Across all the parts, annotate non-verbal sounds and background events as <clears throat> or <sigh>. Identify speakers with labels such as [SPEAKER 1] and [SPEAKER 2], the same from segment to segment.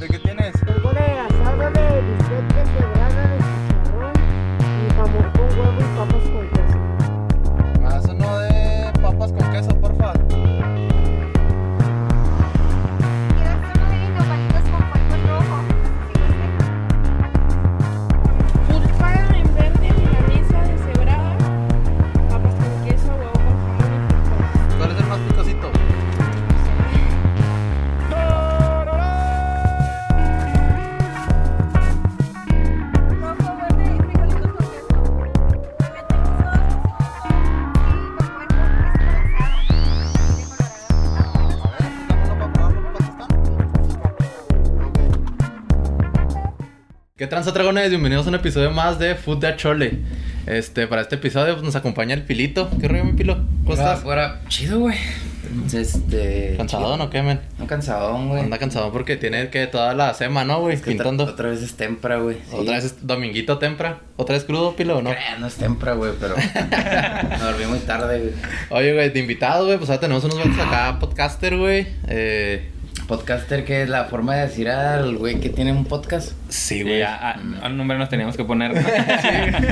[SPEAKER 1] ¿De qué tienes?
[SPEAKER 2] Tengo de asado de bistec de cebrada de chicharrón y jamón con huevo y papas con queso.
[SPEAKER 1] Más uno Ah, de papas con queso, porfa.
[SPEAKER 3] Quiero hacer uno de nopalitos con polvo rojo. Si
[SPEAKER 4] Tulpan Pues
[SPEAKER 3] gusta.
[SPEAKER 4] en verde, milanesa deshebrada, papas con queso, huevo con jamón y frijoles.
[SPEAKER 1] ¿Cuál es el más picosito? A ver,
[SPEAKER 3] Rojo, verde y frijolitos con queso. Le metemos dos y con puerco es colorado.
[SPEAKER 1] pues dame uno para probarlo, ¿cuántos están? ¿Qué tranza, dragones? Bienvenidos a un episodio más de Food de Achole. Este, para este episodio pues, nos acompaña el Pilito. ¿Qué rollo, mi Pilo? ¿Cómo estás?
[SPEAKER 5] Pues Fuera, chido, güey. Este.
[SPEAKER 1] ¿Cansadón o qué, men?
[SPEAKER 5] No cansadón, güey.
[SPEAKER 1] Anda cansado porque tiene que toda la semana, ¿no, güey?
[SPEAKER 5] Es que otra-
[SPEAKER 1] Pintando.
[SPEAKER 5] Otra, vez es tempra, güey. sí.
[SPEAKER 1] Otra vez es dominguito tempra. Otra vez crudo, Pilo, ¿o no?
[SPEAKER 5] Eh, no es tempra, güey,
[SPEAKER 1] <laughs>
[SPEAKER 5] pero. me dormí muy tarde, güey.
[SPEAKER 1] Oye, güey, de invitados, güey, pues ahora tenemos unos buenos acá, podcaster, güey. Eh,
[SPEAKER 5] Podcaster, que es la forma de decir al güey que tiene un podcast.
[SPEAKER 1] sí,
[SPEAKER 6] Sí,
[SPEAKER 1] güey.
[SPEAKER 6] a, a- a un nombre nos teníamos que poner. ¿no?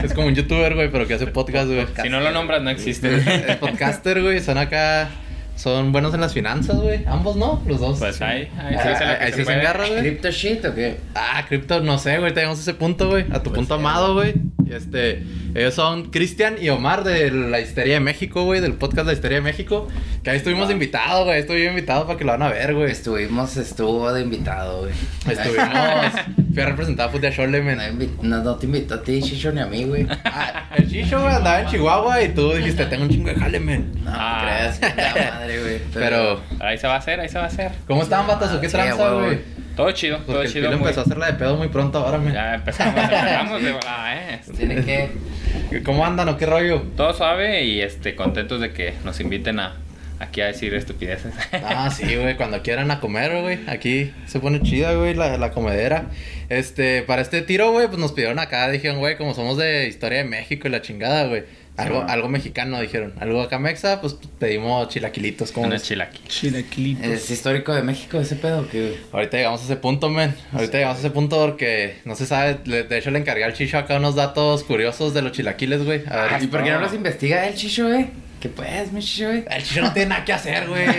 [SPEAKER 1] Es como un youtuber, güey, pero que hace podcast, güey.
[SPEAKER 6] si no lo nombras, no existe.
[SPEAKER 1] Es podcaster, güey, son acá, son buenos en las finanzas, güey. Ambos, ¿no? Los dos.
[SPEAKER 6] Pues ahí, ahí
[SPEAKER 1] Ah,
[SPEAKER 6] se dice lo
[SPEAKER 1] ahí
[SPEAKER 6] que
[SPEAKER 1] sí
[SPEAKER 6] se
[SPEAKER 1] se
[SPEAKER 6] puede.
[SPEAKER 1] engarra, güey.
[SPEAKER 5] ¿Crypto shit o qué?
[SPEAKER 1] Ah, cripto, no sé, güey, tenemos ese punto, güey, a tu punto amado, güey. Y este, ellos son Cristian y Omar de La Histeria de México, güey, del podcast La Histeria de México. Que ahí estuvimos
[SPEAKER 5] Wow. Este.
[SPEAKER 1] invitados, güey, ahí estuvimos invitados para que lo van a ver, güey.
[SPEAKER 5] Estuvimos, estuvo de invitado, güey.
[SPEAKER 1] Estuvimos. Fui a representar a Fútbol Shole,
[SPEAKER 5] <laughs> No,
[SPEAKER 1] men.
[SPEAKER 5] invi- no, no te invitó a ti, Chicho, ni a mí, güey.
[SPEAKER 1] Ah, el Chicho, güey, andaba en Chihuahua y tú dijiste, tengo un chingo de jale, men.
[SPEAKER 5] No,
[SPEAKER 6] Ah.
[SPEAKER 5] te creas, la madre, güey.
[SPEAKER 1] Pero,
[SPEAKER 6] Ahí se va a hacer, ahí se va a hacer.
[SPEAKER 1] ¿cómo están, vatos? ¿O qué
[SPEAKER 5] Sí,
[SPEAKER 1] tranza,
[SPEAKER 5] güey,
[SPEAKER 1] güey?
[SPEAKER 5] güey.
[SPEAKER 6] Todo chido, todo
[SPEAKER 1] Porque el
[SPEAKER 6] chido.
[SPEAKER 1] Pilo
[SPEAKER 6] muy-
[SPEAKER 1] empezó a hacerla de pedo muy pronto ahora, men.
[SPEAKER 6] Ya empezamos, empezamos de volada, ¿eh?
[SPEAKER 5] Tiene
[SPEAKER 1] <laughs>
[SPEAKER 5] que.
[SPEAKER 1] ¿Cómo andan o qué rollo?
[SPEAKER 6] Todo suave y este, contentos de que nos inviten a aquí a decir estupideces.
[SPEAKER 1] Ah, sí, güey, cuando quieran a comer, güey. Aquí se pone chida, güey, la, la comedera. Este, para este tiro, güey, pues nos pidieron acá, dijeron, güey, como somos de historia de México y la chingada, güey. Algo,
[SPEAKER 5] Sí,
[SPEAKER 1] algo mexicano, dijeron. Algo acá mexa, pues pedimos chilaquilitos, como
[SPEAKER 6] Unos chilaquiles.
[SPEAKER 5] ¿Es histórico de México ese pedo o qué, güey?
[SPEAKER 1] Ahorita llegamos a ese punto, men. Ahorita llegamos a ese punto porque no se sabe. le- De hecho, le encargué al Chicho acá unos datos curiosos de los chilaquiles, güey. A ver.
[SPEAKER 5] Ah, ¿Y por qué no
[SPEAKER 6] no.
[SPEAKER 5] los investiga el chicho, güey? ¿Qué pues, mi chicho, güey?
[SPEAKER 1] El Chicho no tiene nada que hacer, güey. Es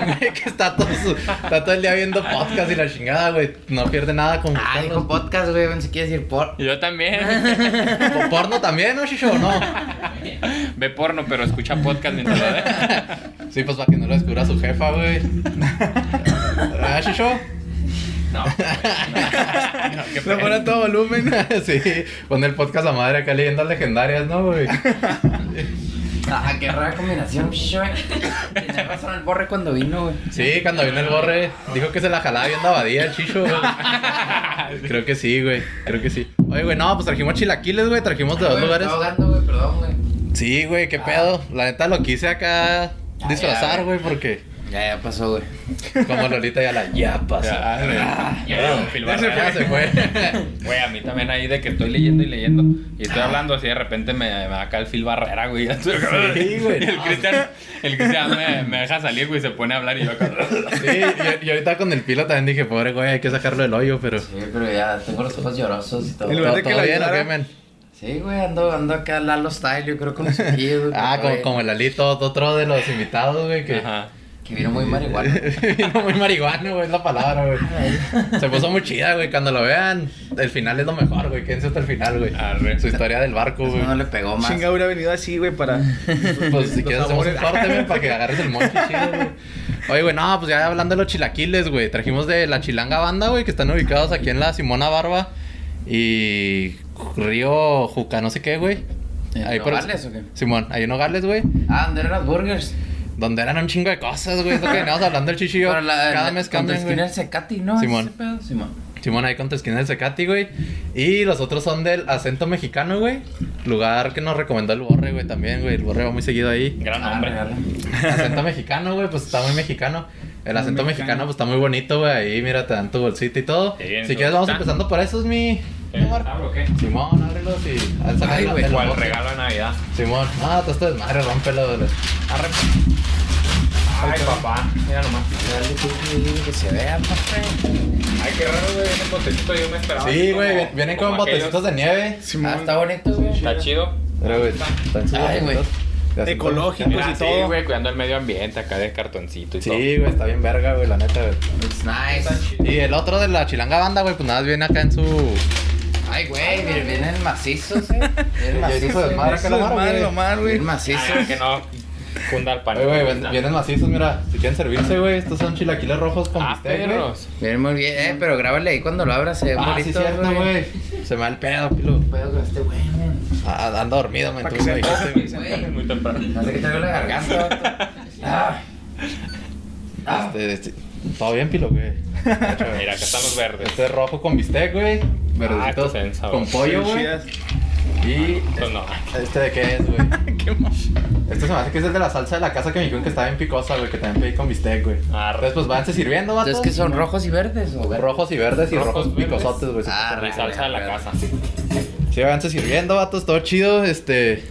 [SPEAKER 1] un güey que está todo, su- está todo el día viendo podcast y la chingada, güey. No pierde nada con
[SPEAKER 5] Ah,
[SPEAKER 1] buscarlos.
[SPEAKER 5] dijo podcast, güey. Pensé que iba a decir por.
[SPEAKER 6] Yo también.
[SPEAKER 1] ¿Por porno también, ¿no, Chicho? No.
[SPEAKER 6] Ve porno, pero escucha podcast mientras lo ve.
[SPEAKER 1] Sí, pues para que no lo descubra su jefa, güey. ¿Ah, Chicho?
[SPEAKER 6] No. no, qué pena.
[SPEAKER 1] todo volumen. <laughs> Sí, pon el podcast a madre acá leyendas legendarias, ¿no, güey?
[SPEAKER 5] Ah, qué rara combinación, chicho, güey. Tenía razón el borre cuando vino, güey.
[SPEAKER 1] Sí, cuando vino el borre, dijo que se la jalaba viendo a Badía, el chicho,
[SPEAKER 7] <laughs>
[SPEAKER 1] güey. Creo que sí, güey. Creo que sí. Oye, güey, no, pues trajimos chilaquiles, güey. Trajimos de dos
[SPEAKER 5] Güey, me
[SPEAKER 1] lugares.
[SPEAKER 5] Estaba ahogando, güey, perdón, güey.
[SPEAKER 1] Sí, güey, qué pedo. La neta lo quise acá
[SPEAKER 5] Ya,
[SPEAKER 1] disfrazar,
[SPEAKER 5] Ah, ya,
[SPEAKER 1] güey, porque
[SPEAKER 5] Ya, ya pasó, güey.
[SPEAKER 1] como Lolita ya la ya pasó.
[SPEAKER 6] Ya, güey. Ya, don Phil
[SPEAKER 1] Ya se fue,
[SPEAKER 6] Barrera.
[SPEAKER 1] se fue.
[SPEAKER 6] Güey, a mí también ahí de que estoy leyendo y leyendo y estoy hablando así de repente me, me va acá el Phil Barrera, güey. <laughs> Sí,
[SPEAKER 1] güey,
[SPEAKER 6] Y el
[SPEAKER 1] no.
[SPEAKER 6] Cristian, el Cristian me, me deja salir, güey, se pone a hablar y yo acá.
[SPEAKER 1] Sí, y, y ahorita con el pilo también dije, pobre güey, hay que sacarlo del hoyo, pero.
[SPEAKER 5] Sí, pero ya tengo los ojos llorosos y todo.
[SPEAKER 7] En lugar de que
[SPEAKER 1] ¿Todo
[SPEAKER 7] la
[SPEAKER 1] bien o
[SPEAKER 7] ayudara.
[SPEAKER 1] qué, men?
[SPEAKER 5] Sí, güey, ando, ando acá Lalo Style, yo creo con los ojillos.
[SPEAKER 1] <laughs> Ah, como, como el Alito, otro de los invitados, güey, que.
[SPEAKER 6] Ajá.
[SPEAKER 5] Que vino muy marihuana.
[SPEAKER 1] <laughs> Vino muy marihuano, güey, es la palabra, güey. Se puso muy chida, güey. Cuando lo vean, el final es lo mejor, güey. Quédense hasta el final, güey.
[SPEAKER 6] Arre.
[SPEAKER 1] Su historia del barco,
[SPEAKER 5] Eso
[SPEAKER 1] güey.
[SPEAKER 5] no le pegó más.
[SPEAKER 7] Chinga, hubiera venido así, güey, para.
[SPEAKER 1] Pues si
[SPEAKER 7] los
[SPEAKER 1] quieres hacemos un
[SPEAKER 7] sabores.
[SPEAKER 1] corte, güey, para que agarres el mochi chido, güey. Oye, güey, no, pues ya hablando de los chilaquiles, güey. Trajimos de la Chilanga Banda, güey, que están ubicados aquí en la Simona Barba y Río Juca, no sé qué, güey.
[SPEAKER 5] ¿En
[SPEAKER 1] Ahí por-
[SPEAKER 5] Nogales Eh, o qué?
[SPEAKER 1] Simón, ahí en Nogales, güey.
[SPEAKER 5] Ah, ¿dónde eran los burgers?
[SPEAKER 1] Donde eran un chingo de cosas, güey. Es lo que veníamos hablando el chichillo.
[SPEAKER 5] Pero la-
[SPEAKER 1] Cada mes
[SPEAKER 5] contra
[SPEAKER 1] cambian, güey.
[SPEAKER 5] esquina el Cecati, ¿no?
[SPEAKER 1] Simón.
[SPEAKER 5] Ese pedo, Simón.
[SPEAKER 1] Simón ahí contra esquina del Secati, güey. Y los otros son del acento mexicano, güey. Lugar que nos recomendó el Borre, güey, también, güey. El Borre va muy seguido
[SPEAKER 7] <laughs>
[SPEAKER 1] ahí.
[SPEAKER 6] Gran
[SPEAKER 5] Ah,
[SPEAKER 6] hombre.
[SPEAKER 5] regala.
[SPEAKER 1] acento mexicano, güey, pues está muy mexicano. El
[SPEAKER 7] Muy
[SPEAKER 1] acento mexicano.
[SPEAKER 7] mexicano,
[SPEAKER 1] pues está muy bonito, güey. Ahí, mira, te dan tu bolsita y todo.
[SPEAKER 6] Qué bien,
[SPEAKER 1] si quieres, vamos
[SPEAKER 6] ¿está?
[SPEAKER 1] empezando por esos, mi. mi Omar.
[SPEAKER 6] ¿Abro o Eh, qué?
[SPEAKER 1] Simón, ábrelos y. al sacar
[SPEAKER 5] Ay,
[SPEAKER 1] la-
[SPEAKER 5] güey,
[SPEAKER 1] el
[SPEAKER 6] ¿Cuál
[SPEAKER 1] bote.
[SPEAKER 6] regalo de Navidad?
[SPEAKER 1] Simón, ah, todo esto es madre, rómpelo. güey.
[SPEAKER 6] Arre. Ay, papá. Mira nomás.
[SPEAKER 5] Dale, tú, güey, que se vea, papá.
[SPEAKER 6] Ay, qué raro, güey. Viene potecito. Yo me esperaba.
[SPEAKER 1] Sí,
[SPEAKER 6] así
[SPEAKER 1] güey,
[SPEAKER 6] como-
[SPEAKER 1] vienen con
[SPEAKER 6] como aquellos.
[SPEAKER 1] botecitos de nieve.
[SPEAKER 5] Ah, está bonito, güey.
[SPEAKER 6] Está chido.
[SPEAKER 1] Mira, güey, están sus
[SPEAKER 5] Ay, güey.
[SPEAKER 1] botecitos de acetato.
[SPEAKER 7] Ecológicos
[SPEAKER 6] Mira,
[SPEAKER 7] y
[SPEAKER 6] sí,
[SPEAKER 7] todo.
[SPEAKER 6] güey, cuidando el medio ambiente acá de cartoncito y
[SPEAKER 1] Sí,
[SPEAKER 6] todo.
[SPEAKER 1] güey, está bien verga, güey, la neta, güey.
[SPEAKER 5] It's Pues, nice.
[SPEAKER 1] Y el otro de la chilanga banda, güey, pues nada más viene acá en su.
[SPEAKER 5] Ay, güey, miren,
[SPEAKER 1] <laughs>
[SPEAKER 5] vienen macizos, eh. Vienen
[SPEAKER 1] Ya hizo
[SPEAKER 5] macizos.
[SPEAKER 1] desmadre
[SPEAKER 5] güey.
[SPEAKER 1] acá la
[SPEAKER 7] Eso es
[SPEAKER 1] mano,
[SPEAKER 7] mal,
[SPEAKER 1] güey.
[SPEAKER 7] lo mal, güey.
[SPEAKER 5] Vienen macizos.
[SPEAKER 6] Ah, que no cunda el pan.
[SPEAKER 1] Oye, güey, ven- vienen macizos, mira. Si quieren servirse, güey, estos son chilaquiles rojos con
[SPEAKER 6] Ah,
[SPEAKER 1] bistec, güey.
[SPEAKER 6] perros.
[SPEAKER 5] Vienen muy bien, eh, pero grábale ahí cuando lo abras, se ve
[SPEAKER 1] Ah, sí,
[SPEAKER 5] bonito,
[SPEAKER 1] cierto, güey. Se me va el pedo, pilo.
[SPEAKER 5] Pedo con este güey, man.
[SPEAKER 1] Ah, anda dormido, me
[SPEAKER 7] Para
[SPEAKER 1] tú
[SPEAKER 5] Pues
[SPEAKER 1] me
[SPEAKER 7] que se
[SPEAKER 1] dijiste, güey.
[SPEAKER 6] <laughs>
[SPEAKER 5] güey.
[SPEAKER 6] Muy temprano.
[SPEAKER 5] No sé qué traigo en la garganta.
[SPEAKER 1] <laughs>
[SPEAKER 5] vato. Ah. Ah.
[SPEAKER 1] Este, este, Todo bien, pilo, güey.
[SPEAKER 6] Mira, acá están los verdes.
[SPEAKER 1] Este es rojo con bistec, güey. Verdecitos
[SPEAKER 6] estos en sabor.
[SPEAKER 1] con pollo, güey.
[SPEAKER 7] Chidas.
[SPEAKER 1] Y
[SPEAKER 6] Pues no.
[SPEAKER 1] este de qué es, güey.
[SPEAKER 7] <laughs>
[SPEAKER 1] Este se me hace que es el de la salsa de la casa que me dijeron que está bien picosa, güey, que también pedí con bistec, güey.
[SPEAKER 6] Arre.
[SPEAKER 1] Entonces, pues váyanse sirviendo, vatos.
[SPEAKER 5] Entonces, ¿qué son rojos y verdes o verdes?
[SPEAKER 1] Rojos y verdes y
[SPEAKER 6] Rojos,
[SPEAKER 1] rojos,
[SPEAKER 6] verdes.
[SPEAKER 1] picosotes, güey. sí,
[SPEAKER 5] Ah,
[SPEAKER 6] Y salsa de la casa.
[SPEAKER 1] Sí, váyanse sirviendo, vatos, todo chido, este...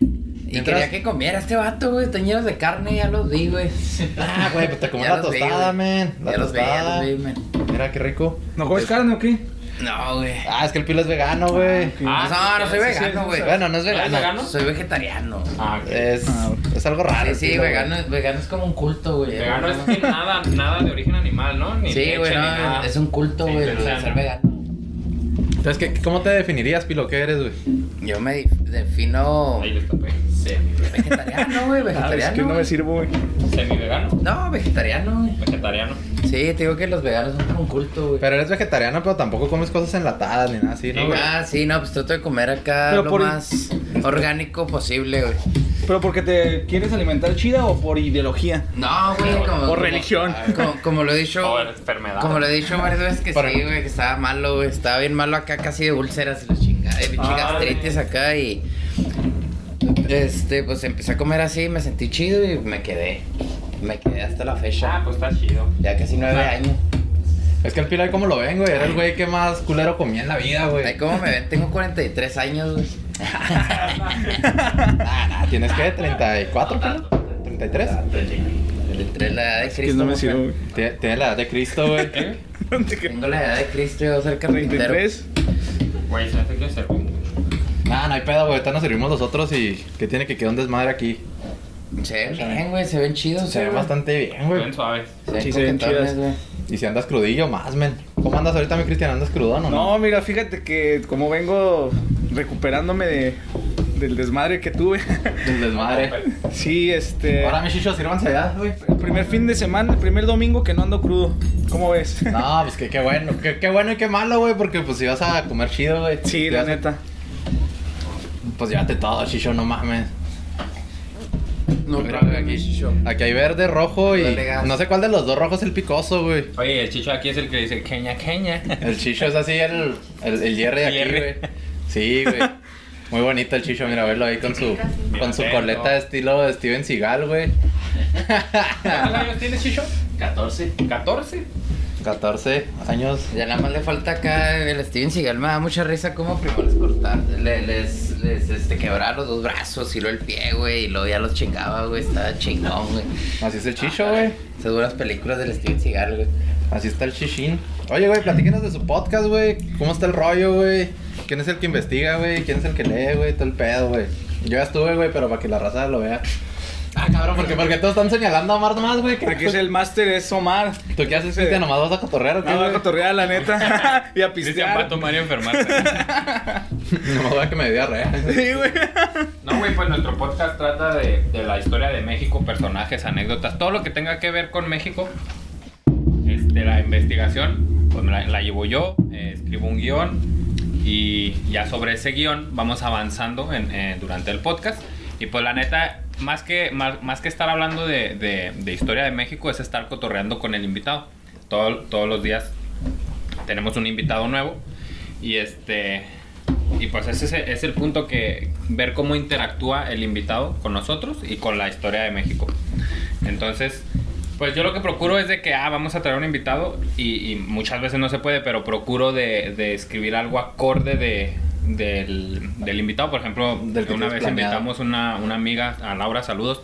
[SPEAKER 5] Y
[SPEAKER 1] Mientras-
[SPEAKER 5] quería que comiera este vato, güey. Están llenos de carne, ya los vi, güey.
[SPEAKER 1] <laughs> Ah, güey, pues te comí
[SPEAKER 5] <laughs> Ya
[SPEAKER 1] la
[SPEAKER 5] los vi,
[SPEAKER 1] tostada,
[SPEAKER 5] güey.
[SPEAKER 1] men. La
[SPEAKER 5] Ya los vi, ya
[SPEAKER 1] tostada.
[SPEAKER 5] los vi, man.
[SPEAKER 1] Mira, qué rico.
[SPEAKER 7] ¿No comes carne o qué?
[SPEAKER 5] No, güey.
[SPEAKER 1] Ah, es que el pilo es vegano, güey.
[SPEAKER 6] Ah,
[SPEAKER 5] no, no soy
[SPEAKER 7] sí, sí,
[SPEAKER 5] vegano,
[SPEAKER 7] sí,
[SPEAKER 5] güey. Eh,
[SPEAKER 1] Bueno, ¿Ah, no es
[SPEAKER 6] ¿No eres
[SPEAKER 1] vegano.
[SPEAKER 6] vegano?
[SPEAKER 5] Soy vegetariano.
[SPEAKER 6] Ah, ok.
[SPEAKER 1] Es,
[SPEAKER 7] Ah, ok.
[SPEAKER 1] es algo raro.
[SPEAKER 5] Sí,
[SPEAKER 1] el
[SPEAKER 5] sí,
[SPEAKER 1] pilo,
[SPEAKER 5] vegano, vegano es como un culto, güey.
[SPEAKER 6] Vegano es que nada, nada de origen animal, ¿no? Ni
[SPEAKER 5] Sí,
[SPEAKER 6] leche,
[SPEAKER 5] güey,
[SPEAKER 6] ni
[SPEAKER 5] no,
[SPEAKER 6] nada.
[SPEAKER 5] es un culto,
[SPEAKER 6] Sí,
[SPEAKER 5] güey,
[SPEAKER 6] pero, o sea,
[SPEAKER 5] de ser
[SPEAKER 6] no.
[SPEAKER 5] vegano.
[SPEAKER 1] Entonces, ¿qué, ¿cómo te definirías, pilo? ¿Qué eres, güey?
[SPEAKER 5] Yo me dif- defino
[SPEAKER 6] Ahí les tapé. Semi.
[SPEAKER 5] vegetariano, güey,
[SPEAKER 7] Ah, es que
[SPEAKER 5] vegetariano.
[SPEAKER 7] no me
[SPEAKER 5] güey.
[SPEAKER 7] sirvo, güey.
[SPEAKER 6] Semi vegano.
[SPEAKER 5] No, vegetariano, güey.
[SPEAKER 6] Vegetariano.
[SPEAKER 5] Sí, te digo que los veganos son como un culto, güey.
[SPEAKER 1] Pero eres vegetariano, pero tampoco comes cosas enlatadas ni nada así, ¿no,
[SPEAKER 6] Sí,
[SPEAKER 1] güey?
[SPEAKER 5] Ah, sí, no, pues trato de comer acá
[SPEAKER 7] Pero
[SPEAKER 5] lo
[SPEAKER 7] por-
[SPEAKER 5] más orgánico posible, güey.
[SPEAKER 7] ¿Pero porque te quieres alimentar chida o por ideología?
[SPEAKER 5] No, güey, como...
[SPEAKER 7] O
[SPEAKER 5] como-
[SPEAKER 7] religión.
[SPEAKER 5] Como, como lo he dicho...
[SPEAKER 6] O Oh, enfermedad.
[SPEAKER 5] Como lo he dicho varias veces que
[SPEAKER 1] Por-
[SPEAKER 5] sí, güey, que estaba malo, güey. Estaba bien malo acá, casi de úlceras y la chingada. De pinche
[SPEAKER 6] Ay.
[SPEAKER 1] Ah,
[SPEAKER 5] gastritis acá y. Este, pues empecé a comer así, me sentí chido y me quedé. Me quedé hasta la
[SPEAKER 6] Ah,
[SPEAKER 5] fecha.
[SPEAKER 6] pues está chido.
[SPEAKER 5] Ya casi nueve
[SPEAKER 6] Ah.
[SPEAKER 5] años.
[SPEAKER 1] Es que el pilo, ahí como lo ven, güey, era el güey que más culero comía en la vida,
[SPEAKER 5] Ay,
[SPEAKER 1] güey.
[SPEAKER 5] ¿cómo me ven? Tengo 43 años, güey.
[SPEAKER 1] <laughs>
[SPEAKER 5] <laughs>
[SPEAKER 1] Ah, nah, ¿tienes qué? ¿34, pilo? ¿33?
[SPEAKER 5] Entre la edad de
[SPEAKER 7] Que
[SPEAKER 5] Cristo.
[SPEAKER 7] no me
[SPEAKER 5] güey.
[SPEAKER 7] sirvo, güey.
[SPEAKER 1] Tiene- Tiene la edad de Cristo, güey.
[SPEAKER 7] <laughs>
[SPEAKER 5] ¿Eh?
[SPEAKER 7] No te creo.
[SPEAKER 5] Tengo la edad de Cristo y voy a ser carpintero.
[SPEAKER 7] 33.
[SPEAKER 6] Güey, se hace que se
[SPEAKER 5] Pues,
[SPEAKER 6] mucho.
[SPEAKER 1] Nah, no hay pedo, güey. Ahorita nos servimos nosotros y que tiene que quedar un desmadre aquí.
[SPEAKER 5] Se ven bien, güey, se ven chidos,
[SPEAKER 1] Se ve
[SPEAKER 5] güey.
[SPEAKER 1] bastante bien, güey.
[SPEAKER 6] Bien suaves.
[SPEAKER 5] Se ven
[SPEAKER 7] Sí, se ven
[SPEAKER 5] coquetones,
[SPEAKER 7] chidas.
[SPEAKER 5] güey.
[SPEAKER 1] Y si andas crudillo, más, men. ¿Cómo andas ahorita, mi Cristian? ¿Andas crudón o no?
[SPEAKER 7] No, mira, fíjate que como vengo recuperándome de, del desmadre que tuve. <laughs>
[SPEAKER 1] Del desmadre.
[SPEAKER 7] sí, este.
[SPEAKER 1] Ahora, mi chicho, sírvanse ya, güey.
[SPEAKER 7] El primer fin de semana, el primer domingo que no ando crudo. ¿Cómo ves?
[SPEAKER 1] No, pues que qué bueno. Qué, qué bueno y qué malo, güey. Porque pues si vas a comer chido, güey.
[SPEAKER 7] Sí,
[SPEAKER 1] si
[SPEAKER 7] la
[SPEAKER 1] vas a-
[SPEAKER 7] neta.
[SPEAKER 1] Pues llévate todo, chicho, no mames.
[SPEAKER 5] No,
[SPEAKER 1] Mira,
[SPEAKER 5] pero
[SPEAKER 1] güey, aquí, aquí hay verde, rojo y.
[SPEAKER 5] Dale gas.
[SPEAKER 1] No sé cuál de los dos rojos es el picoso, güey.
[SPEAKER 6] Oye, el chicho aquí es el que dice queña, queña.
[SPEAKER 1] El chicho es así, el, el, el Jerry de aquí,
[SPEAKER 6] Jerry.
[SPEAKER 1] güey. Sí, güey. Muy bonito el chicho, mira, verlo ahí con su, con su coleta estilo Steven Seagal, güey.
[SPEAKER 6] ¿Cuántos años tienes, chicho? 14. ¿14?
[SPEAKER 1] 14 años.
[SPEAKER 5] Ya nada más le falta acá el Steven Seagal. Me da mucha risa cómo primero les cortar, le- les, les este, quebraba los dos brazos y luego el pie, güey. Y luego ya los chingaba, güey. Estaba chingón, güey.
[SPEAKER 1] Así es el chicho, güey.
[SPEAKER 5] Seguras películas del Steven Seagal, güey.
[SPEAKER 1] Así está el chichín. Oye, güey, platíquenos de su podcast, güey. ¿Cómo está el rollo, güey? ¿Quién es el que investiga, güey? ¿Quién es el que lee, güey? Todo el pedo, güey. Yo ya estuve, güey, pero para que la raza lo vea. Ah, cabrón, porque, porque todos están señalando a Omar nomás, güey. ¿Qué-
[SPEAKER 7] Aquí es el máster, es Omar.
[SPEAKER 1] <laughs> ¿Tú qué haces, Cristian? ¿Nomás vas a cotorrear o qué,
[SPEAKER 7] No, va a
[SPEAKER 1] güey?
[SPEAKER 7] cotorrear, la neta. <laughs> y a
[SPEAKER 6] Cristian va a
[SPEAKER 7] pistear.
[SPEAKER 6] tomar y enfermarse.
[SPEAKER 1] <laughs> Nomás voy a que me dé arrea.
[SPEAKER 7] Sí, güey.
[SPEAKER 6] <laughs> No, güey, pues nuestro podcast trata de, de la historia de México, personajes, anécdotas, todo lo que tenga que ver con México. Este, la investigación, pues me la, la llevo yo, eh, escribo un guión y ya sobre ese guión vamos avanzando en- eh, durante el podcast. Y pues la neta, más que, más, más que estar hablando de, de- de historia de México, es estar cotorreando con el invitado. Todo- todos los días tenemos un invitado nuevo y este y pues ese es el, es el punto que ver cómo interactúa el invitado con nosotros y con la historia de México. Entonces, pues yo lo que procuro es de que, ah, vamos a traer un invitado y, y muchas veces no se puede, pero procuro de, de escribir algo acorde de, del, del invitado. Por ejemplo,
[SPEAKER 1] Del que
[SPEAKER 6] una
[SPEAKER 1] tienes
[SPEAKER 6] vez
[SPEAKER 1] planeado.
[SPEAKER 6] invitamos una, una amiga, a Laura, saludos,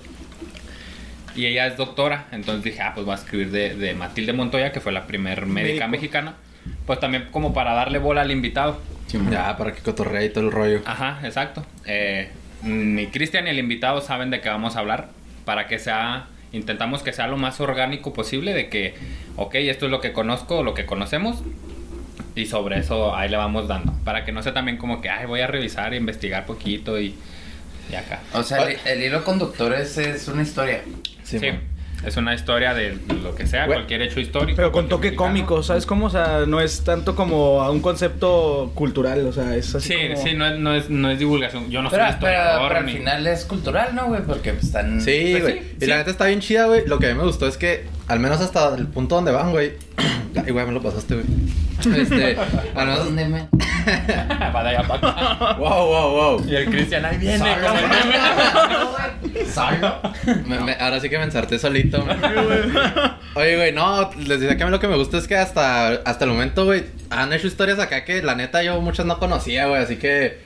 [SPEAKER 6] Y ella es doctora, entonces dije, ah, pues voy a escribir de, de Matilde Montoya, que fue la primer médica
[SPEAKER 7] Médico.
[SPEAKER 6] mexicana. Pues también como para darle bola al invitado.
[SPEAKER 1] Ya, para que cotorree y todo el rollo.
[SPEAKER 6] Ajá, exacto. Eh, ni Cristian ni el invitado saben de qué vamos a hablar. Para que sea. Intentamos que sea lo más orgánico posible. De que, ok, esto es lo que conozco, lo que conocemos. Y sobre eso ahí le vamos dando. Para que no sea también como que, ay, voy a revisar e investigar poquito y. Y acá.
[SPEAKER 5] O sea, el, el hilo conductor es, es una historia.
[SPEAKER 6] Sí.
[SPEAKER 1] man.
[SPEAKER 6] Es una historia de lo que sea,
[SPEAKER 7] Güey,
[SPEAKER 6] cualquier hecho histórico.
[SPEAKER 7] Pero con
[SPEAKER 6] cualquier
[SPEAKER 7] toque
[SPEAKER 6] mexicano.
[SPEAKER 7] cómico, ¿sabes cómo? O sea, no es tanto como a un concepto cultural, o sea, es así
[SPEAKER 6] Sí,
[SPEAKER 7] como...
[SPEAKER 6] sí, no es, no, es, no es divulgación. Yo no
[SPEAKER 5] pero,
[SPEAKER 6] soy
[SPEAKER 5] pero-
[SPEAKER 6] historiador
[SPEAKER 5] pero al
[SPEAKER 6] ni-
[SPEAKER 5] final es cultural, ¿no, güey? Porque pues, están...
[SPEAKER 1] Sí,
[SPEAKER 6] Pues
[SPEAKER 1] güey.
[SPEAKER 6] sí,
[SPEAKER 1] y
[SPEAKER 6] sí.
[SPEAKER 1] la neta está bien chida, güey. Lo que a mí me gustó es que, al menos hasta el punto donde van, güey. <clears throat> Ay, güey, me lo pasaste, güey. Este, al menos.
[SPEAKER 5] ¿Dónde me-
[SPEAKER 6] Va de allá <laughs> para acá.
[SPEAKER 1] Wow, wow, wow.
[SPEAKER 6] Y el Cristian ahí viene.
[SPEAKER 5] Solo.
[SPEAKER 6] con el meme.
[SPEAKER 5] Solo.
[SPEAKER 1] Me- me- ahora sí que me ensarté solito. güey. Oye, güey, no, les decía que a mí lo que me gusta es que hasta, hasta el momento, güey, han hecho historias acá que la neta yo muchas no conocía, güey, así que...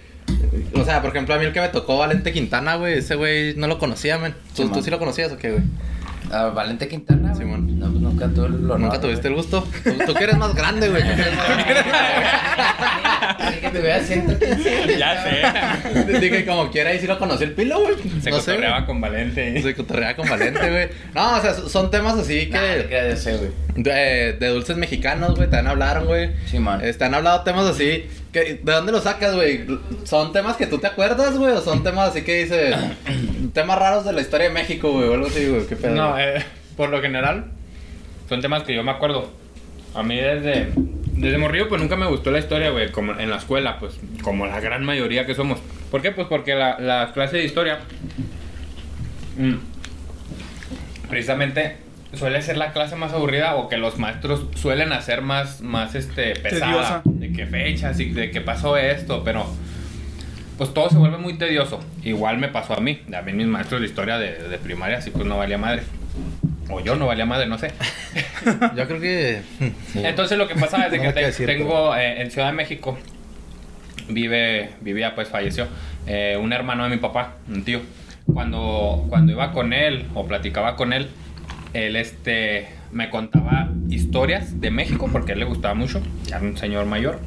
[SPEAKER 1] O sea, por ejemplo, a mí el que me tocó Valente Quintana, güey, ese güey no lo conocía, men. ¿Tú,
[SPEAKER 5] Simón.
[SPEAKER 1] tú sí lo conocías o qué, güey?
[SPEAKER 5] Ah, Valente Quintana. güey.
[SPEAKER 1] Simón.
[SPEAKER 5] No, pues nunca tuve el honor.
[SPEAKER 1] ¿Nunca tuviste el gusto? Tú, tú que eres más grande,
[SPEAKER 6] <laughs>
[SPEAKER 1] güey. tú que eres más
[SPEAKER 5] Así que te vea
[SPEAKER 6] <laughs>
[SPEAKER 5] 115 años,
[SPEAKER 6] Ya
[SPEAKER 5] cabrón.
[SPEAKER 6] sé.
[SPEAKER 1] grande. Dije, como quiera, y sí lo conocí el pilo, güey.
[SPEAKER 6] Se
[SPEAKER 1] no sé,
[SPEAKER 6] cotorreaba
[SPEAKER 1] güey.
[SPEAKER 6] con Valente.
[SPEAKER 1] Se cotorreaba con Valente, güey. No, o sea, son temas así
[SPEAKER 5] Nah, te
[SPEAKER 1] que...
[SPEAKER 5] creas, yo sé, güey.
[SPEAKER 1] Ah, De, eh, de dulces mexicanos, güey, también hablaron, güey.
[SPEAKER 5] Simón.
[SPEAKER 1] Este, han hablado temas así. Que, ¿De dónde los sacas, güey? ¿Son temas que tú te acuerdas, güey? ¿O son temas así que dices.
[SPEAKER 6] <clears throat>
[SPEAKER 1] temas raros de la historia de México, güey? O algo así, güey. ¿Qué pedo?
[SPEAKER 6] No,
[SPEAKER 1] güey?
[SPEAKER 6] eh, por lo general, son temas que yo me acuerdo. A mí desde, desde morrillo, pues nunca me gustó la historia, güey, como en la escuela, pues, como la gran mayoría que somos. ¿Por qué? Pues porque la, la clase de historia, mm, precisamente, suele ser la clase más aburrida o que los maestros suelen hacer más, más este, pesada.
[SPEAKER 7] Tediosa.
[SPEAKER 6] De qué fechas y de qué pasó esto, pero pues todo se vuelve muy tedioso. Igual me pasó a mí, a mí mis maestros de historia de, de primaria, así pues no valía madre. O yo no valía madre, no sé.
[SPEAKER 1] Yo creo que. hmm.
[SPEAKER 6] Entonces lo que pasa desde
[SPEAKER 1] No
[SPEAKER 6] que
[SPEAKER 1] hay que
[SPEAKER 6] te-
[SPEAKER 1] decir,
[SPEAKER 6] tengo eh, en Ciudad de México, vive, vivía pues falleció, eh, un hermano de mi papá, un tío. Cuando, cuando iba con él o platicaba con él, él este, me contaba historias de México porque a él le gustaba mucho, ya era un señor mayor.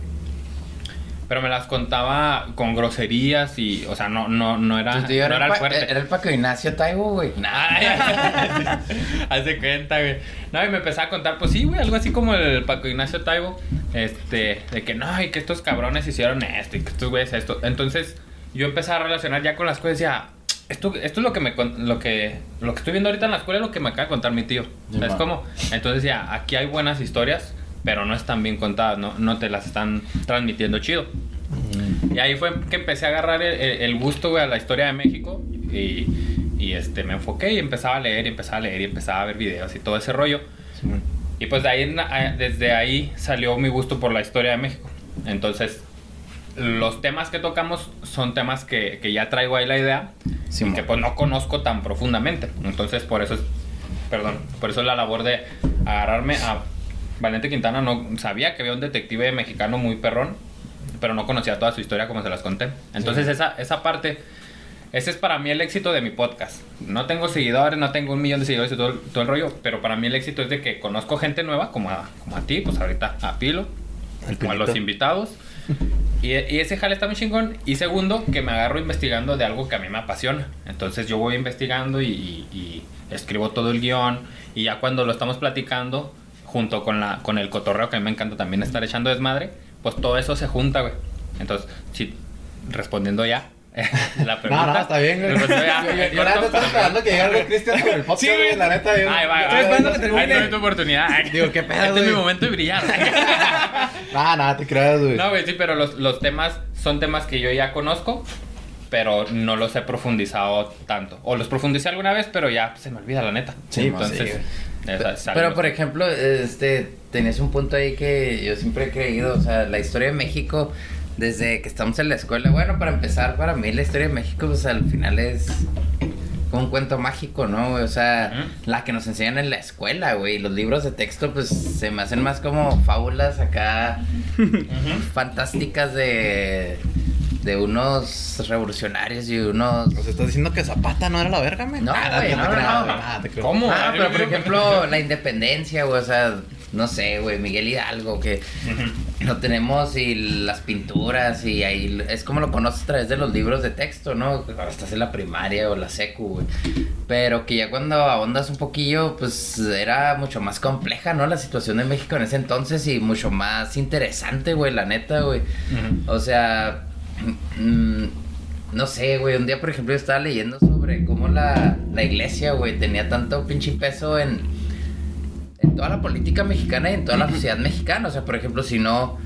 [SPEAKER 6] Pero me las contaba con groserías y, o sea, no, no, no era,
[SPEAKER 5] Tu tío
[SPEAKER 6] no
[SPEAKER 5] Pues, era,
[SPEAKER 6] era
[SPEAKER 5] el
[SPEAKER 6] el
[SPEAKER 5] Pa-
[SPEAKER 6] fuerte.
[SPEAKER 5] era el Paco Ignacio Taibo, güey.
[SPEAKER 6] <laughs> Nah, <laughs> hace cuenta, güey. No, y me empezaba a contar, pues sí, güey, algo así como el Paco Ignacio Taibo. Este, de que no, y que estos cabrones hicieron esto, y que estos güeyes esto. Entonces, yo empezaba a relacionar ya con las cosas y decía, esto, esto es lo que me con- lo que lo que estoy viendo ahorita en la escuela es lo que me acaba de contar mi tío.
[SPEAKER 5] Ya,
[SPEAKER 6] ¿Sabes
[SPEAKER 5] ma.
[SPEAKER 6] cómo? Entonces ya, aquí hay buenas historias, pero no están bien contadas, no, no te las están transmitiendo chido. Y ahí fue que empecé a agarrar el, el- el gusto, güey, a la historia de México. Y, y, este, me enfoqué y empezaba a leer, y empezaba a leer, y empezaba a ver videos y todo ese rollo. Y pues de ahí, en- a- desde ahí salió mi gusto por la historia de México. Entonces, los temas que tocamos son temas que, que ya traigo ahí la idea y
[SPEAKER 5] Simón.
[SPEAKER 6] que pues no conozco tan profundamente. Entonces, por eso es, perdón, por eso es la labor de agarrarme a Valente Quintana. No sabía que había un detective mexicano muy perrón, pero no conocía toda su historia como se las conté. Entonces, esa, esa parte ese es para mí el éxito de mi podcast. No tengo seguidores, no tengo un millón de seguidores y todo, el- todo el rollo, pero para mí el éxito es de que conozco gente nueva, como a, como a ti, pues ahorita a Pilo, como a los invitados. Y, y ese jale está muy chingón. Y segundo, que me agarro investigando de algo que a mí me apasiona. Entonces yo voy investigando y, y- y escribo todo el guión. Y ya cuando lo estamos platicando, junto con, la, con el cotorreo, que a mí me encanta también estar echando desmadre, pues todo eso se junta, güey. Entonces, sí, respondiendo ya <laughs> la pregunta.
[SPEAKER 1] No, no, está bien, güey.
[SPEAKER 6] Respondió pues,
[SPEAKER 1] <laughs>
[SPEAKER 6] ya,
[SPEAKER 1] Yo- yo-
[SPEAKER 6] en
[SPEAKER 1] yo la neta
[SPEAKER 6] corto,
[SPEAKER 1] estaba
[SPEAKER 6] pero-
[SPEAKER 1] esperando que llegara el Cristian con el podcast,
[SPEAKER 7] Sí,
[SPEAKER 1] güey.
[SPEAKER 7] güey.
[SPEAKER 1] La neta, yo.
[SPEAKER 6] Ay, va,
[SPEAKER 1] yo-
[SPEAKER 6] va.
[SPEAKER 7] Estoy esperando que termine.
[SPEAKER 6] Ahí tuve tu oportunidad. Ay.
[SPEAKER 1] Digo, qué pedo,
[SPEAKER 6] Este es mi
[SPEAKER 1] güey.
[SPEAKER 6] momento de brillar.
[SPEAKER 1] <laughs> Ah, nada, te creas, güey.
[SPEAKER 6] No, güey, sí, pero los, los temas son temas que yo ya conozco, pero no los he profundizado tanto. O los profundicé alguna vez, pero ya se me olvida, la neta.
[SPEAKER 1] Sí, pues sí,
[SPEAKER 6] entonces. esa- esa-
[SPEAKER 5] Pero, por ejemplo, este, tenías un punto ahí que yo siempre he creído, o sea, la historia de México, desde que estamos en la escuela, bueno, para empezar, para mí la historia de México, pues al final es como un cuento mágico, ¿no? güey? O sea, la que nos enseñan en la escuela, güey, los libros de texto, pues se me hacen más como fábulas acá, fantásticas de... de unos revolucionarios y unos...
[SPEAKER 1] Pues estás diciendo que Zapata no era la verga, men.
[SPEAKER 5] No,
[SPEAKER 1] Nada,
[SPEAKER 5] güey,
[SPEAKER 1] te
[SPEAKER 5] no,
[SPEAKER 1] creas,
[SPEAKER 5] no,
[SPEAKER 1] güey,
[SPEAKER 5] no.
[SPEAKER 1] nada, te creo.
[SPEAKER 6] ¿Cómo?
[SPEAKER 5] Ah,
[SPEAKER 6] Yo
[SPEAKER 5] pero
[SPEAKER 6] digo
[SPEAKER 5] por
[SPEAKER 6] que- <laughs>
[SPEAKER 5] ejemplo, la independencia, güey, o sea, no sé, güey, Miguel Hidalgo, que lo tenemos y las pinturas y ahí es como lo conoces a través de los libros de texto, ¿no? Cuando estás en la primaria o la secu, güey. Pero que ya cuando ahondas un poquillo, pues era mucho más compleja, ¿no? La situación de México en ese entonces y mucho más interesante, güey, la neta, güey.
[SPEAKER 6] Ujú.
[SPEAKER 5] O sea, mm, no sé, güey. Un día, por ejemplo, yo estaba leyendo sobre cómo la, la iglesia, güey, tenía tanto pinche peso en, en toda la política mexicana y en toda la sociedad mexicana. O sea, por ejemplo, si no.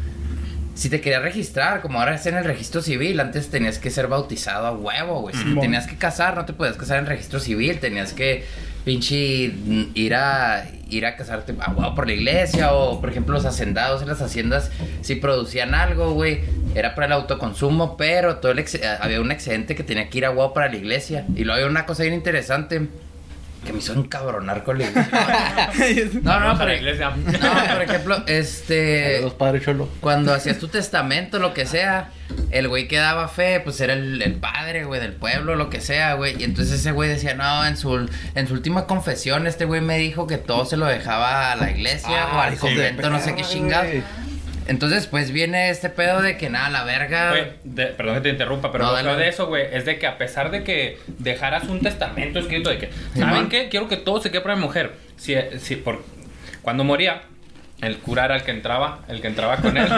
[SPEAKER 5] Si te querías registrar, como ahora es en el registro civil, antes tenías que ser bautizado a huevo, güey. Si te
[SPEAKER 7] Simón.
[SPEAKER 5] tenías que casar, no te podías casar en registro civil, tenías que pinche mm, ir a ir a casarte a huevo por la iglesia o por ejemplo los hacendados en las haciendas si producían algo, güey, era para el autoconsumo, pero todo el ex- eh, había un excedente que tenía que ir a huevo para la iglesia. Y luego había una cosa bien interesante que me hizo encabronar con la iglesia. <laughs> No, no,
[SPEAKER 6] Vamos a
[SPEAKER 5] pero-
[SPEAKER 6] la iglesia.
[SPEAKER 5] no, por ejemplo, este
[SPEAKER 1] Saludos, padre Cholo.
[SPEAKER 5] cuando hacías tu testamento, lo que sea, el güey que daba fe, pues era el, el padre, güey, del pueblo, lo que sea, güey. Y entonces ese güey decía, no, en su, en su última confesión, este güey me dijo que todo se lo dejaba a la iglesia o al
[SPEAKER 1] sí,
[SPEAKER 5] convento, no sé qué
[SPEAKER 1] güey.
[SPEAKER 5] chingados. Entonces, pues viene este pedo de que nada, la verga.
[SPEAKER 6] Güey, de- perdón que te interrumpa, pero
[SPEAKER 5] Ah. No,
[SPEAKER 6] lo
[SPEAKER 5] dale,
[SPEAKER 6] feo de
[SPEAKER 5] dale.
[SPEAKER 6] eso, güey, es de que a pesar de que dejaras un testamento escrito de que,
[SPEAKER 5] Simón.
[SPEAKER 6] ¿saben qué? Quiero que todo se quede para mi mujer. Si, si por, cuando moría, el curar al que entraba, el que entraba con
[SPEAKER 5] <laughs>
[SPEAKER 6] él.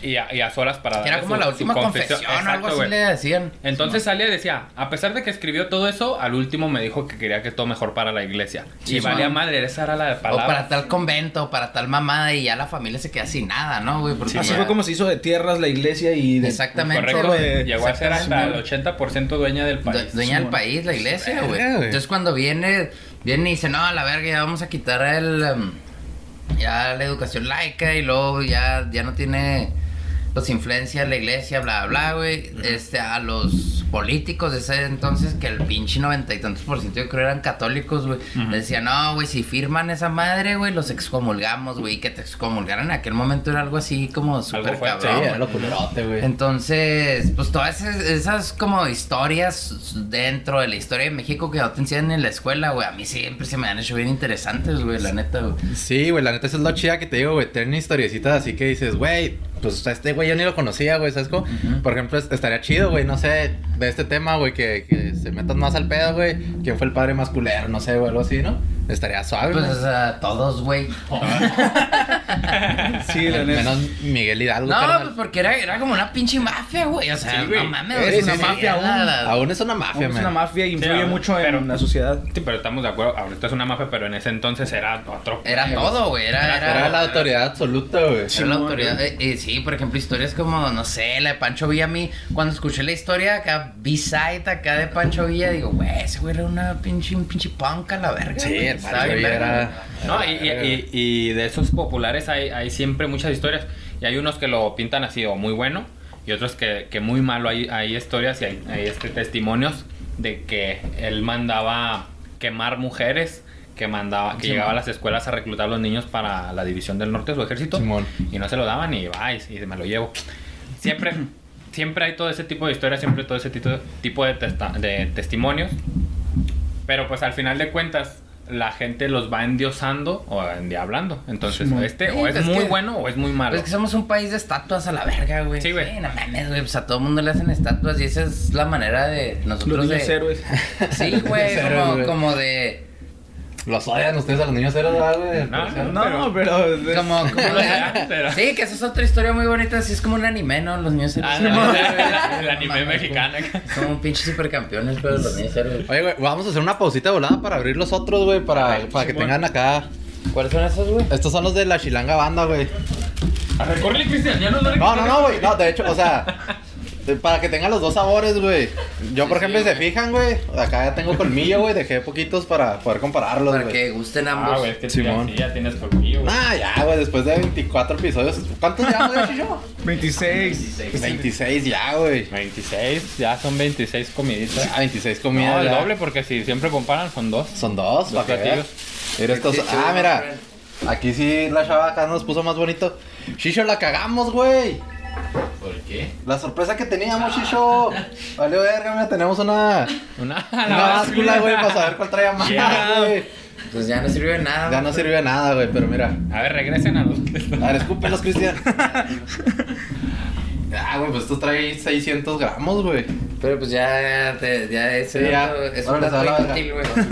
[SPEAKER 6] y, a, y a solas para
[SPEAKER 5] que era
[SPEAKER 6] darle
[SPEAKER 5] como
[SPEAKER 6] su-
[SPEAKER 5] la
[SPEAKER 6] su
[SPEAKER 5] última confesión, o algo
[SPEAKER 6] Exacto,
[SPEAKER 5] así
[SPEAKER 6] güey.
[SPEAKER 5] le decían.
[SPEAKER 6] Entonces salía y decía, a pesar de que escribió todo eso, al último me dijo que quería que todo mejor para la iglesia. y
[SPEAKER 5] Simón.
[SPEAKER 6] valía madre, esa era la
[SPEAKER 5] O
[SPEAKER 6] palabra.
[SPEAKER 5] para tal convento, o para tal mamada, y ya la familia se queda sin nada, ¿no, güey? Porque
[SPEAKER 7] Así
[SPEAKER 5] ya-
[SPEAKER 7] fue como se hizo de tierras la iglesia y de...
[SPEAKER 5] Exactamente.
[SPEAKER 6] Correcto,
[SPEAKER 7] güey.
[SPEAKER 6] llegó a ser hasta el
[SPEAKER 5] Exactamente.
[SPEAKER 6] 80% dueña del
[SPEAKER 5] Du-
[SPEAKER 6] país.
[SPEAKER 5] dueña del
[SPEAKER 7] Simón.
[SPEAKER 5] país, la iglesia, güey.
[SPEAKER 1] Verga, güey.
[SPEAKER 5] Entonces cuando viene, viene y dice, no, a la verga, ya vamos a quitar el em, ya la educación laica y luego ya, ya no tiene los influencias la iglesia, bla, bla, güey. Este, a los políticos de ese entonces, que el pinche noventa y tantos por ciento yo creo eran católicos, güey.
[SPEAKER 6] Ujú.
[SPEAKER 5] Les decía, no, güey, si firman esa madre, güey, los excomulgamos, güey. Y Que te excomulgaran en aquel momento era algo así como súper
[SPEAKER 6] fuerte,
[SPEAKER 5] cabrón.
[SPEAKER 1] Sí,
[SPEAKER 5] güey.
[SPEAKER 1] era lo culerote, güey.
[SPEAKER 5] Entonces, pues todas esas, esas como historias dentro de la historia de México que no te enseñan en la escuela, güey, a mí siempre se me han hecho bien interesantes, güey, la neta, güey.
[SPEAKER 1] Sí, güey, la neta, esa es la chida que te digo, güey. Tienen historiecitas así que dices, güey, pues a este güey yo ni lo conocía, güey, ¿sabes cómo? Por ejemplo, es- estaría chido, güey, no sé, de este tema, güey, que, que se metan más al pedo, güey. ¿Quién fue el padre más culero? No sé, güey, algo así, ¿no? Estaría suave,
[SPEAKER 5] Pues
[SPEAKER 1] güey.
[SPEAKER 5] o sea, todos,
[SPEAKER 1] <laughs>
[SPEAKER 5] güey.
[SPEAKER 7] Sí, la neta.
[SPEAKER 1] Menos Miguel Hidalgo.
[SPEAKER 5] No,
[SPEAKER 1] carnal.
[SPEAKER 5] pues porque era, era como una pinche mafia, güey. O sea,
[SPEAKER 6] Sí, güey.
[SPEAKER 5] no mames,
[SPEAKER 1] Es
[SPEAKER 5] es
[SPEAKER 1] una
[SPEAKER 5] una
[SPEAKER 1] mafia
[SPEAKER 5] mierda, la-
[SPEAKER 1] Aún es una mafia,
[SPEAKER 7] Es
[SPEAKER 1] man.
[SPEAKER 7] una mafia y influye
[SPEAKER 6] ahora,
[SPEAKER 7] mucho en
[SPEAKER 6] pero-
[SPEAKER 7] la sociedad.
[SPEAKER 6] Sí, pero estamos de acuerdo. Ahorita es una mafia, pero en ese entonces era otro.
[SPEAKER 5] Era todo, güey. Era, era,
[SPEAKER 1] Era la autoridad absoluta, güey.
[SPEAKER 5] Era la autoridad. Eh, eh, sí, por ejemplo, historias como, no sé, la de Pancho Villa. A mí, cuando escuché la historia acá, B-Side acá de Pancho Villa, digo, güey, ese güey era una pinche, un pinche punk a la verga.
[SPEAKER 1] Sí,
[SPEAKER 5] güey,
[SPEAKER 1] el
[SPEAKER 5] estaba
[SPEAKER 1] Pancho
[SPEAKER 5] bien
[SPEAKER 1] Villa
[SPEAKER 5] verga.
[SPEAKER 1] era.
[SPEAKER 6] No, y, y- y- y de esos populares hay, hay siempre muchas historias. Y hay unos que lo pintan así, o muy bueno, y otros que, que muy malo. Hay, hay historias y hay, hay, este, testimonios de que él mandaba quemar mujeres. Que mandaba, que
[SPEAKER 5] Sí,
[SPEAKER 6] llegaba a
[SPEAKER 5] man.
[SPEAKER 6] las escuelas a reclutar a los niños para la división del norte de su ejército.
[SPEAKER 1] Simón.
[SPEAKER 6] Y no se lo daban y va, y, y me lo llevo. Siempre, siempre hay todo ese tipo de historias, siempre todo ese tipo, tipo de, testa- de testimonios. Pero pues al final de cuentas, la gente los va endiosando o endiablando. Entonces,
[SPEAKER 7] Simón.
[SPEAKER 6] este
[SPEAKER 5] Sí,
[SPEAKER 6] o es,
[SPEAKER 5] es
[SPEAKER 6] muy
[SPEAKER 5] que-
[SPEAKER 6] bueno o es muy malo.
[SPEAKER 5] Pues es que somos un país de estatuas a la verga, güey.
[SPEAKER 6] Sí, güey.
[SPEAKER 5] no mames, güey. Pues a todo mundo le hacen estatuas y esa es la manera de
[SPEAKER 7] Los
[SPEAKER 5] nosotros
[SPEAKER 7] niños
[SPEAKER 5] de.
[SPEAKER 7] héroes.
[SPEAKER 5] Sí, güey.
[SPEAKER 1] Los héroes, güey.
[SPEAKER 5] como, como de.
[SPEAKER 1] Los odian ustedes a los niños héroes, ¿verdad, güey.
[SPEAKER 6] No,
[SPEAKER 1] Por cierto.
[SPEAKER 7] <laughs> No, pero...
[SPEAKER 5] Como, como
[SPEAKER 6] No lo sé, pero-
[SPEAKER 5] de- sí, que esa es otra historia muy bonita. Así es como un anime, ¿no? Los niños héroes.
[SPEAKER 6] Ah, no,
[SPEAKER 5] No,
[SPEAKER 6] el-
[SPEAKER 5] güey. <laughs>
[SPEAKER 6] el- el anime
[SPEAKER 5] No mames,
[SPEAKER 6] mexicano.
[SPEAKER 5] güey. Son pinches supercampeones, pero los niños héroes.
[SPEAKER 1] Oye, güey, vamos a hacer una pausita de volada para abrir los otros, güey, para,
[SPEAKER 5] Ay,
[SPEAKER 1] para que
[SPEAKER 5] Simón.
[SPEAKER 1] tengan acá.
[SPEAKER 5] ¿Cuáles son esos, güey?
[SPEAKER 1] Estos son los de la chilanga banda, güey.
[SPEAKER 6] A recorrer, Cristian, ya no lo
[SPEAKER 1] No, no, no, güey. No, de hecho, o sea, de- para que tengan los dos sabores, güey. Yo, por
[SPEAKER 5] Sí,
[SPEAKER 1] ejemplo,
[SPEAKER 5] sí,
[SPEAKER 1] si se
[SPEAKER 5] güey.
[SPEAKER 1] fijan, güey. Acá ya tengo colmillo, güey. Dejé poquitos para poder compararlos,
[SPEAKER 5] Para
[SPEAKER 1] güey.
[SPEAKER 5] que gusten ambos.
[SPEAKER 6] Ah, güey, es que tú ya,
[SPEAKER 1] Simón.
[SPEAKER 6] sí, ya tienes conmigo. güey.
[SPEAKER 1] Ah, ya, güey. Después de 24 episodios. ¿Cuántos ya, güey, Chicho?
[SPEAKER 7] 26.
[SPEAKER 1] 26 ya, güey.
[SPEAKER 6] 26, ya son 26
[SPEAKER 1] <laughs>
[SPEAKER 6] comiditas.
[SPEAKER 1] Ah, 26 comidas.
[SPEAKER 6] No, el
[SPEAKER 1] ya.
[SPEAKER 6] doble porque si siempre comparan son dos.
[SPEAKER 1] Son dos,
[SPEAKER 6] Dos
[SPEAKER 1] para que veas.
[SPEAKER 6] platillos.
[SPEAKER 1] Mira estos-
[SPEAKER 5] Sí, sí,
[SPEAKER 1] Ah,
[SPEAKER 5] sí,
[SPEAKER 1] mira.
[SPEAKER 5] hombre.
[SPEAKER 1] Aquí sí la chava acá nos puso más bonito. Chicho, la cagamos, güey.
[SPEAKER 6] ¿Por qué?
[SPEAKER 1] La sorpresa que teníamos, Chicho. Vale, verga, mira, tenemos
[SPEAKER 6] <laughs>
[SPEAKER 1] una,
[SPEAKER 6] Una,
[SPEAKER 1] una báscula, güey, para saber cuál traía más,
[SPEAKER 6] Yeah.
[SPEAKER 1] güey.
[SPEAKER 5] Pues ya no sirvió de nada.
[SPEAKER 1] Ya no sirvió de nada, güey, pero mira.
[SPEAKER 6] A ver, regresen a los.
[SPEAKER 1] A ver, escúpelos,
[SPEAKER 6] <laughs>
[SPEAKER 1] Cristian. Ah, güey, pues esto trae 600 gramos, güey.
[SPEAKER 5] Pero pues ya, te- ya ese
[SPEAKER 1] Sí, ya.
[SPEAKER 5] dato es un
[SPEAKER 1] Órale, se va
[SPEAKER 5] dato
[SPEAKER 1] la verga.
[SPEAKER 5] inútil, güey. Este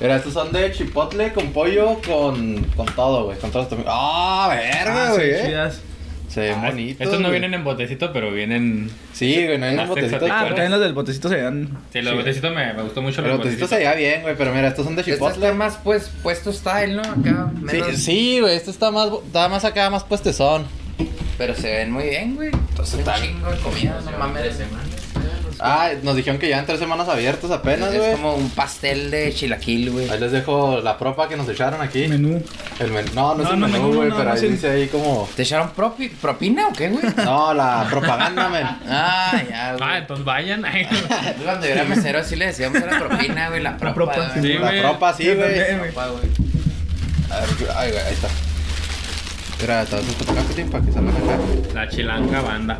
[SPEAKER 1] Mira, estos son de chipotle con pollo, con, con todo, güey. Con todo esto. ¡Ah, verga,
[SPEAKER 7] Ah, sí,
[SPEAKER 1] güey! eh.
[SPEAKER 7] chidas.
[SPEAKER 1] Se ven
[SPEAKER 6] Ah,
[SPEAKER 1] bonitos.
[SPEAKER 6] Estos no
[SPEAKER 1] güey.
[SPEAKER 6] vienen en botecito, pero vienen.
[SPEAKER 1] Sí, güey, no vienen en
[SPEAKER 6] Las
[SPEAKER 1] botecito.
[SPEAKER 6] Texas
[SPEAKER 7] Ah,
[SPEAKER 1] Ah,
[SPEAKER 7] también los del botecito se dan.
[SPEAKER 6] Sí, los botecitos me, me gustó mucho.
[SPEAKER 1] pero
[SPEAKER 6] los
[SPEAKER 1] botecito se lleva bien, güey. Pero mira, estos son de
[SPEAKER 5] Este
[SPEAKER 1] chipotle.
[SPEAKER 5] está más pues, puesto style, ¿no? Acá,
[SPEAKER 1] Sí,
[SPEAKER 5] menos.
[SPEAKER 1] sí, güey, este está más, está más acá, más puestezón.
[SPEAKER 5] Pero se ven muy bien, güey. Entonces está chingo de comida, no mames.
[SPEAKER 1] Ah, nos dijeron que llevan tres semanas abiertos apenas,
[SPEAKER 5] es
[SPEAKER 1] güey.
[SPEAKER 5] como un pastel de chilaquil, güey.
[SPEAKER 1] Ahí les dejo la propa que nos echaron aquí.
[SPEAKER 7] Menú.
[SPEAKER 1] El menú. No, no, es
[SPEAKER 7] No,
[SPEAKER 1] el
[SPEAKER 7] no,
[SPEAKER 1] menú,
[SPEAKER 7] menú,
[SPEAKER 1] güey,
[SPEAKER 7] no,
[SPEAKER 1] pero
[SPEAKER 7] no
[SPEAKER 1] ahí
[SPEAKER 7] es el-
[SPEAKER 1] dice ahí como...
[SPEAKER 5] ¿Te echaron propi- propina o qué, güey?
[SPEAKER 1] No, la propaganda,
[SPEAKER 7] <laughs>
[SPEAKER 1] men.
[SPEAKER 5] Ah, ya, güey.
[SPEAKER 6] Ah, entonces vayan. <laughs>
[SPEAKER 5] Yo Cuando yo era mesero así le decíamos la propina, güey, la propa.
[SPEAKER 7] propa,
[SPEAKER 5] güey.
[SPEAKER 6] sí.
[SPEAKER 1] La
[SPEAKER 6] güey.
[SPEAKER 1] propa, sí,
[SPEAKER 7] Yo
[SPEAKER 1] güey.
[SPEAKER 7] también, güey.
[SPEAKER 5] Propa, güey.
[SPEAKER 1] A ver, Ay, güey, ahí está. Mira, te vas a tocar Pitín, para que salgan acá.
[SPEAKER 6] La chilanga banda.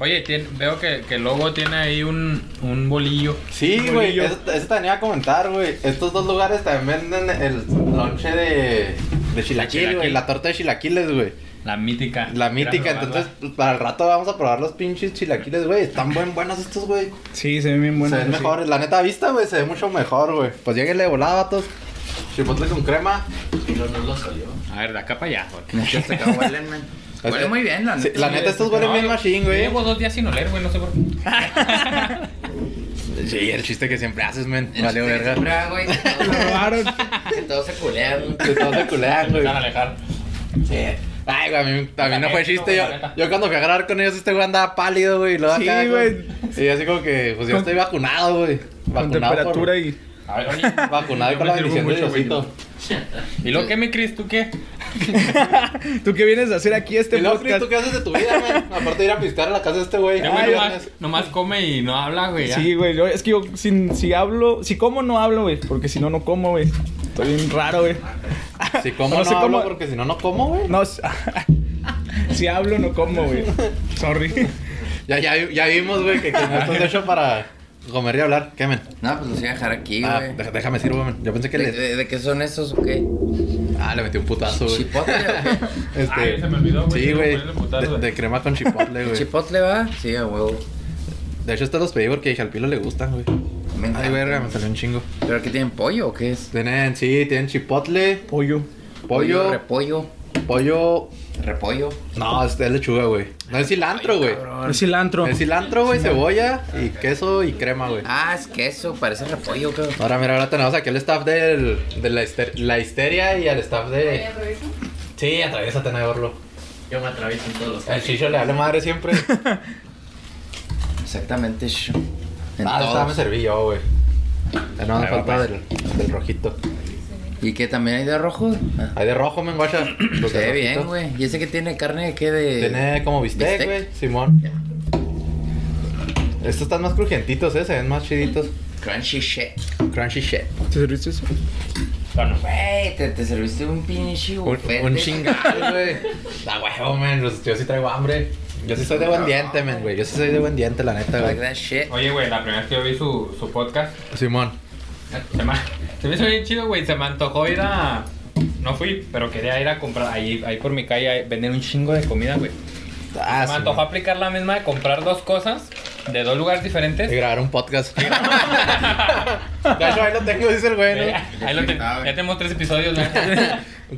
[SPEAKER 6] Oye, tien- veo que, que el logo tiene ahí un, un bolillo.
[SPEAKER 1] Sí,
[SPEAKER 7] Un
[SPEAKER 1] güey,
[SPEAKER 7] bolillo.
[SPEAKER 1] eso, eso también iba a comentar, güey. Estos dos lugares también venden el lonche de, de chilaquil, güey.
[SPEAKER 6] chilaquil.
[SPEAKER 1] La torta de chilaquiles, güey.
[SPEAKER 6] La mítica.
[SPEAKER 1] La mítica,
[SPEAKER 6] Quiero probarla.
[SPEAKER 1] entonces pues, para el rato vamos a probar los pinches chilaquiles, güey. Están buen buenos estos, güey.
[SPEAKER 7] Sí, se ven bien buenos.
[SPEAKER 1] se ven
[SPEAKER 7] sí.
[SPEAKER 1] mejores. La neta vista, güey, se ve mucho mejor, güey. Pues lléguenle de volada, vatos. Chipotle con crema.
[SPEAKER 6] A ver, de acá para allá. güey.
[SPEAKER 5] Muchos acá huelen, man. Huele muy bien, la
[SPEAKER 1] este, Sí, la neta, estos huelen
[SPEAKER 6] No,
[SPEAKER 1] bien
[SPEAKER 6] yo-
[SPEAKER 1] machín, güey.
[SPEAKER 6] Llevo dos días sin oler, güey, no sé por
[SPEAKER 1] <laughs>
[SPEAKER 6] qué.
[SPEAKER 1] Sí, el chiste que siempre haces, men. Vale,
[SPEAKER 5] <laughs> Vale,
[SPEAKER 1] verga. <laughs>
[SPEAKER 5] verga. güey.
[SPEAKER 7] Lo robaron.
[SPEAKER 5] Que todos se culean.
[SPEAKER 1] Que todos se culean, güey.
[SPEAKER 6] Van a alejar.
[SPEAKER 1] Sí. Ay, güey, a mí, a mí no fue chiste.
[SPEAKER 6] güey,
[SPEAKER 1] Yo,
[SPEAKER 6] la neta.
[SPEAKER 1] yo cuando fui a grabar con ellos, este güey andaba pálido, güey. y luego
[SPEAKER 7] Sí,
[SPEAKER 1] acá,
[SPEAKER 7] güey.
[SPEAKER 1] Y así como que, pues yo
[SPEAKER 7] Con-
[SPEAKER 1] estoy vacunado, güey.
[SPEAKER 7] Con
[SPEAKER 1] Vacunado por-
[SPEAKER 7] temperatura y.
[SPEAKER 6] A ver, oye.
[SPEAKER 1] <laughs> Vacunado y
[SPEAKER 6] yo
[SPEAKER 1] con
[SPEAKER 6] me
[SPEAKER 1] la
[SPEAKER 6] sirvo
[SPEAKER 1] bendición de
[SPEAKER 6] mucho, güey.
[SPEAKER 1] Diosito.
[SPEAKER 6] ¿Y lo que mi Cris? ¿Tú qué?
[SPEAKER 7] ¿Tú qué vienes a hacer aquí a este
[SPEAKER 1] Y luego, Cris,
[SPEAKER 7] podcast?
[SPEAKER 1] ¿tú qué haces de tu vida, güey? Aparte de ir a pistear a la casa de este güey.
[SPEAKER 6] Este güey
[SPEAKER 1] Ay,
[SPEAKER 6] nomás,
[SPEAKER 1] viernes.
[SPEAKER 6] nomás come y no habla, güey. ya.
[SPEAKER 7] Sí, güey, yo- es que yo sin- si hablo, si como no hablo, güey, porque si no no como, güey. Estoy bien raro, güey.
[SPEAKER 1] Si como
[SPEAKER 7] No
[SPEAKER 1] no,
[SPEAKER 7] sé
[SPEAKER 1] hablo,
[SPEAKER 7] cómo-
[SPEAKER 1] porque si no, no como, güey.
[SPEAKER 7] No, s- <laughs> si hablo no como, güey. Sorry.
[SPEAKER 1] Ya, ya, vi- ya vimos, güey, que, que no estás hecho para comer y hablar. ¿Qué, men?
[SPEAKER 5] No, pues los iba a dejar aquí,
[SPEAKER 1] Ah,
[SPEAKER 5] güey.
[SPEAKER 1] dej- déjame sirvo, men. Yo pensé que
[SPEAKER 5] ¿De,
[SPEAKER 1] le...
[SPEAKER 5] de, de qué son esos o qué?
[SPEAKER 1] Ah, le metí un putazo, güey.
[SPEAKER 5] ¿Chipotle o
[SPEAKER 1] <laughs>
[SPEAKER 5] qué?
[SPEAKER 1] Este...
[SPEAKER 6] Ay, se me olvidó, güey,
[SPEAKER 1] Sí,
[SPEAKER 6] tengo que
[SPEAKER 1] güey.
[SPEAKER 6] ponerle putazo,
[SPEAKER 1] De,
[SPEAKER 6] güey.
[SPEAKER 1] de crema con
[SPEAKER 5] <laughs>
[SPEAKER 1] chipotle, güey.
[SPEAKER 5] ¿Chipotle va? Sí, a huevo.
[SPEAKER 1] De hecho, estos los pedí porque dije, al pilo le gustan, güey.
[SPEAKER 5] Me encanta.
[SPEAKER 1] Ay, verga, me salió un chingo.
[SPEAKER 5] ¿Pero aquí tienen pollo o qué es?
[SPEAKER 1] Tienen, sí, tienen chipotle,
[SPEAKER 7] Pollo.
[SPEAKER 1] pollo,
[SPEAKER 5] Repollo.
[SPEAKER 1] pollo...
[SPEAKER 5] Repollo.
[SPEAKER 1] No, este es lechuga, güey. No, es cilantro, güey.
[SPEAKER 7] Es cilantro.
[SPEAKER 1] Es cilantro, güey, cebolla y queso y crema, güey.
[SPEAKER 5] Ah, es queso, parece repollo, cabrón.
[SPEAKER 1] Ahora, mira, ahora tenemos aquí al staff del, de la, hister- la histeria y al staff de... Sí, atraviésate, Nayorlo.
[SPEAKER 8] Yo me atravieso en todos los
[SPEAKER 1] El chicho le da la madre
[SPEAKER 5] <laughs>
[SPEAKER 1] siempre.
[SPEAKER 5] Exactamente, sh- en
[SPEAKER 1] ah, esta
[SPEAKER 5] todos.
[SPEAKER 1] me serví yo, güey. Ya no me
[SPEAKER 6] Ahí va,
[SPEAKER 1] falta
[SPEAKER 6] pues.
[SPEAKER 1] del, del rojito.
[SPEAKER 5] ¿Y qué también hay de rojo? Ah,
[SPEAKER 1] Hay de rojo, men, guacha. Los
[SPEAKER 5] <clears throat> se
[SPEAKER 1] de
[SPEAKER 5] ve bien,
[SPEAKER 1] rojito.
[SPEAKER 5] güey. ¿Y ese que tiene carne de qué? De...
[SPEAKER 1] Tiene como bistec,
[SPEAKER 5] ¿Bistec?
[SPEAKER 1] güey, Simón. Estos están más crujientitos, eh, se ven más chiditos.
[SPEAKER 5] Crunchy shit.
[SPEAKER 1] Crunchy shit.
[SPEAKER 7] ¿Te serviste eso?
[SPEAKER 5] Güey, te, te serviste un pinche
[SPEAKER 1] Un,
[SPEAKER 5] buffet
[SPEAKER 1] un
[SPEAKER 5] de-
[SPEAKER 1] chingal, güey.
[SPEAKER 6] <laughs>
[SPEAKER 1] La huevo, men, los- yo sí traigo hambre. Yo sí soy de buen diente, men, güey. Yo sí soy de buen diente, la neta,
[SPEAKER 5] <laughs> Like
[SPEAKER 1] güey.
[SPEAKER 5] that shit.
[SPEAKER 6] Oye, güey, la primera vez que yo vi su, su podcast,
[SPEAKER 1] Simón.
[SPEAKER 6] se me, se me hizo bien chido, güey. Se me antojó ir a. No fui, pero quería ir a comprar. Ahí, ahí por mi calle ahí venden un chingo de comida, güey.
[SPEAKER 1] Ah,
[SPEAKER 6] Se me
[SPEAKER 1] sí,
[SPEAKER 6] antojó
[SPEAKER 1] man.
[SPEAKER 6] aplicar la misma de comprar dos cosas de dos lugares diferentes.
[SPEAKER 1] Y grabar un podcast. <laughs> de hecho, ahí lo tengo, dice el güey, ¿no?
[SPEAKER 6] Ahí lo ten- ya tenemos tres
[SPEAKER 1] <laughs>
[SPEAKER 6] episodios, güey.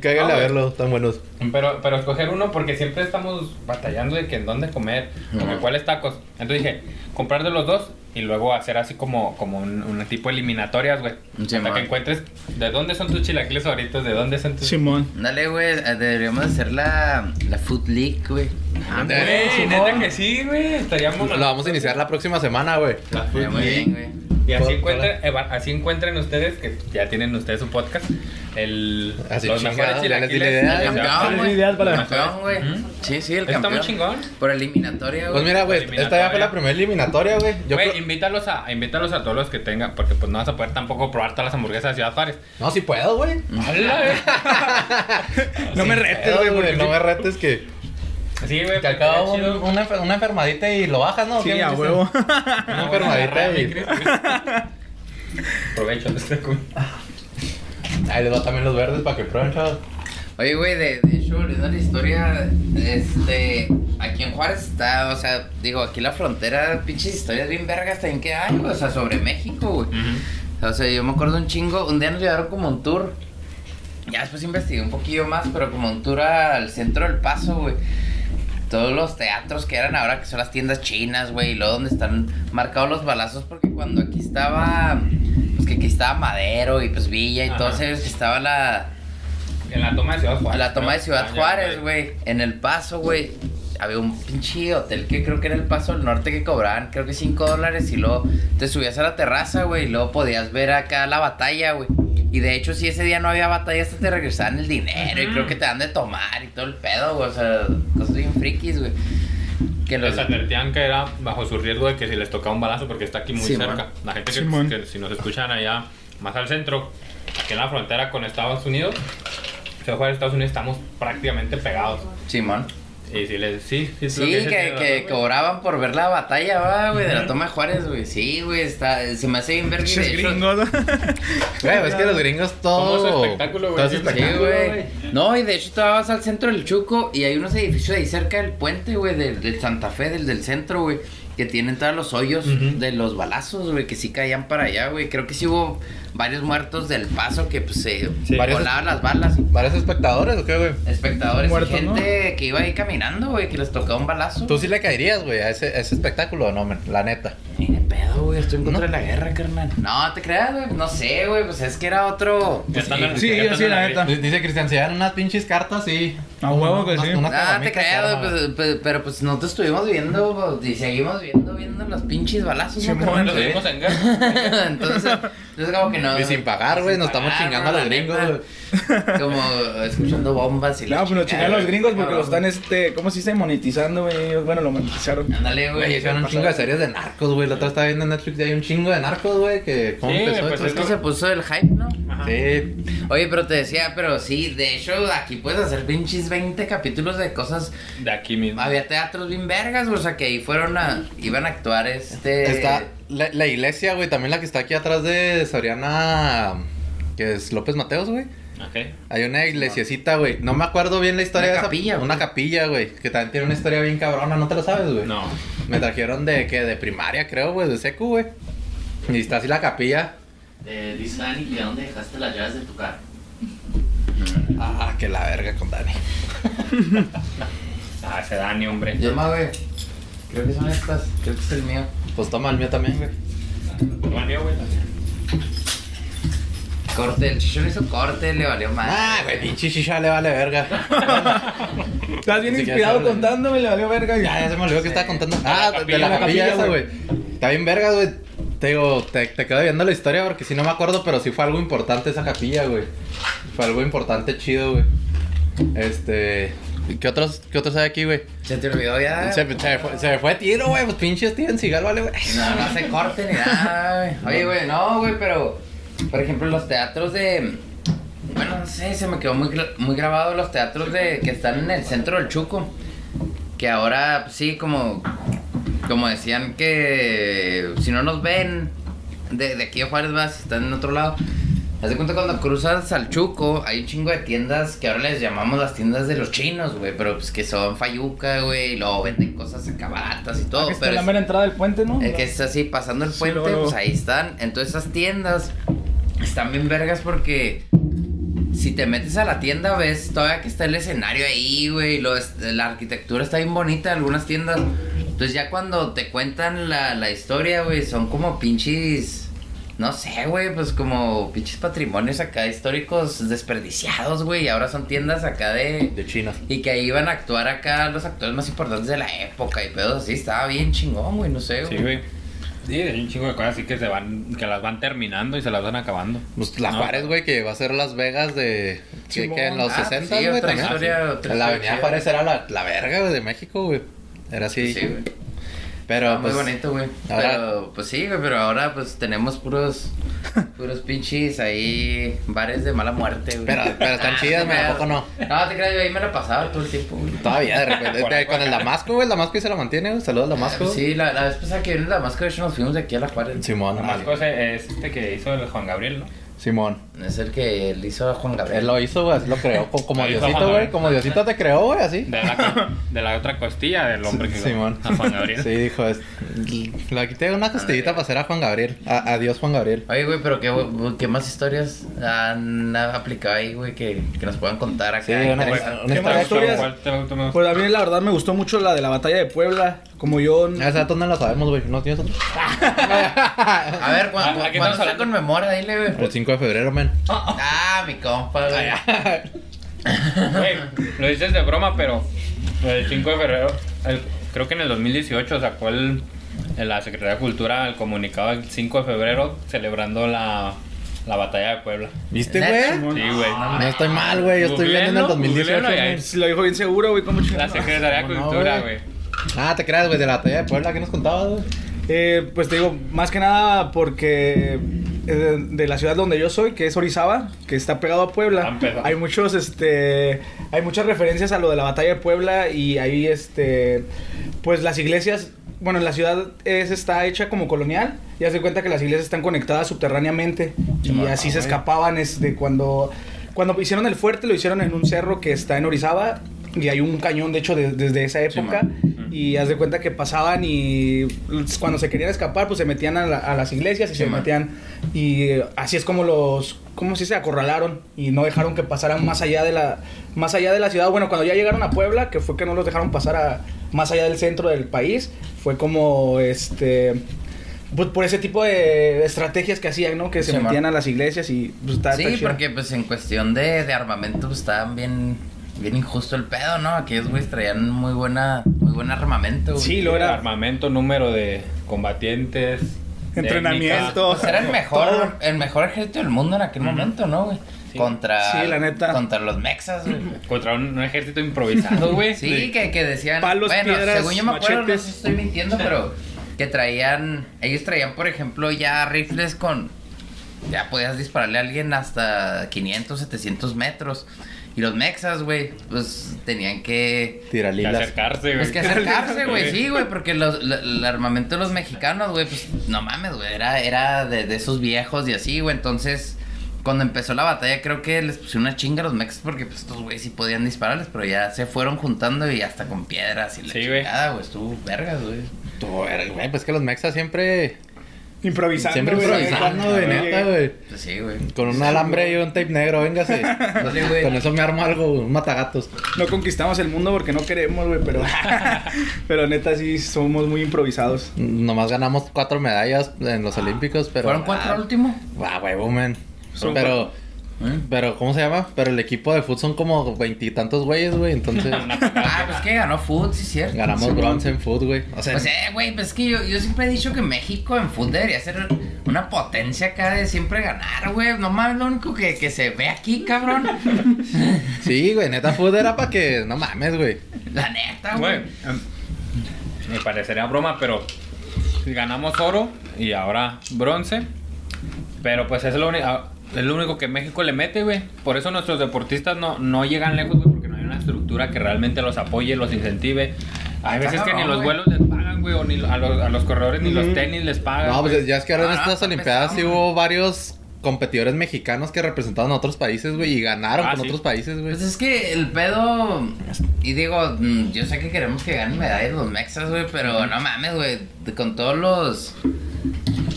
[SPEAKER 1] Que háganle
[SPEAKER 6] Ah,
[SPEAKER 1] a
[SPEAKER 6] güey.
[SPEAKER 1] verlo, tan buenos.
[SPEAKER 6] Pero, pero escoger uno porque siempre estamos batallando de que en dónde comer, como
[SPEAKER 5] Ajá.
[SPEAKER 6] cuáles tacos. Entonces dije, comprar de los dos y luego hacer así como, como un, un tipo eliminatorias, güey.
[SPEAKER 5] Sí,
[SPEAKER 6] Hasta
[SPEAKER 5] man.
[SPEAKER 6] que encuentres de dónde son tus chilaquiles favoritos, de dónde son tus...
[SPEAKER 7] Simón.
[SPEAKER 5] Dale, güey, eh, deberíamos hacer la, la Food League, güey.
[SPEAKER 1] güey,
[SPEAKER 6] Güey, neta que sí, güey. Estaríamos...
[SPEAKER 1] Lo vamos a iniciar la próxima semana, güey.
[SPEAKER 5] Estaría muy bien, güey.
[SPEAKER 6] Y así
[SPEAKER 1] Con-
[SPEAKER 6] encuentren, eva- así encuentren ustedes, que ya tienen ustedes un podcast, el,
[SPEAKER 1] Así
[SPEAKER 6] los
[SPEAKER 1] chingado, ya
[SPEAKER 6] mejores
[SPEAKER 1] les di la
[SPEAKER 6] chilaquiles.
[SPEAKER 1] idea.
[SPEAKER 6] Ya-
[SPEAKER 5] Campeón,
[SPEAKER 7] Tienes
[SPEAKER 5] güey.
[SPEAKER 7] ideas para-
[SPEAKER 5] Campeón, güey.
[SPEAKER 6] Ujú.
[SPEAKER 5] Sí, sí, el
[SPEAKER 6] Está
[SPEAKER 5] campeón.
[SPEAKER 6] muy chingón.
[SPEAKER 5] Por eliminatoria, güey.
[SPEAKER 1] Pues mira, güey, esta ya fue la primera eliminatoria, güey. Yo
[SPEAKER 6] Güey,
[SPEAKER 1] creo-
[SPEAKER 6] invítalos a, invítalos a todos los que tengan, porque pues no vas a poder tampoco probar todas las hamburguesas de Ciudad Juárez.
[SPEAKER 1] No, si puedo, güey. <laughs>
[SPEAKER 6] ¡Hala, eh!
[SPEAKER 7] No me
[SPEAKER 1] Pedo,
[SPEAKER 7] retes, güey,
[SPEAKER 1] güey,
[SPEAKER 7] porque
[SPEAKER 1] no
[SPEAKER 7] sí-
[SPEAKER 1] me retes que
[SPEAKER 6] Sí, güey.
[SPEAKER 1] Te acaba un- una, enfer- una enfermadita y lo bajas, ¿no?
[SPEAKER 7] Sí,
[SPEAKER 1] ¿Qué
[SPEAKER 7] a
[SPEAKER 1] dijiste?
[SPEAKER 7] huevo.
[SPEAKER 6] Ah,
[SPEAKER 1] Una enfermadita y... <laughs>
[SPEAKER 6] Aprovecho de este
[SPEAKER 1] Ahí les va también los verdes para que prueben, chavos.
[SPEAKER 5] Oye, güey, de, de hecho, volviendo a la historia, este, aquí en Juárez está, o sea, digo, aquí la frontera, pinches historias bien vergas, ¿en qué año? O sea, sobre México, güey. O sea, yo me acuerdo un chingo, un día nos llevaron como un tour. Ya después investigué un poquillo más, pero como un tour al centro del paso, güey. Todos los teatros que eran ahora, que son las tiendas chinas, güey, y luego donde están marcados los balazos, porque cuando aquí estaba, pues que aquí estaba Madero y pues Villa y
[SPEAKER 6] Ajá.
[SPEAKER 5] todos ellos, que estaba la...
[SPEAKER 6] En la toma de Ciudad Juárez.
[SPEAKER 5] La toma de
[SPEAKER 6] creo.
[SPEAKER 5] Ciudad
[SPEAKER 6] Ah, ya,
[SPEAKER 5] Juárez, güey. En El Paso, güey. Había un pinche hotel que creo que era el Paso del Norte que cobraban, creo que 5 dólares. Y luego te subías a la terraza, güey. Y luego podías ver acá la batalla, güey. Y de hecho, si ese día no había batalla, hasta te regresaban el dinero. Y
[SPEAKER 6] Ujú.
[SPEAKER 5] creo que te dan de tomar y todo el pedo, güey. O sea, cosas bien frikis, güey. Que los.
[SPEAKER 6] Les advertían que era bajo su riesgo de que si les tocaba un balazo, porque está aquí muy
[SPEAKER 5] Simón.
[SPEAKER 6] cerca. La gente que,
[SPEAKER 7] Simón.
[SPEAKER 6] que si nos escuchan allá más al centro, que en la frontera con Estados Unidos, Ciudad Juárez, Estados Unidos, estamos prácticamente pegados.
[SPEAKER 5] Simón.
[SPEAKER 6] Y si les. Sí, sí, es
[SPEAKER 5] Sí,
[SPEAKER 6] lo
[SPEAKER 5] que,
[SPEAKER 6] dice,
[SPEAKER 5] que,
[SPEAKER 6] tiene razón, güey.
[SPEAKER 5] cobraban por ver la batalla, va, güey, de la toma de Juárez, güey. Sí, güey, está, se me hace bien verga. y de
[SPEAKER 7] <laughs> Pinches
[SPEAKER 5] hecho-
[SPEAKER 7] gringos.
[SPEAKER 1] Güey, es que los gringos todo...
[SPEAKER 6] Como su espectáculo, güey.
[SPEAKER 1] todo es
[SPEAKER 6] Sí,
[SPEAKER 5] Sí,
[SPEAKER 1] espectáculo.
[SPEAKER 5] güey. No, y de hecho te vas al centro del Chuco y hay unos edificios ahí cerca del puente, güey, del, del Santa Fe, del, del centro, güey, que tienen todos los hoyos
[SPEAKER 6] Ujú.
[SPEAKER 5] de los balazos, güey, que sí caían para allá, güey. Creo que sí hubo varios muertos del paso que pues se
[SPEAKER 6] Sí.
[SPEAKER 5] volaban las balas.
[SPEAKER 1] ¿Varios espectadores o qué, güey?
[SPEAKER 5] Espectadores
[SPEAKER 7] Muertos,
[SPEAKER 5] y gente que iba ahí caminando, güey, que les tocaba un balazo.
[SPEAKER 1] ¿Tú sí le caerías, güey, a ese, a ese espectáculo o no, men? La neta.
[SPEAKER 5] Ni de pedo, güey, estoy en
[SPEAKER 1] contra
[SPEAKER 5] de la guerra, carnal. No, te creas, güey, no sé, güey, pues es que era otro...
[SPEAKER 6] Ya están en-
[SPEAKER 7] Sí,
[SPEAKER 6] ya están
[SPEAKER 7] sí,
[SPEAKER 6] en
[SPEAKER 7] la neta.
[SPEAKER 1] D- Dice Cristian, si dan unas pinches cartas, sí.
[SPEAKER 7] A huevo que
[SPEAKER 1] Unas-
[SPEAKER 7] sí.
[SPEAKER 1] unas
[SPEAKER 5] Ah, te
[SPEAKER 1] palomitas,
[SPEAKER 5] creo,
[SPEAKER 1] arma,
[SPEAKER 5] pues,
[SPEAKER 1] güey.
[SPEAKER 5] pe- pero, pues no te estuvimos viendo pues, y seguimos viendo, viendo los pinches balazos. ¿no,
[SPEAKER 7] Simón,
[SPEAKER 5] carnal? <laughs>
[SPEAKER 6] Nos vimos en guerra.
[SPEAKER 5] entonces, entonces como que no.
[SPEAKER 1] Y pues, ah, sin pagar, güey, nos estamos chingando a los gringos, güey.
[SPEAKER 5] güey. Como escuchando bombas y la
[SPEAKER 7] No, pues
[SPEAKER 5] chingada,
[SPEAKER 7] nos chingaron los
[SPEAKER 5] güey,
[SPEAKER 7] gringos porque
[SPEAKER 5] cabrón.
[SPEAKER 7] lo están, este, ¿cómo se dice? Monetizando, güey. Ellos, Bueno, lo monetizaron.
[SPEAKER 5] Ándale,
[SPEAKER 1] Güey, pues,
[SPEAKER 5] güey.
[SPEAKER 1] hicieron un chingo de series de narcos, güey. La otra estaba viendo en Netflix y hay un chingo de narcos, güey. Que cómo
[SPEAKER 6] Sí,
[SPEAKER 1] empezó
[SPEAKER 6] pues,
[SPEAKER 5] Pues es
[SPEAKER 1] esto?
[SPEAKER 5] que se puso el hype, ¿no?
[SPEAKER 1] Sí.
[SPEAKER 5] Oye, pero te decía, pero sí, de hecho, aquí puedes hacer pinches 20 capítulos de cosas.
[SPEAKER 6] De aquí mismo.
[SPEAKER 5] Había teatros bien vergas, güey, o sea, que ahí fueron a. iban a actuar este.
[SPEAKER 1] Está la, la iglesia, güey, también la que está aquí atrás de Soriana, que es López Mateos, güey.
[SPEAKER 6] Ok.
[SPEAKER 1] Hay una iglesiecita, güey. No me acuerdo bien la historia
[SPEAKER 5] Una
[SPEAKER 1] de esa.
[SPEAKER 5] capilla, güey.
[SPEAKER 1] Una capilla, güey. Que también tiene una historia bien cabrona, no te lo sabes, güey.
[SPEAKER 6] No.
[SPEAKER 1] Me trajeron de que de primaria, creo, güey, de secu, güey. Y está así la capilla.
[SPEAKER 8] Eh, dice Dani que dónde dejaste las llaves de tu carro.
[SPEAKER 1] Ah, que la verga con Dani.
[SPEAKER 6] Ah, se da ni hombre.
[SPEAKER 5] Yo más, güey. Creo que son estas. Creo que es el mío.
[SPEAKER 1] Pues toma el mío también, güey.
[SPEAKER 6] Valió, güey.
[SPEAKER 5] Corte, el chichón hizo corte, le valió más.
[SPEAKER 1] Ah, güey, pinche shisha le vale verga.
[SPEAKER 5] <laughs>
[SPEAKER 7] Estás bien
[SPEAKER 1] Sí, que
[SPEAKER 7] inspirado
[SPEAKER 1] saben.
[SPEAKER 7] contándome, le valió verga.
[SPEAKER 1] Ya, ya se me olvidó que estaba contando. Ah, de- de
[SPEAKER 6] capilla,
[SPEAKER 1] la
[SPEAKER 6] la
[SPEAKER 1] capilla
[SPEAKER 6] capilla,
[SPEAKER 1] esa, güey. Está bien verga, güey. Te digo, te, te quedo viendo la historia porque si no me acuerdo, pero sí fue algo importante esa capilla, güey. Fue algo importante, chido, güey. Este. ¿Qué otros, qué otros hay aquí, güey?
[SPEAKER 5] Se te olvidó ya.
[SPEAKER 1] Se, se me fue, se me fue tiro, güey. Pues pinche Steven Seagal, vale, güey.
[SPEAKER 5] No, no se corte ni nada, güey. Oye, güey, no, güey, pero. Por ejemplo, los teatros de. Bueno, no sé, se me quedó muy, cla- muy grabado los teatros de que están en el centro del Chuco. Que ahora, pues, sí, como. Como decían que. Si no nos ven. De, de aquí a Juárez vas, están en otro lado. Haz de cuenta cuando cruzas al Chuco, hay un chingo de tiendas que ahora les llamamos las tiendas de los chinos, güey. Pero pues que son fayuca, güey. Y luego venden cosas acá baratas y todo.
[SPEAKER 7] Ah, Que está
[SPEAKER 5] pero
[SPEAKER 7] en la
[SPEAKER 5] es-
[SPEAKER 7] mera entrada del puente, ¿no?
[SPEAKER 5] el que es así, pasando el
[SPEAKER 7] Sí,
[SPEAKER 5] puente,
[SPEAKER 7] luego, luego.
[SPEAKER 5] pues ahí están. Entonces esas tiendas están bien vergas porque si te metes a la tienda ves todavía que está el escenario ahí, güey. y lo es- La arquitectura está bien bonita en algunas tiendas. Entonces ya cuando te cuentan la, la historia, güey, son como pinches... No sé, güey, pues como pinches patrimonios acá históricos desperdiciados, güey. Y ahora son tiendas acá de...
[SPEAKER 1] De China.
[SPEAKER 5] Y que ahí iban a actuar acá los actores más importantes de la época y pedos así. Estaba bien chingón, güey, no sé,
[SPEAKER 6] Sí,
[SPEAKER 5] güey.
[SPEAKER 6] güey. Sí, hay un chingo de cosas así que se van, que las van terminando y se las van acabando.
[SPEAKER 1] Pues la
[SPEAKER 6] No.
[SPEAKER 1] Juárez, güey, que va a ser Las Vegas de. que,
[SPEAKER 7] Simón.
[SPEAKER 1] que en los
[SPEAKER 5] Ah,
[SPEAKER 1] 60,
[SPEAKER 5] sí,
[SPEAKER 1] güey,
[SPEAKER 5] otra
[SPEAKER 1] también.
[SPEAKER 5] historia, otra
[SPEAKER 1] la
[SPEAKER 5] historia
[SPEAKER 1] avenida
[SPEAKER 5] chida.
[SPEAKER 1] Juárez era la, la verga, güey, de México, güey. Era así.
[SPEAKER 5] Pues Sí, güey.
[SPEAKER 1] Pero
[SPEAKER 5] Está
[SPEAKER 1] pues,
[SPEAKER 5] muy bonito, güey.
[SPEAKER 1] ahora-
[SPEAKER 5] Pero, pues sí, güey, pero ahora pues tenemos
[SPEAKER 1] <laughs>
[SPEAKER 5] puros, puros pinches ahí, bares de mala muerte, güey.
[SPEAKER 1] Pero- pero están
[SPEAKER 5] Ah,
[SPEAKER 1] chidas,
[SPEAKER 5] te
[SPEAKER 1] güey, ¿a
[SPEAKER 5] creas.
[SPEAKER 1] poco no?
[SPEAKER 5] No, te creas, yo ahí me la pasaba todo el tiempo, güey.
[SPEAKER 1] Todavía, de repente. de- con el Damasco, güey. El Damasco ahí se la mantiene, güey. Saludos, Damasco.
[SPEAKER 5] Sí, la, la vez pasada que vino la máscara, de hecho nos fuimos de aquí a la Juárez.
[SPEAKER 1] Simón.
[SPEAKER 6] Más cosas es este que hizo el Juan Gabriel, ¿no?
[SPEAKER 1] Simón.
[SPEAKER 5] Es el que le hizo a Juan Gabriel.
[SPEAKER 1] Él lo hizo, güey. así Lo creó. co- Como
[SPEAKER 6] Lo hizo
[SPEAKER 1] Diosito,
[SPEAKER 6] Juan
[SPEAKER 1] güey.
[SPEAKER 6] Gabriel.
[SPEAKER 1] Como Diosito te creó, güey. Así.
[SPEAKER 6] De la, de la otra costilla del hombre que
[SPEAKER 1] Simón.
[SPEAKER 6] a Juan Gabriel.
[SPEAKER 1] Sí, dijo. es- Le quité una castillita para hacer a Juan Gabriel. A- Adiós, Juan Gabriel.
[SPEAKER 5] Oye, güey, pero ¿qué, güey, qué más historias han aplicado ahí, güey, que, que nos puedan contar acá?
[SPEAKER 1] Sí, una-
[SPEAKER 5] Interesante.
[SPEAKER 1] una-
[SPEAKER 6] Pues,
[SPEAKER 1] historia
[SPEAKER 6] ¿Qué más
[SPEAKER 1] chida.
[SPEAKER 6] gustó? ¿Cuál te gustó más?
[SPEAKER 7] Pues a mí la verdad me gustó mucho la de la batalla de Puebla. Como yo.
[SPEAKER 1] Ah, Esa datos no la sabemos, güey. ¿No tienes otro?
[SPEAKER 5] A ver,
[SPEAKER 6] Ah,
[SPEAKER 5] ¿cuándo,
[SPEAKER 6] ¿a qué
[SPEAKER 5] ¿cuándo
[SPEAKER 6] estamos
[SPEAKER 5] se
[SPEAKER 6] hablando?
[SPEAKER 5] conmemora? Dile, güey.
[SPEAKER 1] El 5 de febrero, men.
[SPEAKER 5] Ah, mi compa, güey.
[SPEAKER 6] Güey, lo dices de broma, pero el 5 de febrero, el- creo que en el 2018 sacó el, la Secretaría de Cultura el comunicado el 5 de febrero celebrando la, la batalla de Puebla.
[SPEAKER 1] ¿Viste,
[SPEAKER 5] Neta,
[SPEAKER 1] güey?
[SPEAKER 7] Simón.
[SPEAKER 6] Sí, güey.
[SPEAKER 1] No estoy mal, güey. Yo estoy viendo en el
[SPEAKER 6] Googleenlo,
[SPEAKER 1] 2018.
[SPEAKER 6] googleenlo y
[SPEAKER 1] men.
[SPEAKER 6] ahí-
[SPEAKER 7] Si lo dijo bien seguro, güey, cómo
[SPEAKER 6] La
[SPEAKER 7] chingado.
[SPEAKER 6] Secretaría de
[SPEAKER 1] ¿Cómo no,
[SPEAKER 6] Cultura,
[SPEAKER 1] güey?
[SPEAKER 6] güey.
[SPEAKER 1] Ah, te creas, güey. De la batalla de Puebla. ¿Qué nos contabas, güey?
[SPEAKER 7] Eh, pues te digo, más que nada porque eh, de la ciudad donde yo soy, que es Orizaba, que está pegado a
[SPEAKER 6] Ah,
[SPEAKER 7] Puebla,
[SPEAKER 6] empezó.
[SPEAKER 7] hay muchos, este, hay muchas referencias a lo de la batalla de Puebla y ahí, este, pues las iglesias, bueno, la ciudad es, está hecha como colonial y haz de cuenta que las iglesias están conectadas subterráneamente y
[SPEAKER 5] Chimón.
[SPEAKER 7] así se
[SPEAKER 5] Ah, güey.
[SPEAKER 7] escapaban, este, cuando, cuando hicieron el fuerte lo hicieron en un cerro que está en Orizaba y hay un cañón, de hecho, de- desde esa época.
[SPEAKER 5] Chimón.
[SPEAKER 7] Y haz de cuenta que pasaban y cuando se querían escapar, pues se metían a, la- a las iglesias y
[SPEAKER 5] Sí,
[SPEAKER 7] se
[SPEAKER 5] man.
[SPEAKER 7] metían. Y eh, así es como los, ¿cómo se dice? Acorralaron y no dejaron que pasaran más allá de la, más allá de la ciudad. Bueno, cuando ya llegaron a Puebla, que fue que no los dejaron pasar a, más allá del centro del país, fue como, este, pues por ese tipo de estrategias que hacían, ¿no? Que se
[SPEAKER 5] Sí, man.
[SPEAKER 7] metían a las iglesias y pues está- está
[SPEAKER 5] Sí,
[SPEAKER 7] chido.
[SPEAKER 5] porque pues en cuestión de, de armamento pues estaban bien, bien injusto el pedo, ¿no? Aquellos güeyes traían muy buena, muy buen armamento, güey.
[SPEAKER 7] Sí, lo era.
[SPEAKER 6] Armamento, número de combatientes.
[SPEAKER 7] Entrenamiento.
[SPEAKER 5] Pues era el mejor,
[SPEAKER 7] Todo.
[SPEAKER 5] el mejor ejército del mundo en aquel momento, ¿no, güey?
[SPEAKER 6] Sí.
[SPEAKER 5] Contra,
[SPEAKER 7] Sí, la neta.
[SPEAKER 5] contra los mexas, güey.
[SPEAKER 6] técnica, Contra un, un ejército improvisado, güey.
[SPEAKER 5] Sí, Que, que decían.
[SPEAKER 7] Palos,
[SPEAKER 5] bueno,
[SPEAKER 7] piedras,
[SPEAKER 5] según yo me acuerdo, no sé
[SPEAKER 7] machetes.
[SPEAKER 5] si estoy mintiendo, pero que traían. Ellos traían, por ejemplo, ya rifles con. Ya podías dispararle a alguien hasta 500, 700 metros. Y los mexas, güey, pues tenían que.
[SPEAKER 6] Que
[SPEAKER 1] Tiralilas.
[SPEAKER 6] acercarse, güey.
[SPEAKER 5] Pues que acercarse, güey,
[SPEAKER 6] <laughs>
[SPEAKER 5] sí, güey, porque los- la- el armamento de los mexicanos, güey, pues no mames, güey, era, era de, de esos viejos y así, güey, entonces cuando empezó la batalla creo que les pusieron una chinga a los mexas porque pues estos güeyes sí podían dispararles, pero ya se fueron juntando y hasta con piedras y la
[SPEAKER 6] Sí, güey.
[SPEAKER 5] chingada, güey, estuvo vergas, güey.
[SPEAKER 1] Tú, verga, güey, Pues que los mexas siempre.
[SPEAKER 7] Improvisando.
[SPEAKER 1] Siempre
[SPEAKER 7] güey,
[SPEAKER 1] improvisando, güey,
[SPEAKER 7] cuando-
[SPEAKER 1] neta, güey.
[SPEAKER 5] Pues sí, güey.
[SPEAKER 1] Con un alambre y un tape negro, véngase.
[SPEAKER 5] Dale, güey.
[SPEAKER 1] Con eso me armo algo, un matagatos.
[SPEAKER 7] No conquistamos el mundo porque no queremos, güey,
[SPEAKER 5] <laughs>
[SPEAKER 7] pero... pero neta, sí, somos muy improvisados.
[SPEAKER 1] Nomás ganamos cuatro medallas en los Olímpicos, pero.
[SPEAKER 5] ¿Fueron cuatro al
[SPEAKER 1] Ah,
[SPEAKER 5] último?
[SPEAKER 1] Ah, huevo, men.
[SPEAKER 7] Son
[SPEAKER 1] Pero,
[SPEAKER 5] ¿Eh?
[SPEAKER 1] pero, ¿cómo se llama? Pero el equipo de fútbol son como veintitantos güeyes, güey. Entonces,
[SPEAKER 5] Ah, pues que ganó Food, sí, cierto.
[SPEAKER 1] ganamos bronce en fútbol, güey. O sea,
[SPEAKER 5] Pues, eh, güey, pues es que yo, yo siempre he dicho que México en fútbol debería ser una potencia acá de siempre ganar, güey. No mames, lo único que, que se ve aquí, cabrón. <laughs>
[SPEAKER 1] sí, güey, neta, fútbol era para que. No mames, güey.
[SPEAKER 5] La neta,
[SPEAKER 6] Güey,
[SPEAKER 5] güey.
[SPEAKER 6] em, me parecería broma, pero ganamos oro y ahora bronce. Pero pues es lo, uni- ah, es lo único que México le mete, güey. Por eso nuestros deportistas no, no llegan lejos, güey, porque no hay una estructura que realmente los apoye, los incentive. Hay veces que ni
[SPEAKER 5] cabrón,
[SPEAKER 6] los
[SPEAKER 5] güey.
[SPEAKER 6] vuelos les pagan, güey, o ni lo- a los, a los corredores ni los
[SPEAKER 7] Ujú.
[SPEAKER 6] tenis les pagan.
[SPEAKER 1] No,
[SPEAKER 6] güey.
[SPEAKER 1] pues ya es que ahora en
[SPEAKER 5] Ah,
[SPEAKER 1] estas
[SPEAKER 5] está
[SPEAKER 1] Olimpiadas sí
[SPEAKER 5] pesado,
[SPEAKER 1] hubo varios competidores mexicanos que representaban a otros países, güey, y ganaron
[SPEAKER 6] Ah,
[SPEAKER 1] con
[SPEAKER 6] sí.
[SPEAKER 1] otros países, güey.
[SPEAKER 5] Pues es que el pedo. Y digo, mm, yo sé que queremos que ganen medallas los mexas, güey, pero no mames, güey. de- Con todos los.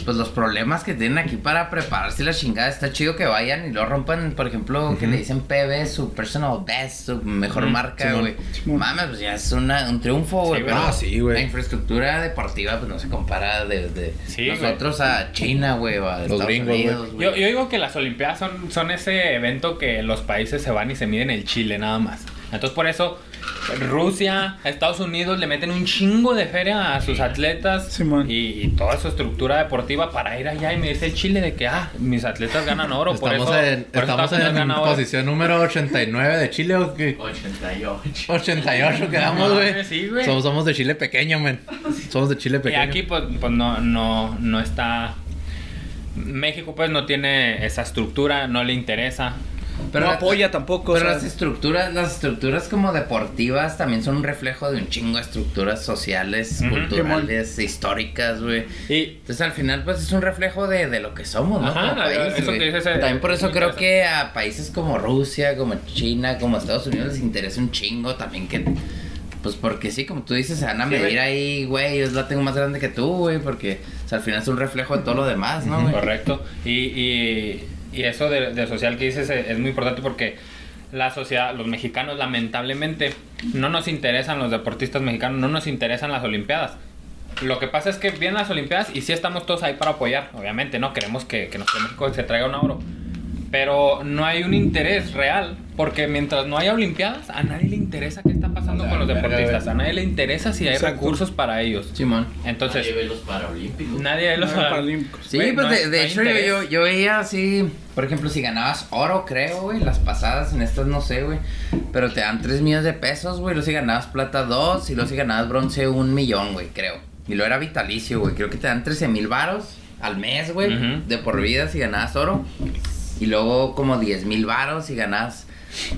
[SPEAKER 5] Pues los problemas que tienen aquí para prepararse la chingada, está chido que vayan y lo rompan, por ejemplo, que le dicen PB, su personal best, su mejor
[SPEAKER 6] Ujú,
[SPEAKER 5] marca,
[SPEAKER 1] Simón,
[SPEAKER 5] güey.
[SPEAKER 7] Simón.
[SPEAKER 5] Mames, pues ya es una- un triunfo, güey.
[SPEAKER 6] Sí,
[SPEAKER 5] pero
[SPEAKER 1] ah, sí, güey.
[SPEAKER 5] La infraestructura deportiva, pues no se compara desde
[SPEAKER 6] Sí, güey.
[SPEAKER 5] nosotros a China, güey, o a los
[SPEAKER 1] gringos, güey.
[SPEAKER 6] Yo, yo digo que las Olimpiadas son, son ese evento que los países se van y se miden el Chile nada más. Entonces por eso Rusia, Estados Unidos le meten un chingo de feria a sus atletas
[SPEAKER 9] Simón.
[SPEAKER 6] y, y toda su estructura deportiva para ir allá y medirse el chile de que, ah, mis atletas ganan oro. por
[SPEAKER 1] Estamos
[SPEAKER 6] eso-
[SPEAKER 1] en,
[SPEAKER 6] por eso
[SPEAKER 1] estamos
[SPEAKER 6] Estados Unidos
[SPEAKER 1] en
[SPEAKER 6] gana oro.
[SPEAKER 1] posición número 89 de Chile, ¿o qué?
[SPEAKER 8] 88.
[SPEAKER 1] 88 quedamos,
[SPEAKER 6] No
[SPEAKER 1] güey.
[SPEAKER 6] mames, Ah, sí, güey.
[SPEAKER 1] Somos, somos de Chile pequeño, men. Somos de Chile
[SPEAKER 6] Y
[SPEAKER 1] pequeño.
[SPEAKER 6] aquí pues, pues no, no, no está... México pues no tiene esa estructura, no le interesa.
[SPEAKER 5] Pero
[SPEAKER 9] no
[SPEAKER 5] la-
[SPEAKER 9] apoya tampoco.
[SPEAKER 5] Pero
[SPEAKER 9] o sea,
[SPEAKER 5] las estructuras, las estructuras como deportivas también son un reflejo de un chingo de estructuras sociales,
[SPEAKER 6] Ujú.
[SPEAKER 5] culturales, históricas, güey.
[SPEAKER 6] Y
[SPEAKER 5] Entonces al final pues es un reflejo de, de lo que somos, ¿no?
[SPEAKER 6] Ajá,
[SPEAKER 5] como
[SPEAKER 6] la- la-
[SPEAKER 5] país,
[SPEAKER 6] eso
[SPEAKER 5] güey.
[SPEAKER 6] que dices, eh,
[SPEAKER 5] También por eso
[SPEAKER 6] muy
[SPEAKER 5] creo que a países como Rusia, como China, como Estados Unidos les interesa un chingo también que... Pues porque sí, como tú dices, se van a
[SPEAKER 6] Sí,
[SPEAKER 5] medir
[SPEAKER 6] güey.
[SPEAKER 5] ahí, güey, yo la tengo más grande que tú, güey, porque o sea, al final es un reflejo de todo lo demás, ¿no, güey?
[SPEAKER 6] Correcto. Y, y, y eso de, de social que dices eh, es, es muy importante porque la sociedad, los mexicanos lamentablemente no nos interesan los deportistas mexicanos, no nos interesan las Olimpiadas. Lo que pasa es que vienen las Olimpiadas y sí estamos todos ahí para apoyar, obviamente, ¿no? Queremos que, que nuestro México se traiga un oro. Pero no hay un interés real, porque mientras no haya Olimpiadas, a nadie le interesa qué está pasando
[SPEAKER 5] La
[SPEAKER 6] con los
[SPEAKER 5] verga,
[SPEAKER 6] deportistas,
[SPEAKER 5] güey.
[SPEAKER 6] a nadie le interesa si hay
[SPEAKER 9] Exacto.
[SPEAKER 6] recursos para ellos.
[SPEAKER 5] Simón.
[SPEAKER 6] Entonces,
[SPEAKER 8] Nadie ve los Paralímpicos.
[SPEAKER 6] nadie
[SPEAKER 9] no
[SPEAKER 6] los...
[SPEAKER 9] eran paralímpicos.
[SPEAKER 5] Sí,
[SPEAKER 6] Güey,
[SPEAKER 5] pues
[SPEAKER 6] no
[SPEAKER 5] de,
[SPEAKER 6] hay-
[SPEAKER 5] de
[SPEAKER 6] no hay
[SPEAKER 5] hecho yo,
[SPEAKER 6] interés.
[SPEAKER 5] yo, yo veía así, por ejemplo, si ganabas oro, creo, güey, las pasadas, en estas no sé, güey, pero te dan 3 millones de pesos, güey, luego si ganabas plata 2 y luego si ganabas bronce 1 millón, güey, creo. Y luego era vitalicio, güey, creo que te dan 13 mil varos al mes, güey,
[SPEAKER 6] Ujú.
[SPEAKER 5] de por vida si ganabas oro. Y luego como 10 mil varos si ganabas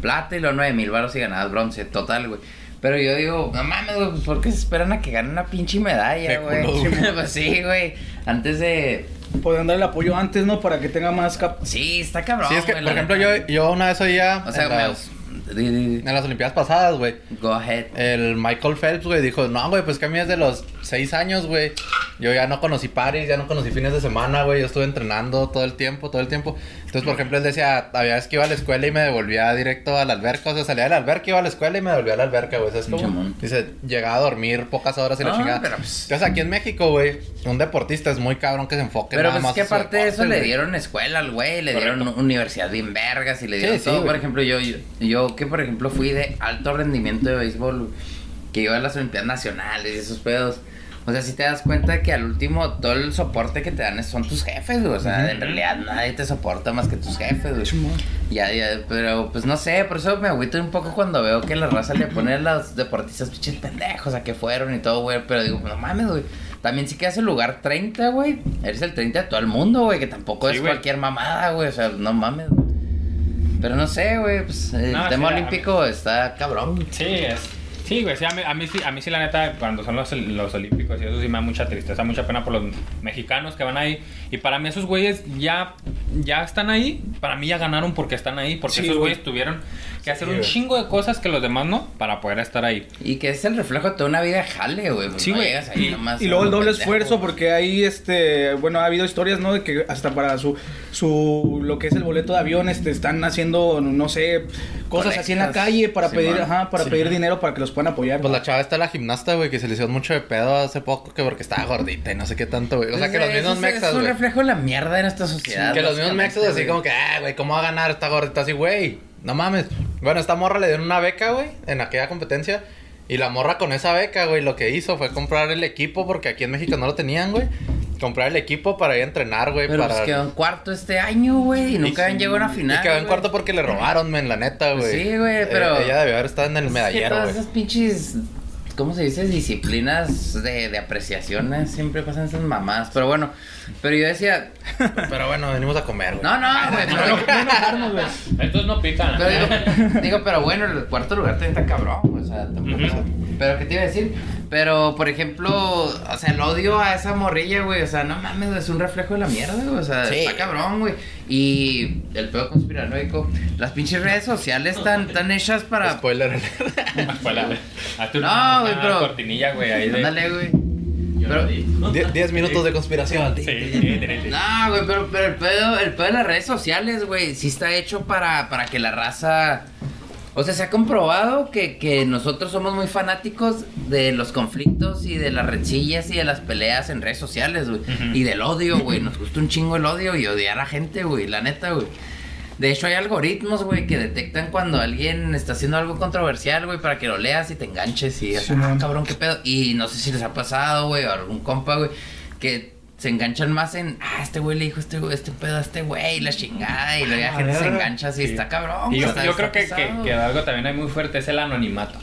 [SPEAKER 5] plata y luego 9 mil varos si ganabas bronce, total, güey. Pero yo digo, no mames, güey, pues ¿por qué se esperan a que ganen una pinche medalla,
[SPEAKER 1] De
[SPEAKER 5] güey? <laughs>
[SPEAKER 1] culo, güey.
[SPEAKER 5] Pues sí, güey. Antes de,
[SPEAKER 7] Podrían dar el apoyo antes, ¿no? Para que tenga más cap...
[SPEAKER 5] Sí, está cabrón.
[SPEAKER 1] Sí, es que,
[SPEAKER 5] güey,
[SPEAKER 1] por
[SPEAKER 5] la
[SPEAKER 1] ejemplo, yo,
[SPEAKER 5] neta.
[SPEAKER 1] yo una vez oía
[SPEAKER 5] O sea,
[SPEAKER 1] en,
[SPEAKER 5] me-
[SPEAKER 1] las,
[SPEAKER 5] di- di- di-
[SPEAKER 1] en las Olimpiadas pasadas, güey.
[SPEAKER 5] Go ahead.
[SPEAKER 1] El Michael Phelps, güey, dijo, no, güey, pues que a mí desde los seis años, güey. Yo ya no conocí pares, ya no conocí fines de semana, güey. Yo estuve entrenando todo el tiempo, todo el tiempo. Entonces, por ejemplo, él decía, había veces que iba a la escuela y me devolvía directo a la alberca. O sea, salía de la alberca, iba a la escuela y me devolvía a la alberca, güey. O sea, es como,
[SPEAKER 5] Simón.
[SPEAKER 1] dice, llegaba a dormir pocas horas y la
[SPEAKER 5] No,
[SPEAKER 1] chingada.
[SPEAKER 5] pero, pues-
[SPEAKER 1] Entonces, aquí en México, güey, un deportista es muy cabrón que se enfoque
[SPEAKER 5] Pero
[SPEAKER 1] nada
[SPEAKER 5] pues
[SPEAKER 1] más
[SPEAKER 5] es que
[SPEAKER 1] a su
[SPEAKER 5] aparte de eso
[SPEAKER 1] deporte,
[SPEAKER 5] le
[SPEAKER 1] güey.
[SPEAKER 5] dieron escuela al güey, le dieron
[SPEAKER 6] Correcto.
[SPEAKER 5] universidad bien vergas y le dieron
[SPEAKER 1] sí,
[SPEAKER 5] todo. por
[SPEAKER 1] güey.
[SPEAKER 5] ejemplo, yo, yo, yo que por ejemplo fui de alto rendimiento de béisbol, güey, que iba a las Olimpiadas Nacionales y esos pedos. O sea, si te das cuenta que al último todo el soporte que te dan es- son tus jefes, güey. O sea, en realidad nadie te soporta más que tus jefes, güey. Ya, ya, pero pues no sé, por eso me agüito un poco cuando veo que la raza le pone a los deportistas pinches pendejos a que fueron y todo, güey. Pero digo, pues, no mames, güey. También si quedas el lugar 30, güey. Eres el 30 de todo el mundo, güey. Que tampoco
[SPEAKER 6] Sí,
[SPEAKER 5] es
[SPEAKER 6] güey.
[SPEAKER 5] cualquier mamada, güey. O sea, no mames. güey. Pero no sé, güey. Pues el
[SPEAKER 6] No,
[SPEAKER 5] tema
[SPEAKER 6] sí, la-
[SPEAKER 5] olímpico está cabrón. güey.
[SPEAKER 6] Sí, es. Sí, güey, sí, a mí, a mí sí, a mí sí, la neta, cuando son los, los olímpicos y eso sí me da mucha tristeza, mucha pena por los mexicanos que van ahí. Y para mí esos güeyes ya, ya están ahí, para mí ya ganaron porque están ahí, porque
[SPEAKER 7] Sí,
[SPEAKER 6] esos
[SPEAKER 7] güey.
[SPEAKER 6] güeyes tuvieron que hacer
[SPEAKER 1] Sí,
[SPEAKER 6] un
[SPEAKER 1] güey.
[SPEAKER 6] chingo de cosas que los demás no, para poder estar ahí.
[SPEAKER 5] Y que es el reflejo de toda una vida de jale, güey. Pues,
[SPEAKER 6] Sí,
[SPEAKER 5] no
[SPEAKER 6] güey.
[SPEAKER 5] llegas ahí nomás
[SPEAKER 7] Y luego el
[SPEAKER 5] como
[SPEAKER 7] doble
[SPEAKER 5] pendejo,
[SPEAKER 7] esfuerzo,
[SPEAKER 5] güey.
[SPEAKER 7] porque ahí, este, bueno, ha habido historias, ¿no? De que hasta para su, su, lo que es el boleto de avión, este, están haciendo, no sé, cosas así en la
[SPEAKER 5] Colectas,
[SPEAKER 7] calle para pedir,
[SPEAKER 5] Simón.
[SPEAKER 7] ajá, para pedir dinero para que los puedan apoyar.
[SPEAKER 1] Pues la chava está la gimnasta, güey, que se le hicieron mucho de pedo hace poco que porque estaba gordita y no sé qué tanto, güey. O sea, que los
[SPEAKER 5] Ese-
[SPEAKER 1] mismos
[SPEAKER 5] ese
[SPEAKER 1] mexas,
[SPEAKER 5] Pues, Es un
[SPEAKER 1] güey.
[SPEAKER 5] reflejo de la mierda de nuestra sociedad.
[SPEAKER 1] Que los mismos
[SPEAKER 5] básicamente,
[SPEAKER 1] mexas así
[SPEAKER 5] güey.
[SPEAKER 1] como que, ah, güey, ¿cómo va a ganar esta gordita así, güey? No mames. Bueno, esta morra le dieron una beca, güey, en aquella competencia. Y la morra con esa beca, güey, lo que hizo fue comprar el equipo, porque aquí en México no lo tenían, güey. Comprar el equipo para ir a entrenar, güey.
[SPEAKER 5] Pero
[SPEAKER 1] para...
[SPEAKER 5] pues quedó en cuarto este año, güey, y nunca habían llegado a una final.
[SPEAKER 1] Y quedó en
[SPEAKER 5] güey.
[SPEAKER 1] cuarto porque le robaron, men, la neta, güey.
[SPEAKER 5] Pues sí, güey, pero-
[SPEAKER 1] Eh, ella debió haber estado en el
[SPEAKER 5] Es que
[SPEAKER 1] medallero,
[SPEAKER 5] todas
[SPEAKER 1] güey.
[SPEAKER 5] esas pinches, ¿cómo se dice? Disciplinas de, de apreciaciones, siempre pasan esas mamás. Pero bueno, pero yo decía,
[SPEAKER 1] Pero bueno, venimos a comer, güey.
[SPEAKER 5] no, no,
[SPEAKER 1] <laughs>
[SPEAKER 5] güey, pero,
[SPEAKER 6] Estos no pican.
[SPEAKER 5] pero digo, digo, pero bueno, el cuarto lugar también está cabrón, o sea, tampoco
[SPEAKER 6] Ujú.
[SPEAKER 5] sé. Pero, ¿qué te iba a decir? Pero, por ejemplo, o sea, el odio a esa morrilla, güey, o sea, no mames, güey, es un reflejo de la mierda, güey, o sea,
[SPEAKER 1] Sí.
[SPEAKER 5] está cabrón, güey. Y el pedo conspiranoico, las pinches redes sociales están, tan hechas para,
[SPEAKER 6] Pues,
[SPEAKER 1] Spoiler alert.
[SPEAKER 6] <laughs>
[SPEAKER 1] <laughs>
[SPEAKER 6] Fue la- hazte
[SPEAKER 5] No,
[SPEAKER 6] una-
[SPEAKER 5] güey,
[SPEAKER 6] una
[SPEAKER 5] pero-
[SPEAKER 6] cortinilla, güey, pues, ahí de-
[SPEAKER 5] Ándale, güey.
[SPEAKER 8] Yo
[SPEAKER 5] Pero-
[SPEAKER 8] no digo.
[SPEAKER 1] Die- Diez minutos de conspiración.
[SPEAKER 5] <laughs>
[SPEAKER 6] Sí, sí, sí, sí.
[SPEAKER 5] No, güey, pero, pero el, pedo, el pedo de las redes sociales, güey, sí está hecho para, para que la raza... O sea, se ha comprobado que, que nosotros somos muy fanáticos de los conflictos y de las rencillas y de las peleas en redes sociales, güey.
[SPEAKER 6] Ujú.
[SPEAKER 5] Y del odio, güey. Nos gusta un chingo el odio y odiar a gente, güey, la neta, güey. De hecho, hay algoritmos, güey, que detectan cuando alguien está haciendo algo controversial, güey, para que lo leas y te enganches y digas,
[SPEAKER 7] Simón.
[SPEAKER 5] "Ah, cabrón, qué pedo. Y no sé si les ha pasado, güey, o algún compa, güey, que se enganchan más en, ah, este güey le dijo este, güey- este pedo a este güey, la chingada, y luego
[SPEAKER 7] Ah,
[SPEAKER 5] la gente se
[SPEAKER 7] verga.
[SPEAKER 5] engancha así,
[SPEAKER 6] Sí.
[SPEAKER 5] está cabrón,
[SPEAKER 6] Y
[SPEAKER 5] güey,
[SPEAKER 6] yo,
[SPEAKER 5] está-
[SPEAKER 6] yo
[SPEAKER 5] está
[SPEAKER 6] creo que, que-
[SPEAKER 5] pesado.
[SPEAKER 6] que algo también hay muy fuerte es el anonimato.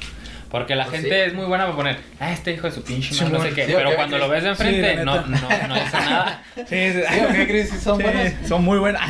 [SPEAKER 6] Porque la
[SPEAKER 5] Pues
[SPEAKER 6] gente
[SPEAKER 5] sí.
[SPEAKER 6] es muy buena para poner, ah, este hijo de su pinche madre, no
[SPEAKER 7] Simón.
[SPEAKER 6] sé qué.
[SPEAKER 7] Sí,
[SPEAKER 6] Pero
[SPEAKER 7] ok,
[SPEAKER 6] cuando
[SPEAKER 7] ok.
[SPEAKER 6] lo ves de
[SPEAKER 7] Sí,
[SPEAKER 6] enfrente,
[SPEAKER 7] la
[SPEAKER 6] no,
[SPEAKER 7] neta.
[SPEAKER 6] no, no dice
[SPEAKER 7] <laughs>
[SPEAKER 6] nada.
[SPEAKER 7] Sí, sí.
[SPEAKER 1] Sí, ok, Chris, sí son
[SPEAKER 7] Sí,
[SPEAKER 1] buenas.
[SPEAKER 7] Son
[SPEAKER 5] <laughs>
[SPEAKER 7] muy buenas.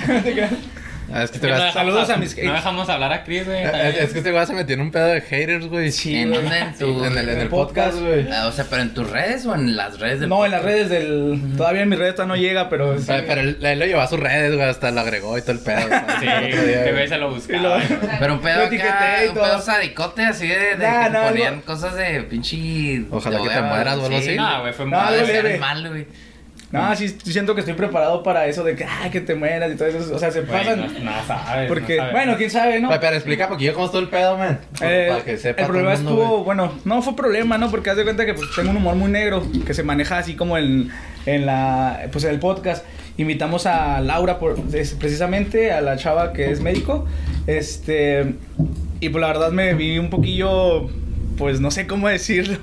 [SPEAKER 1] Ah, es que te
[SPEAKER 6] Que no
[SPEAKER 1] vas.
[SPEAKER 6] dejamos-
[SPEAKER 7] saludos a mis-
[SPEAKER 6] No dejamos hablar a Chris, güey.
[SPEAKER 1] Es,
[SPEAKER 6] también.
[SPEAKER 1] es que este güey se metió en un pedo de haters, güey.
[SPEAKER 7] Sí,
[SPEAKER 5] ¿En
[SPEAKER 7] güey.
[SPEAKER 5] dónde? En tu-
[SPEAKER 1] En el, en el podcast, güey.
[SPEAKER 7] güey.
[SPEAKER 5] Ah, o sea, pero en tus redes o en las redes del
[SPEAKER 7] No, en las
[SPEAKER 5] podcast?
[SPEAKER 7] redes del. Todavía en mis redes todavía no llega, pero. sí.
[SPEAKER 1] Pero, pero él, él lo llevó a sus redes, güey. Hasta lo agregó y todo el pedo.
[SPEAKER 7] <laughs>
[SPEAKER 6] Sí,
[SPEAKER 1] El otro día,
[SPEAKER 6] que
[SPEAKER 1] güey.
[SPEAKER 6] ves se lo buscaba.
[SPEAKER 7] Y lo-
[SPEAKER 6] güey.
[SPEAKER 5] <laughs> Pero un pedo
[SPEAKER 7] <laughs> Lo
[SPEAKER 5] acá,
[SPEAKER 7] etiqueté y
[SPEAKER 5] un
[SPEAKER 7] todo.
[SPEAKER 5] pedo sadicote así de, de
[SPEAKER 7] Nah,
[SPEAKER 5] que
[SPEAKER 7] no,
[SPEAKER 5] ponían
[SPEAKER 7] algo-
[SPEAKER 5] cosas de pinche...
[SPEAKER 1] Ojalá
[SPEAKER 5] de
[SPEAKER 1] que te
[SPEAKER 5] hueva,
[SPEAKER 1] mueras o algo así.
[SPEAKER 6] No, güey, fue
[SPEAKER 7] No,
[SPEAKER 5] Ha
[SPEAKER 6] muy
[SPEAKER 5] de
[SPEAKER 7] algo
[SPEAKER 5] ser
[SPEAKER 7] leve.
[SPEAKER 5] mal, güey.
[SPEAKER 7] No, sí, sí siento que estoy preparado para eso de que, ah, que te mueras y todo eso. O sea, se
[SPEAKER 6] Güey,
[SPEAKER 7] pasan.
[SPEAKER 6] No, no sabes.
[SPEAKER 7] porque,
[SPEAKER 6] no sabes.
[SPEAKER 7] bueno, quién sabe, ¿no?
[SPEAKER 1] Güey, pero explica porque yo cómo estuvo el pedo, man.
[SPEAKER 7] Eh,
[SPEAKER 1] Para que sepa.
[SPEAKER 7] el
[SPEAKER 1] todo
[SPEAKER 7] problema
[SPEAKER 1] mundo,
[SPEAKER 7] estuvo,
[SPEAKER 1] güey.
[SPEAKER 7] bueno, no fue problema, ¿no? Porque haz de cuenta que pues, tengo un humor muy negro que se maneja así como en, en la, pues, en el podcast. Invitamos a Laura, por, es- precisamente a la chava que es médico. Este, y pues la verdad me vi un poquillo, pues no sé cómo <laughs> decirlo,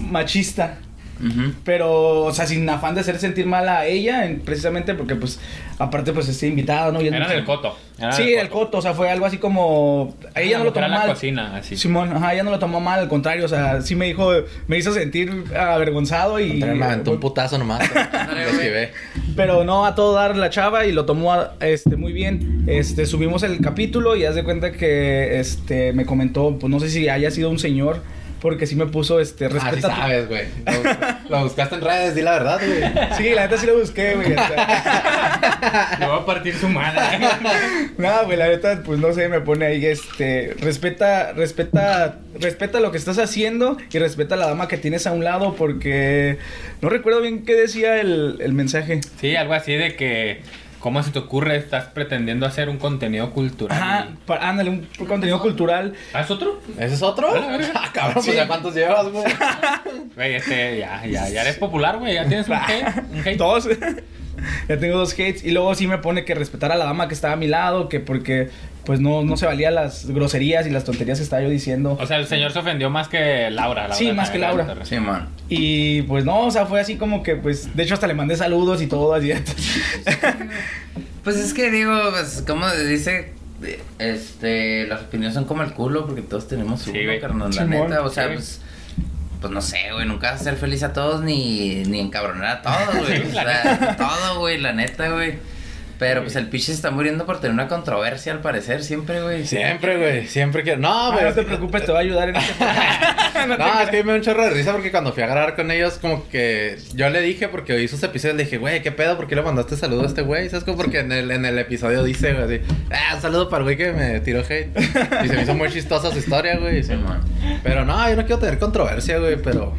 [SPEAKER 7] machista.
[SPEAKER 5] Ujú.
[SPEAKER 7] Pero, o sea, sin afán de hacer sentir mal a ella, en- precisamente porque, pues, aparte, pues, este invitado, ¿no? Y es
[SPEAKER 6] Era
[SPEAKER 7] mucho-
[SPEAKER 6] del coto. era
[SPEAKER 7] Sí,
[SPEAKER 6] del
[SPEAKER 7] el coto, o sea, fue algo así como... a Ella no lo
[SPEAKER 6] Ah, Era la
[SPEAKER 7] tomó mal.
[SPEAKER 6] cocina, así.
[SPEAKER 7] Simón, ajá, ella no lo tomó mal, al contrario, o sea, sí me dijo, me hizo sentir avergonzado y...
[SPEAKER 1] Andrea me aventó un putazo nomás.
[SPEAKER 7] <laughs>
[SPEAKER 1] Lo esquivé.
[SPEAKER 7] Pero no, a todo dar la chava y lo tomó a- este, muy bien. Este, subimos el capítulo y haz de cuenta que este, me comentó, pues no sé si haya sido un señor, porque sí me puso, este,
[SPEAKER 1] Así
[SPEAKER 7] respeta... tu-
[SPEAKER 1] Pues sabes, güey. Lo, lo buscaste en redes, di la verdad, güey.
[SPEAKER 7] Sí, la neta sí lo busqué, güey. o sea.
[SPEAKER 6] Le va a partir su
[SPEAKER 7] <laughs>
[SPEAKER 6] madre.
[SPEAKER 7] No, güey, la neta, pues no sé, me pone ahí, este, respeta, respeta, respeta lo que estás haciendo y respeta a la dama que tienes a un lado porque no recuerdo bien qué decía el, el mensaje.
[SPEAKER 6] Sí, algo así de que. ¿Cómo se te ocurre? Estás pretendiendo hacer un contenido cultural.
[SPEAKER 7] Ajá, pa- ándale, un contenido cultural.
[SPEAKER 6] ¿Ah, es otro?
[SPEAKER 1] ¿Ese es otro? <laughs> Ah, cabrón, pues ya cuántos llevas,
[SPEAKER 7] <laughs>
[SPEAKER 1] güey.
[SPEAKER 6] Güey, este, ya, ya, ya eres popular, güey. Ya
[SPEAKER 7] <laughs>
[SPEAKER 6] tienes un hate. Un hate.
[SPEAKER 7] Dos. <laughs> ya tengo dos hates. Y luego sí me pone que respetar a la dama que estaba a mi lado, que porque pues no, no se valía las groserías y las tonterías que estaba yo diciendo.
[SPEAKER 6] O sea, el señor se ofendió más que Laura. Laura
[SPEAKER 7] Sí, más
[SPEAKER 6] también
[SPEAKER 7] que
[SPEAKER 6] era
[SPEAKER 7] Laura.
[SPEAKER 6] cotorra.
[SPEAKER 5] Sí, man.
[SPEAKER 7] Y pues no, o sea, fue así como que pues, de hecho hasta le mandé saludos y todo así. <laughs>
[SPEAKER 5] Pues es que digo, pues, como dice, este, las opiniones son como el culo porque todos tenemos
[SPEAKER 6] Sí,
[SPEAKER 5] uno,
[SPEAKER 6] güey.
[SPEAKER 5] carnal, la
[SPEAKER 7] Simón,
[SPEAKER 5] neta, o sea,
[SPEAKER 6] sí.
[SPEAKER 5] pues, pues no sé, güey, nunca vas a ser feliz a todos ni, ni encabronar a todos, güey, o
[SPEAKER 6] Sí, la
[SPEAKER 5] sea, todo, güey, la neta, güey. Pero pues el piche se está muriendo por tener una controversia al parecer siempre, güey.
[SPEAKER 1] Siempre, güey. Siempre que. No,
[SPEAKER 7] Ah,
[SPEAKER 1] güey.
[SPEAKER 7] no te preocupes, te voy a ayudar en este <laughs>
[SPEAKER 1] No, es que me dio un chorro de risa porque cuando fui a grabar con ellos, como que yo le dije, porque oí sus episodios, le dije, güey, ¿qué pedo? ¿Por qué le mandaste saludo a este güey? ¿Sabes cómo? Porque en el, en el episodio dice, güey, así, ah, un saludo para el güey que me tiró hate. Y se me hizo muy chistosa su historia, güey.
[SPEAKER 5] Sí, man.
[SPEAKER 1] Pero no, yo no quiero tener controversia, güey, pero.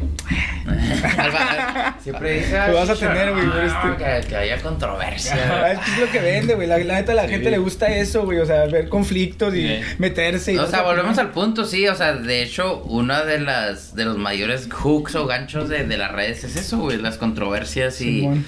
[SPEAKER 1] Al ba-
[SPEAKER 5] Siempre dices,
[SPEAKER 7] Lo vas a tener, güey,
[SPEAKER 5] "Ah,
[SPEAKER 7] este".
[SPEAKER 5] que, que haya
[SPEAKER 6] <laughs>
[SPEAKER 5] controversia.
[SPEAKER 7] Ah,
[SPEAKER 5] güey.
[SPEAKER 7] Es que es lo que vende, güey. La, la neta, la
[SPEAKER 6] Sí.
[SPEAKER 7] gente le gusta eso, güey. O sea, ver conflictos y
[SPEAKER 6] Sí.
[SPEAKER 7] meterse. y
[SPEAKER 5] o
[SPEAKER 7] todo
[SPEAKER 5] sea,
[SPEAKER 7] eso.
[SPEAKER 5] volvemos al punto, sí, o sea, de hecho, una de las de los mayores hooks o ganchos de, de las redes es eso, güey, las controversias y,
[SPEAKER 7] Simón.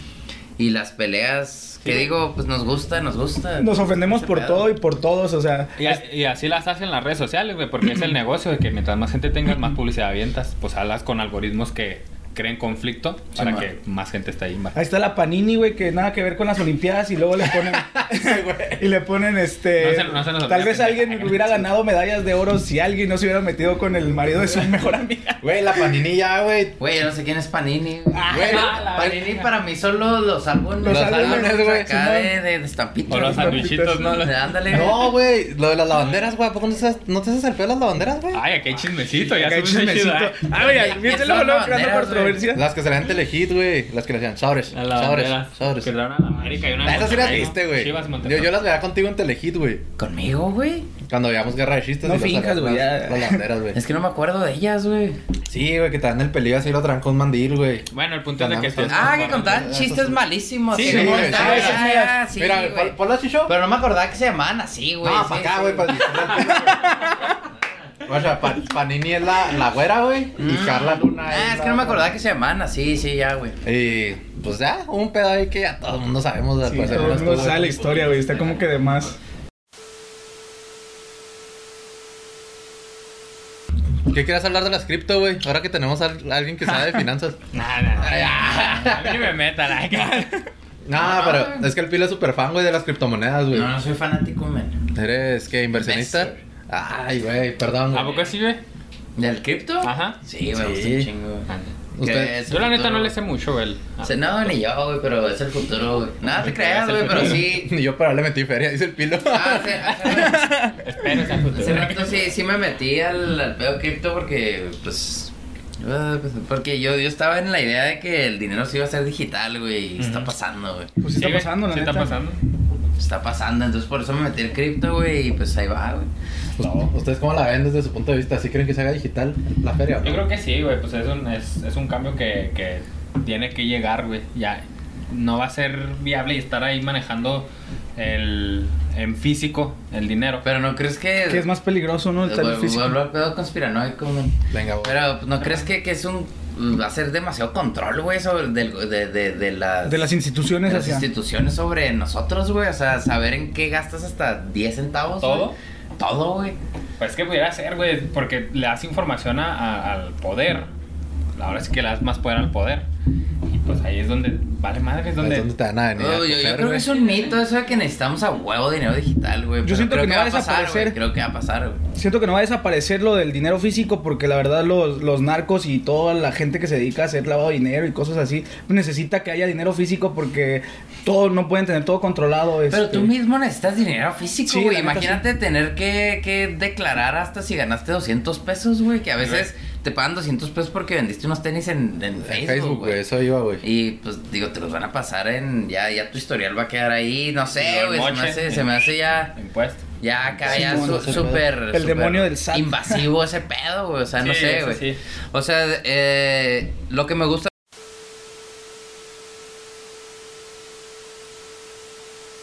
[SPEAKER 5] y las peleas, que digo, pues nos gusta, nos gusta.
[SPEAKER 7] Nos ofendemos
[SPEAKER 5] Ese
[SPEAKER 7] por
[SPEAKER 5] pedo.
[SPEAKER 7] todo y por todos, o sea.
[SPEAKER 6] Y, a- y así las hacen las redes sociales, güey, porque es el negocio de que mientras más gente tengas, más publicidad avientas. Pues hablas con algoritmos que creen conflicto para
[SPEAKER 5] man.
[SPEAKER 6] que más gente esté ahí. man.
[SPEAKER 7] Ahí está la Panini, güey, que nada que ver con las Olimpiadas y luego le ponen.
[SPEAKER 6] <laughs>
[SPEAKER 7] y le ponen este.
[SPEAKER 6] No se- no se nos
[SPEAKER 7] tal vez
[SPEAKER 6] olvide,
[SPEAKER 7] alguien
[SPEAKER 6] pendeja.
[SPEAKER 7] hubiera ganado medallas de oro si alguien no se hubiera metido con el marido
[SPEAKER 6] <laughs>
[SPEAKER 7] de su mejor amiga.
[SPEAKER 1] Güey, la paninilla, güey.
[SPEAKER 5] Güey, yo no sé quién es
[SPEAKER 1] <laughs>
[SPEAKER 5] Panini. güey.
[SPEAKER 1] Güey,
[SPEAKER 6] la
[SPEAKER 5] Panini
[SPEAKER 6] verga.
[SPEAKER 5] para mí son los, los álbumes,
[SPEAKER 1] Ah, Los álbumes, güey,
[SPEAKER 5] acá
[SPEAKER 7] Simón.
[SPEAKER 5] de, de, de estampitas.
[SPEAKER 6] O los sandwichitos, ¿no?
[SPEAKER 5] De- Ándale.
[SPEAKER 1] No, güey, lo de las lavanderas, güey. ¿A poco no te haces- no te haces el pedo de las lavanderas, güey?
[SPEAKER 6] Ay, aquí hay chismecito, ya
[SPEAKER 7] Acá hay
[SPEAKER 6] subiste
[SPEAKER 7] chismecito.
[SPEAKER 6] chido, ¿eh?
[SPEAKER 7] Ah, güey, viste
[SPEAKER 5] Son
[SPEAKER 7] luego, luego creando
[SPEAKER 5] banderas,
[SPEAKER 7] controversia.
[SPEAKER 1] Las que se la gente legit, güey. Las que le hacían sabres,
[SPEAKER 6] A la
[SPEAKER 1] sabres,
[SPEAKER 6] bandera.
[SPEAKER 1] sabres.
[SPEAKER 6] Que traen a la América y una. de
[SPEAKER 1] Esas sí las
[SPEAKER 6] Ah, Monterrey, ¿no?
[SPEAKER 1] viste, güey.
[SPEAKER 6] Chivas
[SPEAKER 1] Yo,
[SPEAKER 6] Monterrey.
[SPEAKER 1] yo las veía contigo en Telehit, güey.
[SPEAKER 5] ¿Conmigo, güey?
[SPEAKER 1] Cuando veíamos Guerra de Chistes.
[SPEAKER 7] No
[SPEAKER 1] y las-
[SPEAKER 7] finjas, güey,
[SPEAKER 1] las-
[SPEAKER 7] ya.
[SPEAKER 1] Las banderas, güey.
[SPEAKER 5] <laughs> Es que no me acuerdo de ellas, güey.
[SPEAKER 1] Sí, güey, que te dan el peligro así lo traen con un mandil, güey.
[SPEAKER 6] Bueno, el punto es de que
[SPEAKER 1] Ganamos.
[SPEAKER 6] estés
[SPEAKER 5] Ah, que
[SPEAKER 6] conforme.
[SPEAKER 5] contaban chistes malísimos.
[SPEAKER 6] Sí,
[SPEAKER 5] que
[SPEAKER 6] sí,
[SPEAKER 5] no
[SPEAKER 6] güey,
[SPEAKER 5] contaban,
[SPEAKER 6] sí,
[SPEAKER 1] esas
[SPEAKER 5] ah, sí,
[SPEAKER 1] Mira,
[SPEAKER 5] güey.
[SPEAKER 1] pon- ponlas, Chicho.
[SPEAKER 5] Pero no me acordaba que se llamaban así, güey.
[SPEAKER 1] no,
[SPEAKER 5] sí,
[SPEAKER 1] para acá,
[SPEAKER 5] sí.
[SPEAKER 1] güey. para- O sea, pa- Panini es la, la güera, güey. Y
[SPEAKER 5] Mm.
[SPEAKER 1] Carla Luna.
[SPEAKER 5] Ah, es que no me acordaba que se llamaban así, sí, ya, güey.
[SPEAKER 1] Y pues ya, un pedo ahí que ya todo el mundo sabemos. al
[SPEAKER 7] Sí,
[SPEAKER 1] parecer,
[SPEAKER 7] todo el
[SPEAKER 1] no
[SPEAKER 7] mundo
[SPEAKER 1] estuvo-
[SPEAKER 7] sabe la historia, güey. Está como que de más.
[SPEAKER 1] ¿Qué quieres hablar de las cripto, güey? Ahora que tenemos a a alguien que sabe de finanzas.
[SPEAKER 6] Nah, nah, nah. A mí ni me metan.
[SPEAKER 1] <laughs>
[SPEAKER 6] ay, que-
[SPEAKER 1] No,
[SPEAKER 5] Ah.
[SPEAKER 1] pero es que el pila es súper fan, güey, de las criptomonedas, güey.
[SPEAKER 5] No, no soy fanático, men.
[SPEAKER 1] ¿Eres qué, inversionista?
[SPEAKER 5] Investor.
[SPEAKER 1] Ay, güey, perdón.
[SPEAKER 6] <laughs> ¿A
[SPEAKER 1] güey.
[SPEAKER 6] poco sí, güey?
[SPEAKER 5] ¿Del cripto?
[SPEAKER 6] Ajá.
[SPEAKER 5] Sí, me
[SPEAKER 1] Sí.
[SPEAKER 5] gusta un chingo.
[SPEAKER 1] Usted-
[SPEAKER 5] Que es el
[SPEAKER 6] Yo la neta
[SPEAKER 5] futuro.
[SPEAKER 6] no le sé mucho, güey.
[SPEAKER 5] O sea, no, ni yo, güey, pero es el futuro, güey. Nada te creas,
[SPEAKER 6] Es el
[SPEAKER 5] güey, pero
[SPEAKER 6] futuro.
[SPEAKER 5] sí.
[SPEAKER 1] Y <laughs> yo para le metí feria, dice el pilo.
[SPEAKER 5] Ah,
[SPEAKER 1] <laughs>
[SPEAKER 5] hace- hace-
[SPEAKER 6] Espero esa
[SPEAKER 5] Hace
[SPEAKER 6] futura.
[SPEAKER 5] rato sí, sí me metí al, al pedo cripto porque, pues, ah, pues, porque yo, yo estaba en la idea de que el dinero se iba a hacer digital, güey, y está pasando, güey.
[SPEAKER 7] Pues sí
[SPEAKER 6] Sí,
[SPEAKER 7] está
[SPEAKER 6] güey,
[SPEAKER 7] pasando, la
[SPEAKER 6] sí
[SPEAKER 7] neta.
[SPEAKER 6] está pasando.
[SPEAKER 5] Está pasando, entonces por eso me metí el cripto, güey, y pues ahí va, güey.
[SPEAKER 1] ¿Ustedes cómo la ven desde su punto de vista? ¿Sí creen que se haga digital la feria? o no?
[SPEAKER 6] Yo creo que sí, güey. Pues es un, es, es un cambio que, que tiene que llegar, güey. Ya no va a ser viable y estar ahí manejando el, en físico el dinero.
[SPEAKER 5] Pero no crees que...
[SPEAKER 7] Que es más peligroso, ¿no? El
[SPEAKER 5] Vuelvo-
[SPEAKER 7] tal físico.
[SPEAKER 5] vuelvo al pedo pues, conspiranoico, güey.
[SPEAKER 1] Venga, güey.
[SPEAKER 5] Pero pues, no crees que, que es un... Va a ser demasiado control, güey, sobre del- de, de, de las...
[SPEAKER 7] De las instituciones
[SPEAKER 5] de las
[SPEAKER 7] hacia...
[SPEAKER 5] instituciones sobre nosotros, güey. O sea, saber en qué gastas hasta 10 centavos.
[SPEAKER 6] ¿Todo?
[SPEAKER 5] güey. Todo, güey.
[SPEAKER 6] Pues que pudiera ser, güey, porque le das información a- a- al poder. Ahora sí que le das más poder al poder. Y pues ahí es donde vale madre, es
[SPEAKER 1] ¿Dónde?
[SPEAKER 6] donde.
[SPEAKER 1] te van a venir a
[SPEAKER 5] No, yo, yo
[SPEAKER 1] coger,
[SPEAKER 5] creo que
[SPEAKER 1] güey?
[SPEAKER 5] es un mito eso de que necesitamos a huevo dinero digital, güey. pero
[SPEAKER 7] siento
[SPEAKER 5] creo
[SPEAKER 7] que no va a
[SPEAKER 5] pasar,
[SPEAKER 7] desaparecer.
[SPEAKER 5] güey, Creo que va a pasar, güey.
[SPEAKER 7] Siento que no va a desaparecer lo del dinero físico porque la verdad los, los narcos y toda la gente que se dedica a hacer lavado de dinero y cosas así necesita que haya dinero físico porque todo no pueden tener todo controlado.
[SPEAKER 5] Pero
[SPEAKER 7] este.
[SPEAKER 5] tú mismo necesitas dinero físico,
[SPEAKER 7] Sí,
[SPEAKER 5] güey.
[SPEAKER 7] la neta,
[SPEAKER 5] Imagínate tener que, que declarar hasta si ganaste 200 pesos, güey. Que a veces te pagan 200 pesos porque vendiste unos tenis en, en
[SPEAKER 1] En Facebook,
[SPEAKER 5] Facebook,
[SPEAKER 1] güey,
[SPEAKER 5] güey.
[SPEAKER 1] eso iba, güey.
[SPEAKER 5] Y pues digo, te los van a pasar en. Ya, ya tu historial va a quedar ahí. No
[SPEAKER 6] Y
[SPEAKER 5] sé,
[SPEAKER 6] el
[SPEAKER 5] güey. Se me
[SPEAKER 6] moche.
[SPEAKER 5] hace, se me hace ya.
[SPEAKER 6] Impuesto.
[SPEAKER 5] Ya acá,
[SPEAKER 1] Sí,
[SPEAKER 5] ya
[SPEAKER 1] no,
[SPEAKER 5] su-
[SPEAKER 1] no sé,
[SPEAKER 5] súper.
[SPEAKER 7] El
[SPEAKER 5] súper
[SPEAKER 7] demonio del SAT.
[SPEAKER 5] Invasivo ese pedo, güey. O sea, no
[SPEAKER 6] Sí,
[SPEAKER 5] sé,
[SPEAKER 6] sí,
[SPEAKER 5] güey.
[SPEAKER 6] sí.
[SPEAKER 5] O sea, eh, lo que me gusta.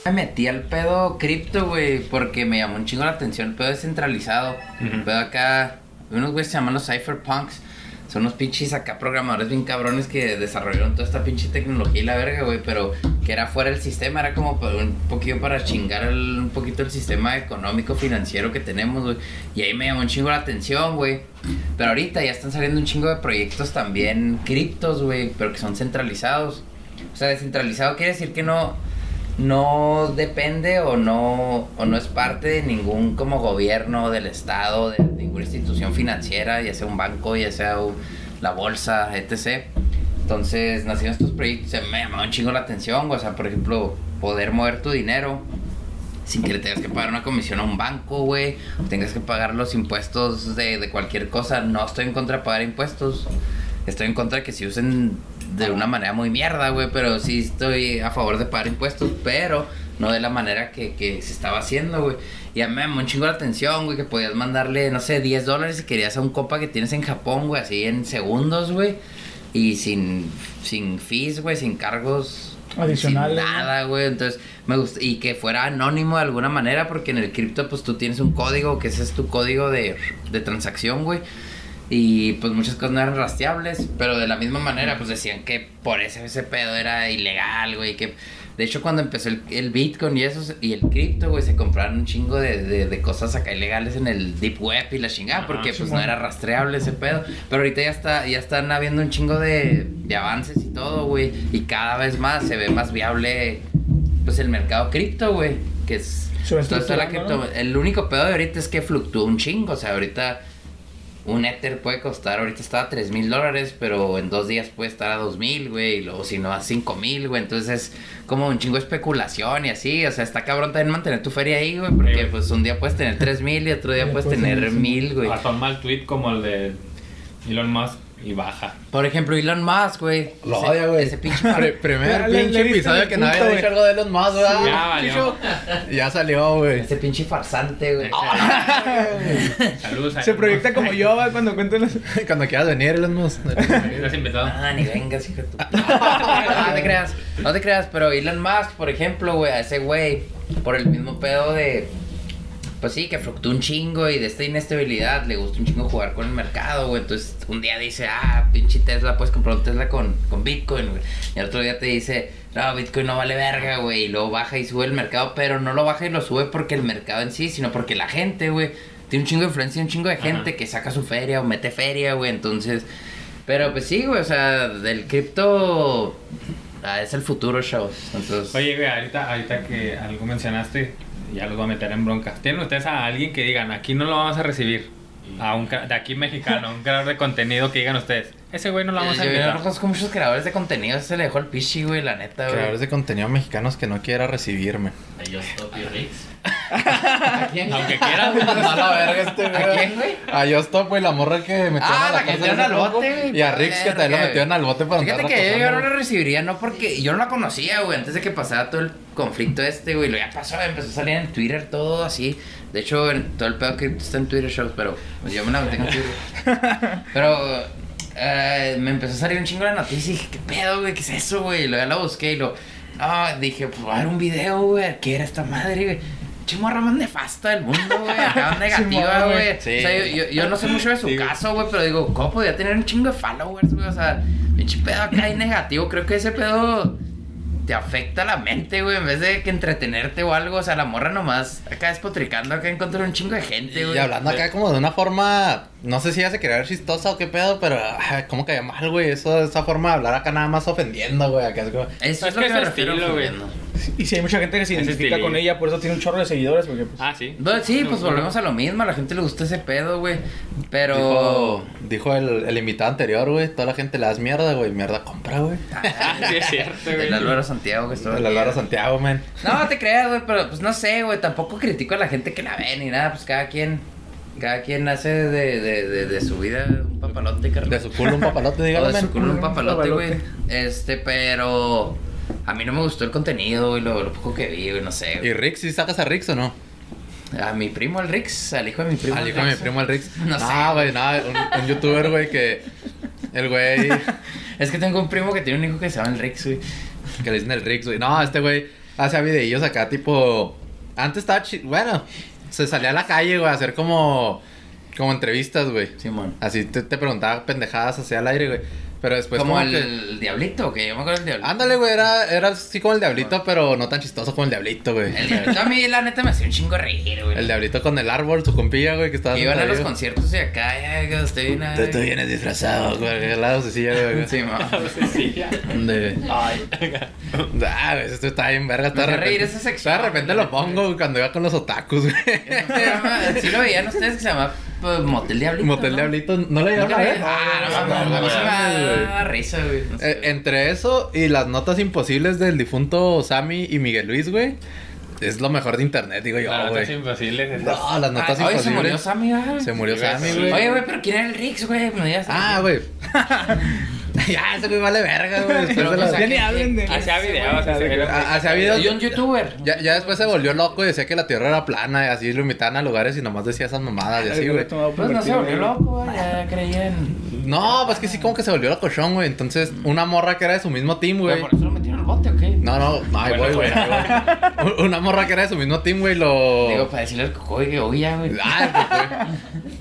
[SPEAKER 5] Me metí al pedo cripto, güey, porque me llamó un chingo la atención. El pedo descentralizado. El pedo acá. Unos güeyes se llaman los cypherpunks. Son unos pinches acá programadores bien cabrones que desarrollaron toda esta pinche tecnología y la verga, güey, pero que era fuera del sistema, era como pa- un poquito para chingar el- un poquito el sistema económico financiero que tenemos, güey. Y ahí me llamó un chingo la atención, güey. Pero ahorita ya están saliendo un chingo de proyectos también criptos, güey, pero que son centralizados. O sea, descentralizado quiere decir que no no depende o no o no es parte de ningún como gobierno del estado, de ninguna institución financiera, ya sea un banco, ya sea u- la bolsa, etc. Entonces, nacieron estos proyectos, se me llamó un chingo la atención, güey. o sea, por ejemplo, poder mover tu dinero sin que le tengas que pagar una comisión a un banco, güey, o tengas que pagar los impuestos de, de cualquier cosa. No estoy en contra de pagar impuestos. Estoy en contra de que se usen de una manera muy mierda, güey, pero sí estoy a favor de pagar impuestos, pero no de la manera que, que se estaba haciendo, güey. Y a mí me llamó un chingo la atención, güey, que podías mandarle, no sé, 10 dólares si querías a un copa que tienes en Japón, güey, así en segundos, güey. Y sin, sin fees, güey, sin cargos
[SPEAKER 7] Adicionales,
[SPEAKER 5] sin
[SPEAKER 7] ¿no?
[SPEAKER 5] nada, güey. Entonces, me gusta. Y que fuera anónimo de alguna manera, porque en el cripto, pues tú tienes un código, que ese es tu código de, de transacción, güey. Y pues muchas cosas no eran rastreables, pero de la misma manera, pues decían que por ese, ese pedo era ilegal, güey. Que de hecho, cuando empezó el, el Bitcoin y eso, y el cripto, güey, se compraron un chingo de, de- de cosas acá ilegales en el Deep Web y la chingada,
[SPEAKER 6] Ah,
[SPEAKER 5] porque pues
[SPEAKER 7] Simón.
[SPEAKER 5] no era rastreable ese pedo. Pero ahorita ya está ya están habiendo un chingo de, de avances y todo, güey. Y cada vez más se ve más viable, pues el mercado cripto, güey. Que es.
[SPEAKER 7] Se va
[SPEAKER 5] toda- toda la
[SPEAKER 7] estructurando,
[SPEAKER 5] cripto- El único pedo de ahorita es que fluctúa un chingo, o sea, ahorita. Un Ether puede costar, ahorita está a 3 mil dólares, pero en dos días puede estar a 2 mil, güey, y luego si no a 5 mil, güey. Entonces es como un chingo de especulación y así. O sea, está cabrón también mantener tu feria ahí, güey,
[SPEAKER 6] Sí,
[SPEAKER 5] porque
[SPEAKER 6] güey.
[SPEAKER 5] pues un día puedes tener 3 mil y otro día
[SPEAKER 7] Ya
[SPEAKER 5] puedes
[SPEAKER 1] pues,
[SPEAKER 7] puedes tener
[SPEAKER 5] tener
[SPEAKER 7] cinco.
[SPEAKER 5] mil, güey.
[SPEAKER 6] Hasta un mal tweet como el de Elon Musk y baja.
[SPEAKER 5] Por ejemplo, Elon Musk, güey.
[SPEAKER 1] Lo
[SPEAKER 5] Ese-
[SPEAKER 1] odia, güey.
[SPEAKER 5] Ese pinche
[SPEAKER 1] <laughs> <laughs> Pre-
[SPEAKER 5] par-
[SPEAKER 1] primer
[SPEAKER 7] Ya le-
[SPEAKER 1] pinche
[SPEAKER 7] le diste en
[SPEAKER 1] episodio
[SPEAKER 7] el
[SPEAKER 1] que nadie
[SPEAKER 7] punto,
[SPEAKER 1] había
[SPEAKER 7] güey.
[SPEAKER 1] dicho algo de los más, ¿verdad?
[SPEAKER 6] Ya valió.
[SPEAKER 1] Chicho? Ya salió, güey.
[SPEAKER 5] ese pinche farsante, güey.
[SPEAKER 6] Saludos a
[SPEAKER 7] <laughs> Se
[SPEAKER 6] Elon
[SPEAKER 7] proyecta
[SPEAKER 6] Musk.
[SPEAKER 7] como yo ¿va? cuando cuento las...
[SPEAKER 1] <laughs> Cuando quieras venir, Elon Musk.
[SPEAKER 6] Estás invitado.
[SPEAKER 5] Ah, ni vengas, hijo de tu... No te creas, no te creas, pero Elon Musk, por ejemplo, güey, a ese güey, por el mismo pedo de... Pues sí, que fluctúa un chingo y de esta inestabilidad le gusta un chingo jugar con el mercado, güey. Entonces un día dice, ah, pinche Tesla, puedes comprar un Tesla con, con Bitcoin, güey. Y el otro día te dice, no, Bitcoin no vale verga, güey. Y luego baja y sube el mercado, pero no lo baja y lo sube porque el mercado en sí, sino porque la gente, güey, Tiene un chingo de influencia, un chingo de gente que saca su feria o mete feria, güey. Entonces, pero pues sí, güey, o sea, del cripto ah, es el futuro, chavos. Entonces,
[SPEAKER 6] Oye, güey, ahorita, ahorita que algo mencionaste, ya los voy a meter en bronca. ¿Tienen ustedes a alguien que digan, aquí no lo vamos a recibir? A un cre- de aquí mexicano, un creador de contenido que digan ustedes, ese güey no lo vamos a
[SPEAKER 5] yo, yo
[SPEAKER 6] invitar.
[SPEAKER 5] conozco muchos creadores de contenido, se le dejó el pichi, güey, la neta, güey.
[SPEAKER 1] Creadores de contenido mexicanos que no quiera recibirme.
[SPEAKER 8] A Yo Stop y Rix.
[SPEAKER 5] <laughs> ¿A quién?
[SPEAKER 6] Aunque quieran.
[SPEAKER 1] pues,
[SPEAKER 5] A la verga este, güey. ¿A quién, güey?
[SPEAKER 1] A yo stop, güey, la morra que metieron
[SPEAKER 5] Ah,
[SPEAKER 1] a
[SPEAKER 5] la
[SPEAKER 1] la,
[SPEAKER 5] que
[SPEAKER 1] cárcel
[SPEAKER 5] metieron
[SPEAKER 1] hace
[SPEAKER 5] al
[SPEAKER 1] poco,
[SPEAKER 5] bote, güey.
[SPEAKER 1] Y a Rix que también lo
[SPEAKER 5] Verga,
[SPEAKER 1] metieron al bote para
[SPEAKER 5] Fíjate
[SPEAKER 1] andar
[SPEAKER 5] que yo,
[SPEAKER 1] acosando,
[SPEAKER 5] no
[SPEAKER 1] güey.
[SPEAKER 5] lo recibiría, no porque yo no la conocía, güey, antes de que pasara todo el conflicto este, güey. Lo ya pasó, empezó a salir en Twitter todo así. De hecho, en- todo el pedo que está en Twitter Shows, pero pues, yo me la mantengo en Twitter. Pero eh, me empezó a salir un chingo la noticia y dije, ¿qué pedo, güey? ¿Qué es eso, güey? Y Lo ya la busqué y lo. Ah, dije, pues va a haber un video, güey. ¿Qué era esta madre, güey? Chimorra más nefasta del mundo, güey. Acá más negativa,
[SPEAKER 1] Simón, güey.
[SPEAKER 5] güey.
[SPEAKER 1] Sí.
[SPEAKER 5] O sea, yo- yo, yo no sé mucho de su
[SPEAKER 6] Sí, güey.
[SPEAKER 5] caso, güey, pero digo, ¿cómo podía tener un chingo de followers, güey? O sea, pinche pedo acá y negativo. Creo que ese pedo te afecta la mente, güey, en vez de que entretenerte o algo. O sea, la morra nomás acá despotricando, acá encontró un chingo de gente, güey.
[SPEAKER 1] Y hablando acá como de una forma, no sé si ya se quería ver chistosa o qué pedo, pero ah, cómo caía mal, güey. Eso, esa forma de hablar acá nada más ofendiendo, güey. Acá es como,
[SPEAKER 5] Eso es
[SPEAKER 6] Es
[SPEAKER 5] lo
[SPEAKER 6] que
[SPEAKER 5] que, me
[SPEAKER 6] es
[SPEAKER 5] refiero,
[SPEAKER 6] estilo, güey.
[SPEAKER 5] güey.
[SPEAKER 7] Y si hay mucha gente que se
[SPEAKER 6] Ese
[SPEAKER 7] identifica
[SPEAKER 6] estilillo.
[SPEAKER 7] con ella, por eso tiene un chorro de seguidores, porque pues...
[SPEAKER 6] Ah, sí.
[SPEAKER 5] Bueno, sí, pues volvemos a lo mismo. A la gente le gusta ese pedo, güey. Pero. <laughs>
[SPEAKER 1] dijo, dijo el, el invitado anterior, güey. Toda la gente le das mierda, güey. Mierda compra, güey.
[SPEAKER 6] Ah, sí, es cierto, güey.
[SPEAKER 5] El
[SPEAKER 6] <laughs>
[SPEAKER 5] Álvaro Santiago que estuvo
[SPEAKER 1] La
[SPEAKER 5] aquí,
[SPEAKER 1] Lara
[SPEAKER 5] güey.
[SPEAKER 1] Santiago, man.
[SPEAKER 5] No, te creas, güey, pero pues no sé, güey, tampoco critico a la gente que la ve ni nada, pues cada quien, cada quien hace de, de, de, de su vida un papalote, carnal.
[SPEAKER 1] De su culo un
[SPEAKER 5] <laughs>
[SPEAKER 1] papalote,
[SPEAKER 5] O
[SPEAKER 1] dígalo,
[SPEAKER 5] de su
[SPEAKER 1] man.
[SPEAKER 5] culo un papalote, güey.
[SPEAKER 7] Papalote.
[SPEAKER 5] Este, pero a mí no me gustó el contenido, güey, lo, lo poco que vi, güey, no sé.
[SPEAKER 1] ¿Y Rix, si sacas a Rix o no?
[SPEAKER 5] güey. A mi primo, el Rix, al hijo de mi primo.
[SPEAKER 1] Al
[SPEAKER 5] el
[SPEAKER 1] hijo de mi
[SPEAKER 5] Rix.
[SPEAKER 1] primo, el Rix.
[SPEAKER 5] <laughs> No sé.
[SPEAKER 1] Ah, güey, nada. Un, un youtuber, güey, que. El güey.
[SPEAKER 5] Es que tengo un primo que tiene un hijo que se llama el Rix, güey.
[SPEAKER 1] Que le dicen el Rix, güey. No, este güey hace videillos acá, tipo. Antes estaba chi- Bueno, se salía a la calle, güey, a hacer como. Como entrevistas, güey.
[SPEAKER 5] Simón.
[SPEAKER 1] Así te, te preguntaba pendejadas hacia el aire, güey. Pero después.
[SPEAKER 5] como el,
[SPEAKER 1] Pues, que-
[SPEAKER 5] el diablito, que yo me acuerdo del diablito.
[SPEAKER 1] Ándale, güey, era, era así como el diablito, pero no tan chistoso como el diablito, güey.
[SPEAKER 5] El diablito a mí, la neta, me hacía un chingo reír,
[SPEAKER 1] <laughs>
[SPEAKER 5] güey.
[SPEAKER 1] El diablito con el árbol, su compilla, güey, que estaba...
[SPEAKER 5] Que Iban a
[SPEAKER 1] sentado
[SPEAKER 5] los
[SPEAKER 1] ahí, güey.
[SPEAKER 5] conciertos y acá, ya, que usted viene a-
[SPEAKER 1] Tú, tú vienes disfrazado, güey, al lado sí, güey.
[SPEAKER 5] Sí, ma.
[SPEAKER 7] <laughs>
[SPEAKER 6] Sí, ya.
[SPEAKER 1] De... Ah, güey, esto está bien verga. Está
[SPEAKER 5] Me
[SPEAKER 1] de
[SPEAKER 5] hace reír
[SPEAKER 1] repente,
[SPEAKER 5] esa sección.
[SPEAKER 1] de repente lo pongo güey, cuando iba con los otakus, güey.
[SPEAKER 5] <laughs> Sí lo veían ustedes que se llama pues, Motel Diablito.
[SPEAKER 1] Motel
[SPEAKER 5] ¿no?
[SPEAKER 1] Diablito, ¿no le
[SPEAKER 5] ¿No
[SPEAKER 1] dieron a
[SPEAKER 5] crees?
[SPEAKER 1] ver?
[SPEAKER 5] Ah, no mames,
[SPEAKER 1] no,
[SPEAKER 5] a mí se me
[SPEAKER 1] mames, güey.
[SPEAKER 5] da risa, güey. No sé.
[SPEAKER 1] Eh, Entre eso y las notas imposibles del difunto Sammy y Miguel Luis, güey, es lo mejor de internet, digo yo,
[SPEAKER 6] Las notas
[SPEAKER 1] güey.
[SPEAKER 6] imposibles. esas.
[SPEAKER 1] No, las notas
[SPEAKER 5] Ah, oye,
[SPEAKER 1] imposibles.
[SPEAKER 5] se murió Sammy, ¿verdad?
[SPEAKER 1] Se murió
[SPEAKER 6] Sí,
[SPEAKER 1] Sammy,
[SPEAKER 6] sí.
[SPEAKER 1] güey.
[SPEAKER 5] Oye, güey, pero ¿quién era el Rix, güey? Pues, Me digas.
[SPEAKER 1] Ah, güey. ya, ese güey vale verga, güey. Después
[SPEAKER 5] Pero,
[SPEAKER 1] de
[SPEAKER 5] o
[SPEAKER 1] la-
[SPEAKER 5] sea,
[SPEAKER 7] Ya ni
[SPEAKER 5] ¿quién-
[SPEAKER 7] Ah, hablen de-
[SPEAKER 5] quién es
[SPEAKER 6] Hacía
[SPEAKER 5] ese,
[SPEAKER 6] videos,
[SPEAKER 5] güey?
[SPEAKER 6] hacía videos.
[SPEAKER 1] Ah, hacía videos.
[SPEAKER 5] Y un youtuber.
[SPEAKER 1] Ya, ya después se volvió loco y decía que la tierra era plana y así lo invitaban a lugares y nomás decía esas mamadas y así, güey.
[SPEAKER 5] Pues no se volvió loco, güey. Ya creía en.
[SPEAKER 1] No, pues que sí, como que se volvió locochón, güey. Entonces, una morra que era de su mismo team, güey.
[SPEAKER 5] ¿Por eso lo metieron al bote o qué?
[SPEAKER 1] No, no, no, ahí
[SPEAKER 6] Bueno,
[SPEAKER 1] voy, güey. ahí voy. <laughs> Una morra que era de su mismo team, güey, lo.
[SPEAKER 5] Digo, para decirle al cocoy que oía, güey.
[SPEAKER 1] Ah, el Cucuy.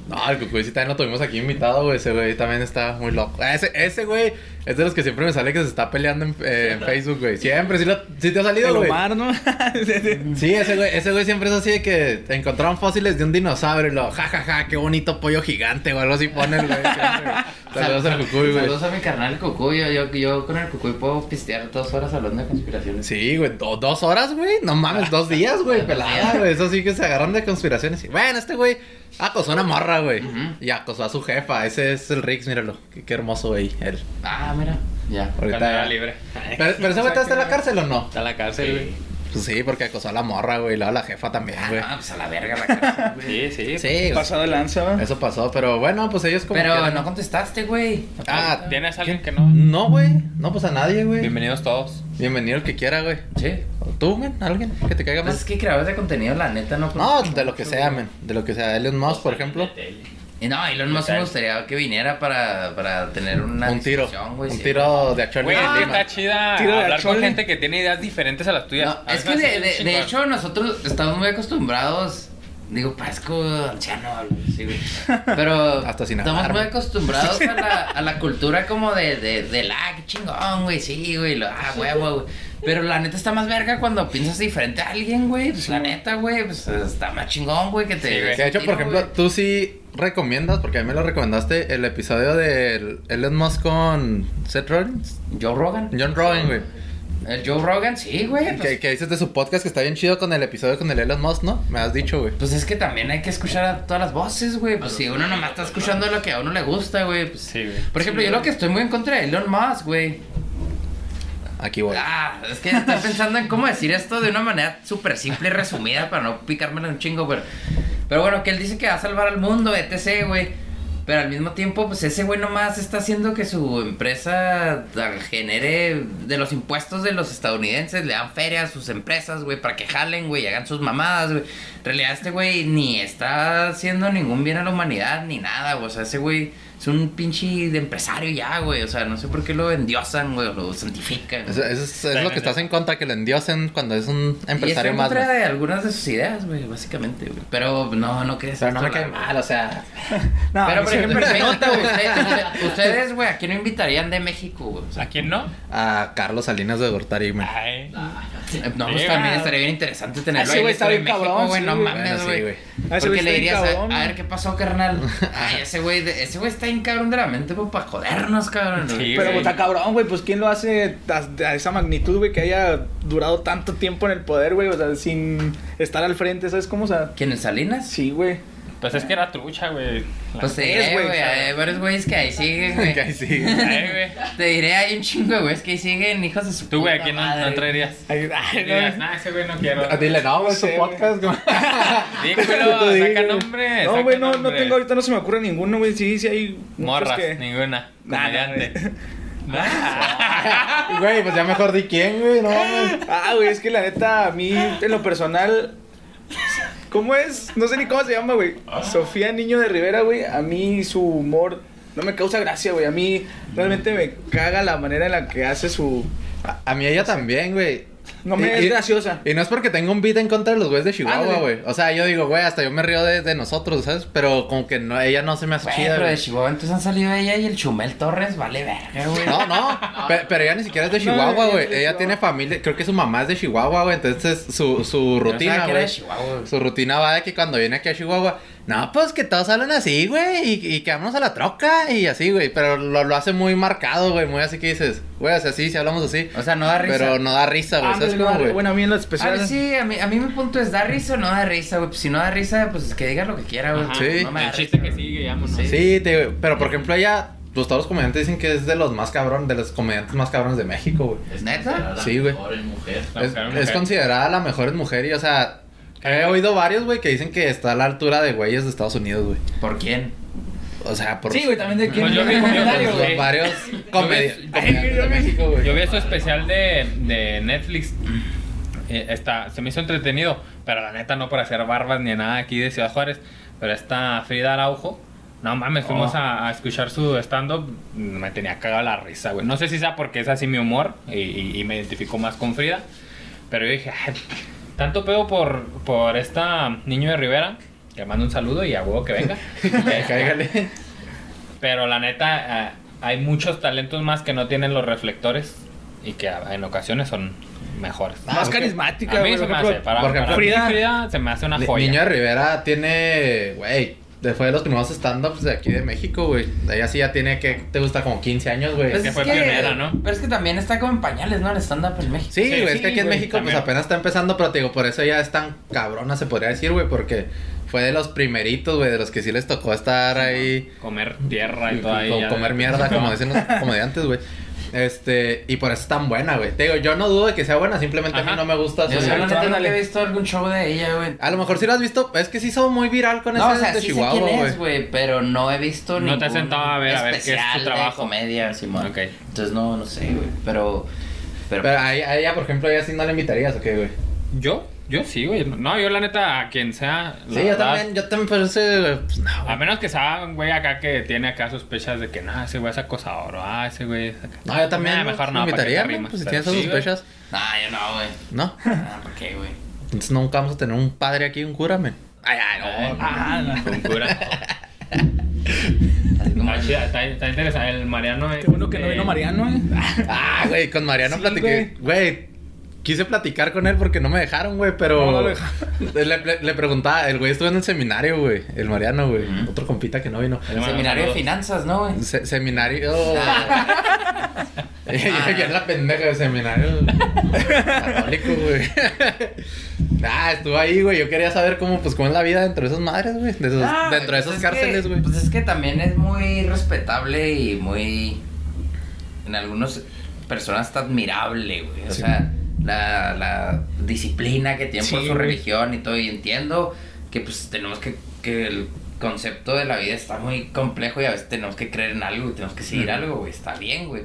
[SPEAKER 1] No, el Cucuy sí también lo tuvimos aquí invitado, güey. Ese güey también está muy loco. Ese, ese güey es de los que siempre me sale que se está peleando en, eh, en Facebook, güey. Siempre, sí, lo, sí te ha salido,
[SPEAKER 7] El
[SPEAKER 1] güey.
[SPEAKER 7] Omar, ¿no? <laughs>
[SPEAKER 1] Sí, ese güey, ese güey siempre es así de que encontraron fósiles de un dinosaurio y lo, jajaja, ja, ja, qué bonito pollo gigante o algo así ponen, güey. siempre. Saludos al Cucuy, güey.
[SPEAKER 5] Saludos a mi carnal el Cucuy. Yo, yo, yo con el Cucuy puedo pistear dos horas hablando de conspiraciones.
[SPEAKER 1] Sí, güey, do- dos horas, güey. No mames,
[SPEAKER 5] <laughs>
[SPEAKER 1] dos días, güey, pelada, güey. Eso sí que se agarran de conspiraciones. Y, bueno, este güey acosó a una morra, güey.
[SPEAKER 5] Ujú.
[SPEAKER 1] Y acosó a su jefa. Ese es el Rix, míralo. Qué, qué hermoso, güey. Él.
[SPEAKER 5] Ah, mira. Ya.
[SPEAKER 6] Cuando era
[SPEAKER 1] Ahorita.
[SPEAKER 6] libre.
[SPEAKER 1] Pero, pero ese güey está en la cárcel o no?
[SPEAKER 6] Está en la cárcel, güey.
[SPEAKER 1] Pues sí, porque acosó a la morra, güey. Y luego a la jefa también, güey.
[SPEAKER 5] Ah, pues a la verga la <laughs> cárcel, güey.
[SPEAKER 6] Sí, sí.
[SPEAKER 1] Sí, güey.
[SPEAKER 7] Pasado de lanza, ¿va?
[SPEAKER 1] Eso pasó, pero bueno, pues ellos como.
[SPEAKER 5] Pero
[SPEAKER 1] quieran.
[SPEAKER 5] no contestaste, güey.
[SPEAKER 1] Ah,
[SPEAKER 6] ¿Tienes alguien que no?
[SPEAKER 1] No, güey. No, pues a nadie, güey.
[SPEAKER 6] Bienvenidos todos.
[SPEAKER 1] Bienvenido el que quiera, güey.
[SPEAKER 5] Sí.
[SPEAKER 1] ¿Tú, güey? ¿Alguien que te caiga
[SPEAKER 5] Pues es
[SPEAKER 1] más?
[SPEAKER 5] que creadores de contenido, la neta, no.
[SPEAKER 1] No, de lo que sea, men. De lo que sea. Elon Musk, por ejemplo.
[SPEAKER 7] Eh,
[SPEAKER 5] Y no, Elon Musk
[SPEAKER 6] ¿Qué tal?
[SPEAKER 5] me gustaría que viniera para, para tener una.
[SPEAKER 1] Un tiro.
[SPEAKER 5] discusión, güey,
[SPEAKER 1] Un
[SPEAKER 5] sí.
[SPEAKER 1] tiro de Acholi
[SPEAKER 6] Güey, es
[SPEAKER 1] de
[SPEAKER 6] que
[SPEAKER 1] Lima.
[SPEAKER 6] está chida
[SPEAKER 7] Tiro de
[SPEAKER 6] hablar con
[SPEAKER 7] achole.
[SPEAKER 6] gente que tiene ideas diferentes a las tuyas.
[SPEAKER 5] No, es que de, de- de hecho nosotros estamos muy acostumbrados Digo, parezco anciano, sí,
[SPEAKER 6] <laughs>
[SPEAKER 5] güey. Pero
[SPEAKER 1] Hasta sin
[SPEAKER 5] estamos
[SPEAKER 1] hablar,
[SPEAKER 5] muy
[SPEAKER 1] güey.
[SPEAKER 5] acostumbrados a la, a la cultura como de, de, de la "Ah, qué chingón, güey, sí, güey, lo, ah, huevo, güey. Pero la neta está más verga cuando piensas diferente a alguien, güey. Pues la neta, güey, pues está más chingón, güey, que te.
[SPEAKER 6] Sí, güey.
[SPEAKER 1] Que
[SPEAKER 5] des
[SPEAKER 1] de
[SPEAKER 5] un
[SPEAKER 1] hecho,
[SPEAKER 5] tiro,
[SPEAKER 1] por ejemplo,
[SPEAKER 5] güey.
[SPEAKER 1] tú sí recomiendas, porque a mí me lo recomendaste, el episodio de Elon Musk con Seth Rollins.
[SPEAKER 5] Joe Rogan.
[SPEAKER 1] John Rogan, güey.
[SPEAKER 5] El Joe Rogan, sí, güey. Pues,
[SPEAKER 1] Que, que dices de su podcast que está bien chido con el episodio con el Elon Musk, ¿no? Me has dicho, güey.
[SPEAKER 5] pues es que también hay que escuchar a todas las voces, güey. Pues si uno nomás está escuchando lo que a uno le gusta, güey. Pues,
[SPEAKER 6] Sí, güey.
[SPEAKER 5] Por ejemplo, yo lo que estoy muy en contra de Elon Musk, güey.
[SPEAKER 1] Aquí voy.
[SPEAKER 5] Ah, es que estoy pensando en cómo decir esto de una manera súper simple y resumida para no picármela un chingo, pero... Pero bueno, que él dice que va a salvar al mundo, etc, güey. Pero al mismo tiempo, pues ese güey nomás está haciendo que su empresa da- genere de los impuestos de los estadounidenses, le dan feria a sus empresas, güey, para que jalen, güey, y hagan sus mamadas, güey. En realidad este güey ni está haciendo ningún bien a la humanidad, ni nada, güey. O sea, ese güey es un pinche de empresario ya, güey. O sea, no sé por qué lo endiosan, güey, o lo santifican.
[SPEAKER 1] Eso, eso es, es lo que estás en contra, que lo endiosen cuando es un empresario
[SPEAKER 5] y
[SPEAKER 1] más.
[SPEAKER 5] más.
[SPEAKER 1] güey.
[SPEAKER 5] de algunas de sus ideas, güey, básicamente, güey. Pero no, no crees.
[SPEAKER 1] Pero no me
[SPEAKER 5] esto,
[SPEAKER 1] cae
[SPEAKER 5] la-
[SPEAKER 1] mal, o sea.
[SPEAKER 7] No,
[SPEAKER 5] Pero,
[SPEAKER 7] no
[SPEAKER 5] por <laughs>
[SPEAKER 7] es
[SPEAKER 5] ejemplo,
[SPEAKER 7] cierto.
[SPEAKER 5] en México, ustedes- ustedes, güey, ¿a quién no invitarían de México, güey? O sea,
[SPEAKER 6] ¿A quién no?
[SPEAKER 1] A Carlos Salinas de Gortari, güey.
[SPEAKER 6] Ay.
[SPEAKER 5] no, pues
[SPEAKER 6] Sí,
[SPEAKER 5] también
[SPEAKER 6] güey.
[SPEAKER 5] estaría bien interesante tenerlo ahí
[SPEAKER 7] Ese
[SPEAKER 5] en
[SPEAKER 7] güey
[SPEAKER 5] la
[SPEAKER 7] está
[SPEAKER 5] historia de
[SPEAKER 7] bien
[SPEAKER 5] México,
[SPEAKER 7] cabrón,
[SPEAKER 5] güey.
[SPEAKER 7] sí,
[SPEAKER 5] No
[SPEAKER 7] güey.
[SPEAKER 1] Bueno,
[SPEAKER 5] mames,
[SPEAKER 1] sí,
[SPEAKER 5] güey.
[SPEAKER 1] güey.
[SPEAKER 7] Ah, ese
[SPEAKER 5] Porque
[SPEAKER 7] güey está
[SPEAKER 5] le
[SPEAKER 7] bien
[SPEAKER 5] dirías,
[SPEAKER 7] cabrón,
[SPEAKER 5] a, a
[SPEAKER 7] güey.
[SPEAKER 5] ver qué pasó, carnal. Ay, ese güey, de- ese güey está bien cabrón de la mente, güey, para jodernos, cabrón.
[SPEAKER 6] Sí,
[SPEAKER 5] güey.
[SPEAKER 7] Pero
[SPEAKER 6] güey.
[SPEAKER 7] está cabrón, güey, pues ¿quién lo hace a, a esa magnitud, güey, que haya durado tanto tiempo en el poder, güey? O sea, sin estar al frente, ¿sabes cómo? O sea,
[SPEAKER 5] ¿Quién es Salinas?
[SPEAKER 7] sí, güey.
[SPEAKER 6] Pues es que era trucha, güey. La-
[SPEAKER 5] Pues te
[SPEAKER 7] Es,
[SPEAKER 5] diré,
[SPEAKER 7] güey,
[SPEAKER 5] güey,
[SPEAKER 7] claro.
[SPEAKER 5] hay varios güeyes que ahí siguen, güey.
[SPEAKER 1] Que ahí sí.
[SPEAKER 6] Ay, eh, güey.
[SPEAKER 5] Te diré, hay un chingo de güeyes que ahí siguen, hijos de su
[SPEAKER 6] Tú, güey,
[SPEAKER 5] puta
[SPEAKER 6] ¿a quién no,
[SPEAKER 5] madre.
[SPEAKER 6] no traerías?
[SPEAKER 7] Ay, <laughs> ay, no,
[SPEAKER 6] Dirías, nah, ese güey no quiero.
[SPEAKER 1] Ah, Dile, no, güey,
[SPEAKER 7] No
[SPEAKER 1] su
[SPEAKER 7] sé,
[SPEAKER 1] podcast, güey.
[SPEAKER 7] <laughs> Tú
[SPEAKER 6] Dígalo,
[SPEAKER 7] dile.
[SPEAKER 6] saca nombre.
[SPEAKER 7] No,
[SPEAKER 6] saca
[SPEAKER 7] güey, no, no
[SPEAKER 6] nombre.
[SPEAKER 7] tengo, ahorita no se me ocurre ninguno, güey. Sí, sí hay. muchos
[SPEAKER 6] Morras,
[SPEAKER 7] que-
[SPEAKER 6] ninguna.
[SPEAKER 7] Nah, nah,
[SPEAKER 6] Comediante.
[SPEAKER 7] güey.
[SPEAKER 1] <laughs>
[SPEAKER 6] Nah.
[SPEAKER 1] Güey, pues ya mejor di quién, güey, no mames.
[SPEAKER 7] Ah, güey, es que la neta, a mí, en lo personal. ¿Cómo es? No sé ni cómo se llama, güey. Sofía Niño de Rivera, güey. A mí su humor no me causa gracia, güey. A mí realmente me caga la manera en la que hace su.
[SPEAKER 1] A- A mí ella también, güey.
[SPEAKER 7] No me es
[SPEAKER 1] Y- y-
[SPEAKER 7] graciosa.
[SPEAKER 1] Y no es porque tenga un beat en contra de los güeyes de Chihuahua,
[SPEAKER 7] Ándale.
[SPEAKER 1] güey. O sea, yo digo, güey, hasta yo me río de, de nosotros, ¿sabes? Pero como que no, ella no se me hace
[SPEAKER 5] Güey,
[SPEAKER 1] Ah, chida,
[SPEAKER 5] pero de
[SPEAKER 1] güey.
[SPEAKER 5] Chihuahua entonces han salido ella y el Chumel Torres, vale verga, güey.
[SPEAKER 1] No, no, pe- pero, ella ni siquiera es de
[SPEAKER 7] No,
[SPEAKER 1] Chihuahua,
[SPEAKER 7] ella
[SPEAKER 1] güey.
[SPEAKER 7] es de
[SPEAKER 1] ella
[SPEAKER 7] Chihuahua.
[SPEAKER 1] tiene familia, creo que su mamá es de Chihuahua, güey. Entonces su, su
[SPEAKER 5] Yo no sabía
[SPEAKER 1] rutina,
[SPEAKER 5] que era
[SPEAKER 1] güey.
[SPEAKER 5] de Chihuahua, güey.
[SPEAKER 1] Su rutina va de que cuando viene aquí a Chihuahua, no, pues que todos hablan así, güey, y, y que vámonos a la troca y así, güey. Pero lo, lo hace muy marcado, güey, muy así que dices, güey, o sea, sí, si hablamos así.
[SPEAKER 5] O sea, no da risa.
[SPEAKER 1] Pero no da risa, güey.
[SPEAKER 7] Ah,
[SPEAKER 1] ¿Sabes
[SPEAKER 7] no,
[SPEAKER 1] cómo,
[SPEAKER 7] no,
[SPEAKER 1] güey?
[SPEAKER 7] bueno, a mí en lo
[SPEAKER 5] A
[SPEAKER 7] especial.
[SPEAKER 5] mí Ah, sí, a mí, a mí mi punto es, ¿da risa o no da risa, güey? Pues si no da risa, pues que diga lo que quiera, güey.
[SPEAKER 6] Ajá,
[SPEAKER 1] Sí.
[SPEAKER 5] No me da
[SPEAKER 6] El chiste
[SPEAKER 5] risa,
[SPEAKER 6] que
[SPEAKER 5] güey.
[SPEAKER 6] sigue, ya, vámonos.
[SPEAKER 1] Sí, te- pero por ejemplo, ella, pues todos los comediantes dicen que es de los más cabrón, de los comediantes más cabrones de México, güey.
[SPEAKER 8] Es
[SPEAKER 5] ¿Neta?
[SPEAKER 8] considerada
[SPEAKER 1] Sí, güey.
[SPEAKER 8] Mejor en mujer.
[SPEAKER 6] La
[SPEAKER 1] Es,
[SPEAKER 6] mujer,
[SPEAKER 1] es
[SPEAKER 6] mujer.
[SPEAKER 1] considerada la mejor en mujer y, o sea, he oído varios, güey, que dicen que está a la altura de güeyes de Estados Unidos, güey.
[SPEAKER 5] ¿Por quién?
[SPEAKER 1] O sea, por
[SPEAKER 7] Sí, güey, también de quién
[SPEAKER 6] Pues yo
[SPEAKER 7] es
[SPEAKER 6] vi-
[SPEAKER 7] el
[SPEAKER 6] yo vi-
[SPEAKER 7] comentario,
[SPEAKER 1] los
[SPEAKER 7] güey.
[SPEAKER 6] güey.
[SPEAKER 1] varios comedi-
[SPEAKER 6] Yo vi-
[SPEAKER 1] comediantes de México,
[SPEAKER 6] Yo
[SPEAKER 1] güey.
[SPEAKER 6] vi su especial de, de Netflix. Eh, está, se me hizo entretenido, pero la neta no por hacer barbas ni nada aquí de Ciudad Juárez. Pero esta Frida Araujo, no mames, fuimos a, a escuchar su stand-up. Me tenía cagada la risa, güey. No sé si sea porque es así mi humor y, y- y me identifico más con Frida. Pero yo dije, "Ay, tanto pedo por, por esta niño de Rivera. Que le mando un saludo y a huevo que venga.
[SPEAKER 1] Cáigale.
[SPEAKER 6] Pero la neta, eh, hay muchos talentos más que no tienen los reflectores y que a- en ocasiones son mejores.
[SPEAKER 7] Más
[SPEAKER 1] porque-
[SPEAKER 7] carismática,
[SPEAKER 6] A mí
[SPEAKER 7] güey.
[SPEAKER 6] se
[SPEAKER 7] por
[SPEAKER 6] me
[SPEAKER 7] ejemplo.
[SPEAKER 6] hace, para,
[SPEAKER 1] por ejemplo,
[SPEAKER 6] para mí
[SPEAKER 7] Frida-
[SPEAKER 6] Frida, se me hace una
[SPEAKER 1] Ni-
[SPEAKER 6] joya.
[SPEAKER 1] Niño de Rivera tiene, güey, de- fue de los primeros stand-ups de aquí de México, güey. Ella sí ya tiene, que ¿Te gusta? Como 15 años, güey.
[SPEAKER 5] Pues
[SPEAKER 6] que fue pionera, ¿no?
[SPEAKER 5] Pero es que también está como en pañales, ¿no? El stand-up en México.
[SPEAKER 1] Sí,
[SPEAKER 6] Sí,
[SPEAKER 1] güey, es
[SPEAKER 6] sí,
[SPEAKER 1] que aquí en
[SPEAKER 6] güey,
[SPEAKER 1] México
[SPEAKER 6] también.
[SPEAKER 1] pues apenas está empezando, pero te digo, por eso ya es tan cabrona, se podría decir, güey, porque fue de los primeritos, güey, de los que sí les tocó estar ahí,
[SPEAKER 6] Comer tierra y todo
[SPEAKER 1] co-
[SPEAKER 6] ahí. ya-
[SPEAKER 1] comer
[SPEAKER 6] <laughs>
[SPEAKER 1] mierda, como dicen los comediantes, güey. Este, y por eso es tan buena, güey. Te digo, yo no dudo de que sea buena, simplemente a mí
[SPEAKER 6] Ajá.
[SPEAKER 1] no me gusta su...
[SPEAKER 5] Yo la neta nunca
[SPEAKER 7] ándale.
[SPEAKER 5] he visto algún show de ella, güey.
[SPEAKER 1] A lo mejor sí lo has visto, es que se hizo muy viral con
[SPEAKER 5] No, o
[SPEAKER 1] ese
[SPEAKER 5] sea,
[SPEAKER 1] de
[SPEAKER 5] sí sé
[SPEAKER 1] Chihuahua,
[SPEAKER 5] quién
[SPEAKER 1] güey.
[SPEAKER 5] es, güey, pero no he visto
[SPEAKER 6] No te has
[SPEAKER 5] ningún
[SPEAKER 6] sentado a ver, a ver, ¿qué es tu
[SPEAKER 5] especial de
[SPEAKER 6] trabajo?
[SPEAKER 5] comedia, Simón.
[SPEAKER 6] Ok.
[SPEAKER 5] Entonces, no, no sé, güey, pero... Pero,
[SPEAKER 1] Pero a ella, a ella, por ejemplo, a ella sí no la invitarías, ¿o qué, güey?
[SPEAKER 6] Yo, yo sí, güey. No, yo la neta, a quien sea. la
[SPEAKER 1] Sí, yo
[SPEAKER 6] verdad,
[SPEAKER 1] también, yo también, pero ese, güey, pues no,
[SPEAKER 6] A
[SPEAKER 1] güey.
[SPEAKER 6] menos que sea un güey acá que tiene acá sospechas de que, nah, ese güey es acosador, o ah, ese güey es acá".
[SPEAKER 1] No, yo también
[SPEAKER 6] Nah, mejor no, ¿para qué te
[SPEAKER 1] invitaría, ¿no?
[SPEAKER 6] arrimas?
[SPEAKER 1] pues si
[SPEAKER 6] Pero
[SPEAKER 1] tienes esas
[SPEAKER 6] sí, güey.
[SPEAKER 1] sospechas,
[SPEAKER 5] No, yo no, güey.
[SPEAKER 1] ¿no?
[SPEAKER 5] Ah, ¿Por qué, güey?
[SPEAKER 1] Entonces nunca vamos a tener un padre aquí, un cúrame.
[SPEAKER 5] Ay, ay, no.
[SPEAKER 7] Ah, no.
[SPEAKER 5] <laughs>
[SPEAKER 6] Cultura.
[SPEAKER 5] Así como-
[SPEAKER 6] Está chida, está, está interesante. El Mariano es.
[SPEAKER 7] Qué bueno que no vino
[SPEAKER 6] eh,
[SPEAKER 7] Mariano, <laughs> eh.
[SPEAKER 1] Ah, güey, con Mariano
[SPEAKER 7] Sí,
[SPEAKER 1] platiqué. Güey, quise platicar con él porque no me dejaron, güey, pero.
[SPEAKER 7] No, no lo dejaron.
[SPEAKER 1] <laughs> le, le- le preguntaba, el güey estuvo en el seminario, güey. El Mariano, güey. Otro compita que no vino.
[SPEAKER 5] El seminario de finanzas, ¿no, güey?
[SPEAKER 1] Se-
[SPEAKER 5] <laughs>
[SPEAKER 1] seminario. <laughs> Yo- yo era la pendeja de seminario católico, güey. <laughs> ah, estuvo ahí, güey. Yo quería saber cómo, pues, cómo es la vida dentro de esas madres, güey. De esos-
[SPEAKER 5] Ah,
[SPEAKER 1] dentro de esas
[SPEAKER 5] pues es
[SPEAKER 1] cárceles,
[SPEAKER 5] que-
[SPEAKER 1] güey.
[SPEAKER 5] Pues es que también es muy respetable y muy. En algunas personas está admirable, güey. O
[SPEAKER 1] Sí.
[SPEAKER 5] sea, la, la disciplina que tiene por
[SPEAKER 7] Sí,
[SPEAKER 5] su
[SPEAKER 7] güey.
[SPEAKER 5] religión y todo. Y entiendo que, pues, tenemos que. que el concepto de la vida está muy complejo y a veces tenemos que creer en algo, tenemos que seguir algo, güey. Está bien, güey.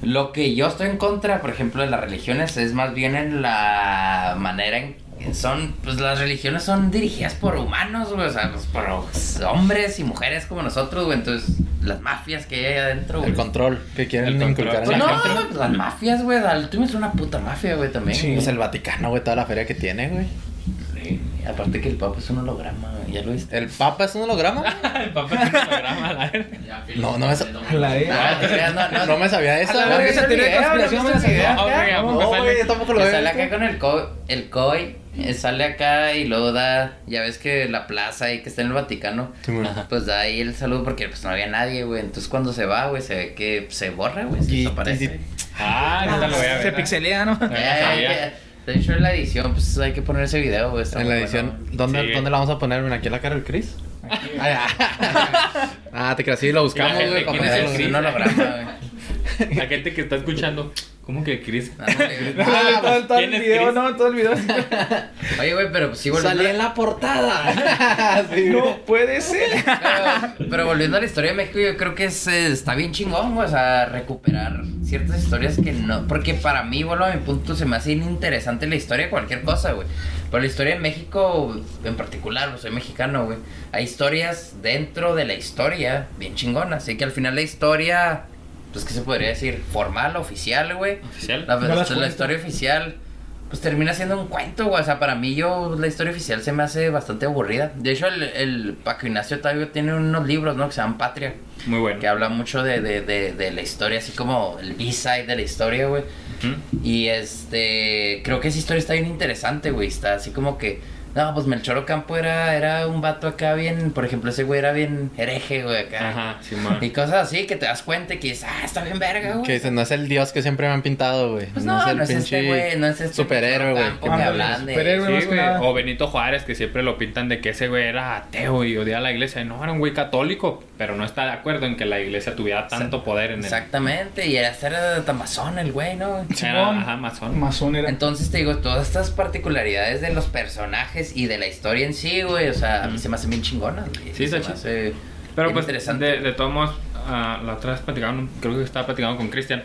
[SPEAKER 5] Lo que yo estoy en contra, por ejemplo, de las religiones es más bien en la manera en que son, pues las religiones son dirigidas por humanos, güey, o sea, pues, por hombres y mujeres como nosotros, güey, entonces las mafias que hay ahí adentro, güey.
[SPEAKER 1] El control que quieren
[SPEAKER 6] El control.
[SPEAKER 1] inculcar a
[SPEAKER 5] Pues
[SPEAKER 1] la
[SPEAKER 5] no,
[SPEAKER 1] gente.
[SPEAKER 5] pues, las mafias, güey, al- tú es una puta mafia, güey, también.
[SPEAKER 7] Sí.
[SPEAKER 5] güey.
[SPEAKER 1] Pues el Vaticano, güey, toda la feria que tiene, güey.
[SPEAKER 5] Sí. Aparte que el Papa es un holograma, güey, ya lo viste.
[SPEAKER 1] ¿El Papa es un holograma?
[SPEAKER 5] <laughs>
[SPEAKER 6] El papá tiene un holograma, la verga.
[SPEAKER 8] Ya,
[SPEAKER 1] No, no, esa-
[SPEAKER 7] La de-
[SPEAKER 5] Ah, No, no te creas, no, no,
[SPEAKER 1] No me sabía eso,
[SPEAKER 5] A la
[SPEAKER 1] güey.
[SPEAKER 5] verga,
[SPEAKER 7] esa teoría de conspiración
[SPEAKER 5] ¿no viste
[SPEAKER 7] me la
[SPEAKER 5] el video?
[SPEAKER 7] sabía.
[SPEAKER 6] Ah, güey, ¿a poco
[SPEAKER 1] No,
[SPEAKER 6] sale?
[SPEAKER 1] güey, yo tampoco lo
[SPEAKER 5] Que
[SPEAKER 1] veo.
[SPEAKER 5] sale acá con el COI, el COI eh, sale acá y luego da, ya ves que la plaza ahí que está en el Vaticano,
[SPEAKER 1] Sí, güey.
[SPEAKER 5] pues da ahí el saludo porque pues no había nadie, güey, entonces cuando se va, güey, se ve que se borra, güey, se
[SPEAKER 1] Y- "Ah,
[SPEAKER 5] desaparece.
[SPEAKER 1] y-
[SPEAKER 6] Ah, ahorita lo voy a ver.
[SPEAKER 7] Se <laughs> pixelea, ¿no?
[SPEAKER 5] Eh, hay que- de hecho en la edición, pues hay que poner ese video, güey. está
[SPEAKER 1] En
[SPEAKER 5] muy
[SPEAKER 1] la
[SPEAKER 5] bueno,
[SPEAKER 1] edición,
[SPEAKER 5] güey.
[SPEAKER 1] ¿dónde,
[SPEAKER 6] Sí.
[SPEAKER 1] ¿dónde la vamos a poner? Mira, ¿Aquí en la cara del Chris? Ah, ya. <laughs> ah, te creas, sí, lo buscamos,
[SPEAKER 6] gente,
[SPEAKER 1] güey. para
[SPEAKER 6] ¿quién es el
[SPEAKER 1] ponerlo, güey.
[SPEAKER 5] Es un holograma,
[SPEAKER 6] La gente que está escuchando, ¿cómo que Chris?
[SPEAKER 1] <laughs>
[SPEAKER 5] güey. No,
[SPEAKER 7] Ah, todo, todo el
[SPEAKER 6] ¿quién es
[SPEAKER 7] video,
[SPEAKER 6] Chris?
[SPEAKER 7] no, todo el video. <laughs>
[SPEAKER 5] güey. Oye, güey, pero pues sí volviendo
[SPEAKER 1] Salí
[SPEAKER 5] a-
[SPEAKER 1] en la portada. <laughs> Sí, güey.
[SPEAKER 7] No puede ser.
[SPEAKER 5] Pero, pero volviendo a la historia de México, yo creo que es, eh, está bien chingón, güey, o sea, recuperar ciertas historias que no. Porque para mí, vuelvo a mi punto, se me hace interesante la historia de cualquier cosa, güey. Pero la historia de México, en particular, güey, soy mexicano, güey. Hay historias dentro de la historia bien chingonas. Así que al final la historia, pues, ¿qué se podría decir? Formal, oficial, güey.
[SPEAKER 6] Oficial.
[SPEAKER 5] La, pues,
[SPEAKER 7] No las
[SPEAKER 5] la
[SPEAKER 7] cuento.
[SPEAKER 5] historia oficial, pues termina siendo un cuento, güey. O sea, para mí, yo, la historia oficial se me hace bastante aburrida. De hecho, el, el Paco Ignacio Tavio tiene unos libros, ¿no? Que se llaman Patria,
[SPEAKER 6] Muy bueno.
[SPEAKER 5] que habla mucho de, de, de, de la historia, así como el B-side de la historia, güey.
[SPEAKER 6] Ujú.
[SPEAKER 5] Y este, creo que esa historia está bien interesante, güey. Está así como que, no, pues Melchor Ocampo era, era un vato acá bien, por ejemplo, ese güey era bien hereje, güey, acá.
[SPEAKER 6] Ajá, Simón.
[SPEAKER 5] Y cosas así que te das cuenta y que dices, ah, está bien verga, güey.
[SPEAKER 1] Que dicen, no es el dios que siempre me han pintado, güey.
[SPEAKER 5] Pues no, no
[SPEAKER 1] el
[SPEAKER 5] es, este güey, no es este
[SPEAKER 1] superhéroe, güey.
[SPEAKER 5] tampoco
[SPEAKER 1] que
[SPEAKER 5] me
[SPEAKER 1] me
[SPEAKER 7] habla.
[SPEAKER 5] hablan de-
[SPEAKER 7] Superhéroe.
[SPEAKER 6] Sí,
[SPEAKER 7] más que
[SPEAKER 6] güey.
[SPEAKER 7] nada.
[SPEAKER 6] O Benito Juárez, que siempre lo pintan de que ese güey era ateo y odiaba a la iglesia. No, era un güey católico, pero no está de acuerdo en que la iglesia tuviera tanto poder en el...
[SPEAKER 5] Exactamente, y era ser tamazón el güey, ¿no?
[SPEAKER 6] Era, ajá, masón.
[SPEAKER 7] Mazón era.
[SPEAKER 5] Entonces te digo, todas estas particularidades de los personajes y de la historia en sí, güey, o sea, a mí se me hace bien chingona. güey.
[SPEAKER 6] Sí,
[SPEAKER 5] se
[SPEAKER 6] está
[SPEAKER 5] me
[SPEAKER 6] chido.
[SPEAKER 5] hace
[SPEAKER 6] Pero
[SPEAKER 5] bien
[SPEAKER 6] pues,
[SPEAKER 5] interesante.
[SPEAKER 6] de, de todos modos, ah, la otra vez platicando, creo que estaba platicando con Cristian.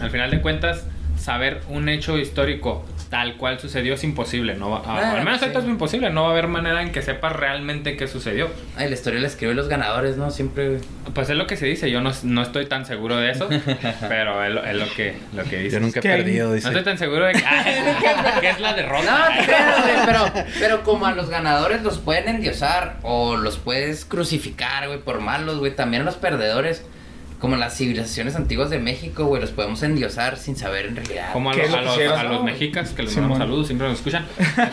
[SPEAKER 6] Al final de cuentas, saber un hecho histórico tal cual sucedió es imposible. No va- ah,
[SPEAKER 5] Claro,
[SPEAKER 6] al menos
[SPEAKER 5] sí.
[SPEAKER 6] ahorita es imposible. No va a haber manera en que sepas realmente qué sucedió.
[SPEAKER 5] Ay, la historia la escriben los ganadores, ¿no? Siempre. güey.
[SPEAKER 6] Pues es lo que se dice. Yo no, no estoy tan seguro
[SPEAKER 5] <laughs>
[SPEAKER 6] de eso, pero es lo, es lo que, lo que dice.
[SPEAKER 1] Yo nunca he
[SPEAKER 7] ¿Qué?
[SPEAKER 1] perdido,
[SPEAKER 6] No
[SPEAKER 1] dice.
[SPEAKER 6] estoy tan seguro de que,
[SPEAKER 5] <laughs>
[SPEAKER 6] que es la derrota.
[SPEAKER 5] No, te creas, güey, pero, pero como a los ganadores los pueden endiosar o los puedes crucificar, güey, por malos, güey, también a los perdedores. Como las civilizaciones antiguas de México, güey, los podemos endiosar sin saber en realidad.
[SPEAKER 6] Como a
[SPEAKER 7] ¿Qué
[SPEAKER 6] los,
[SPEAKER 7] es lo
[SPEAKER 6] a
[SPEAKER 7] que
[SPEAKER 6] los-
[SPEAKER 7] hicieron?
[SPEAKER 6] a los mexicas, que les mandamos
[SPEAKER 7] Simón.
[SPEAKER 6] saludos, siempre nos escuchan. <laughs>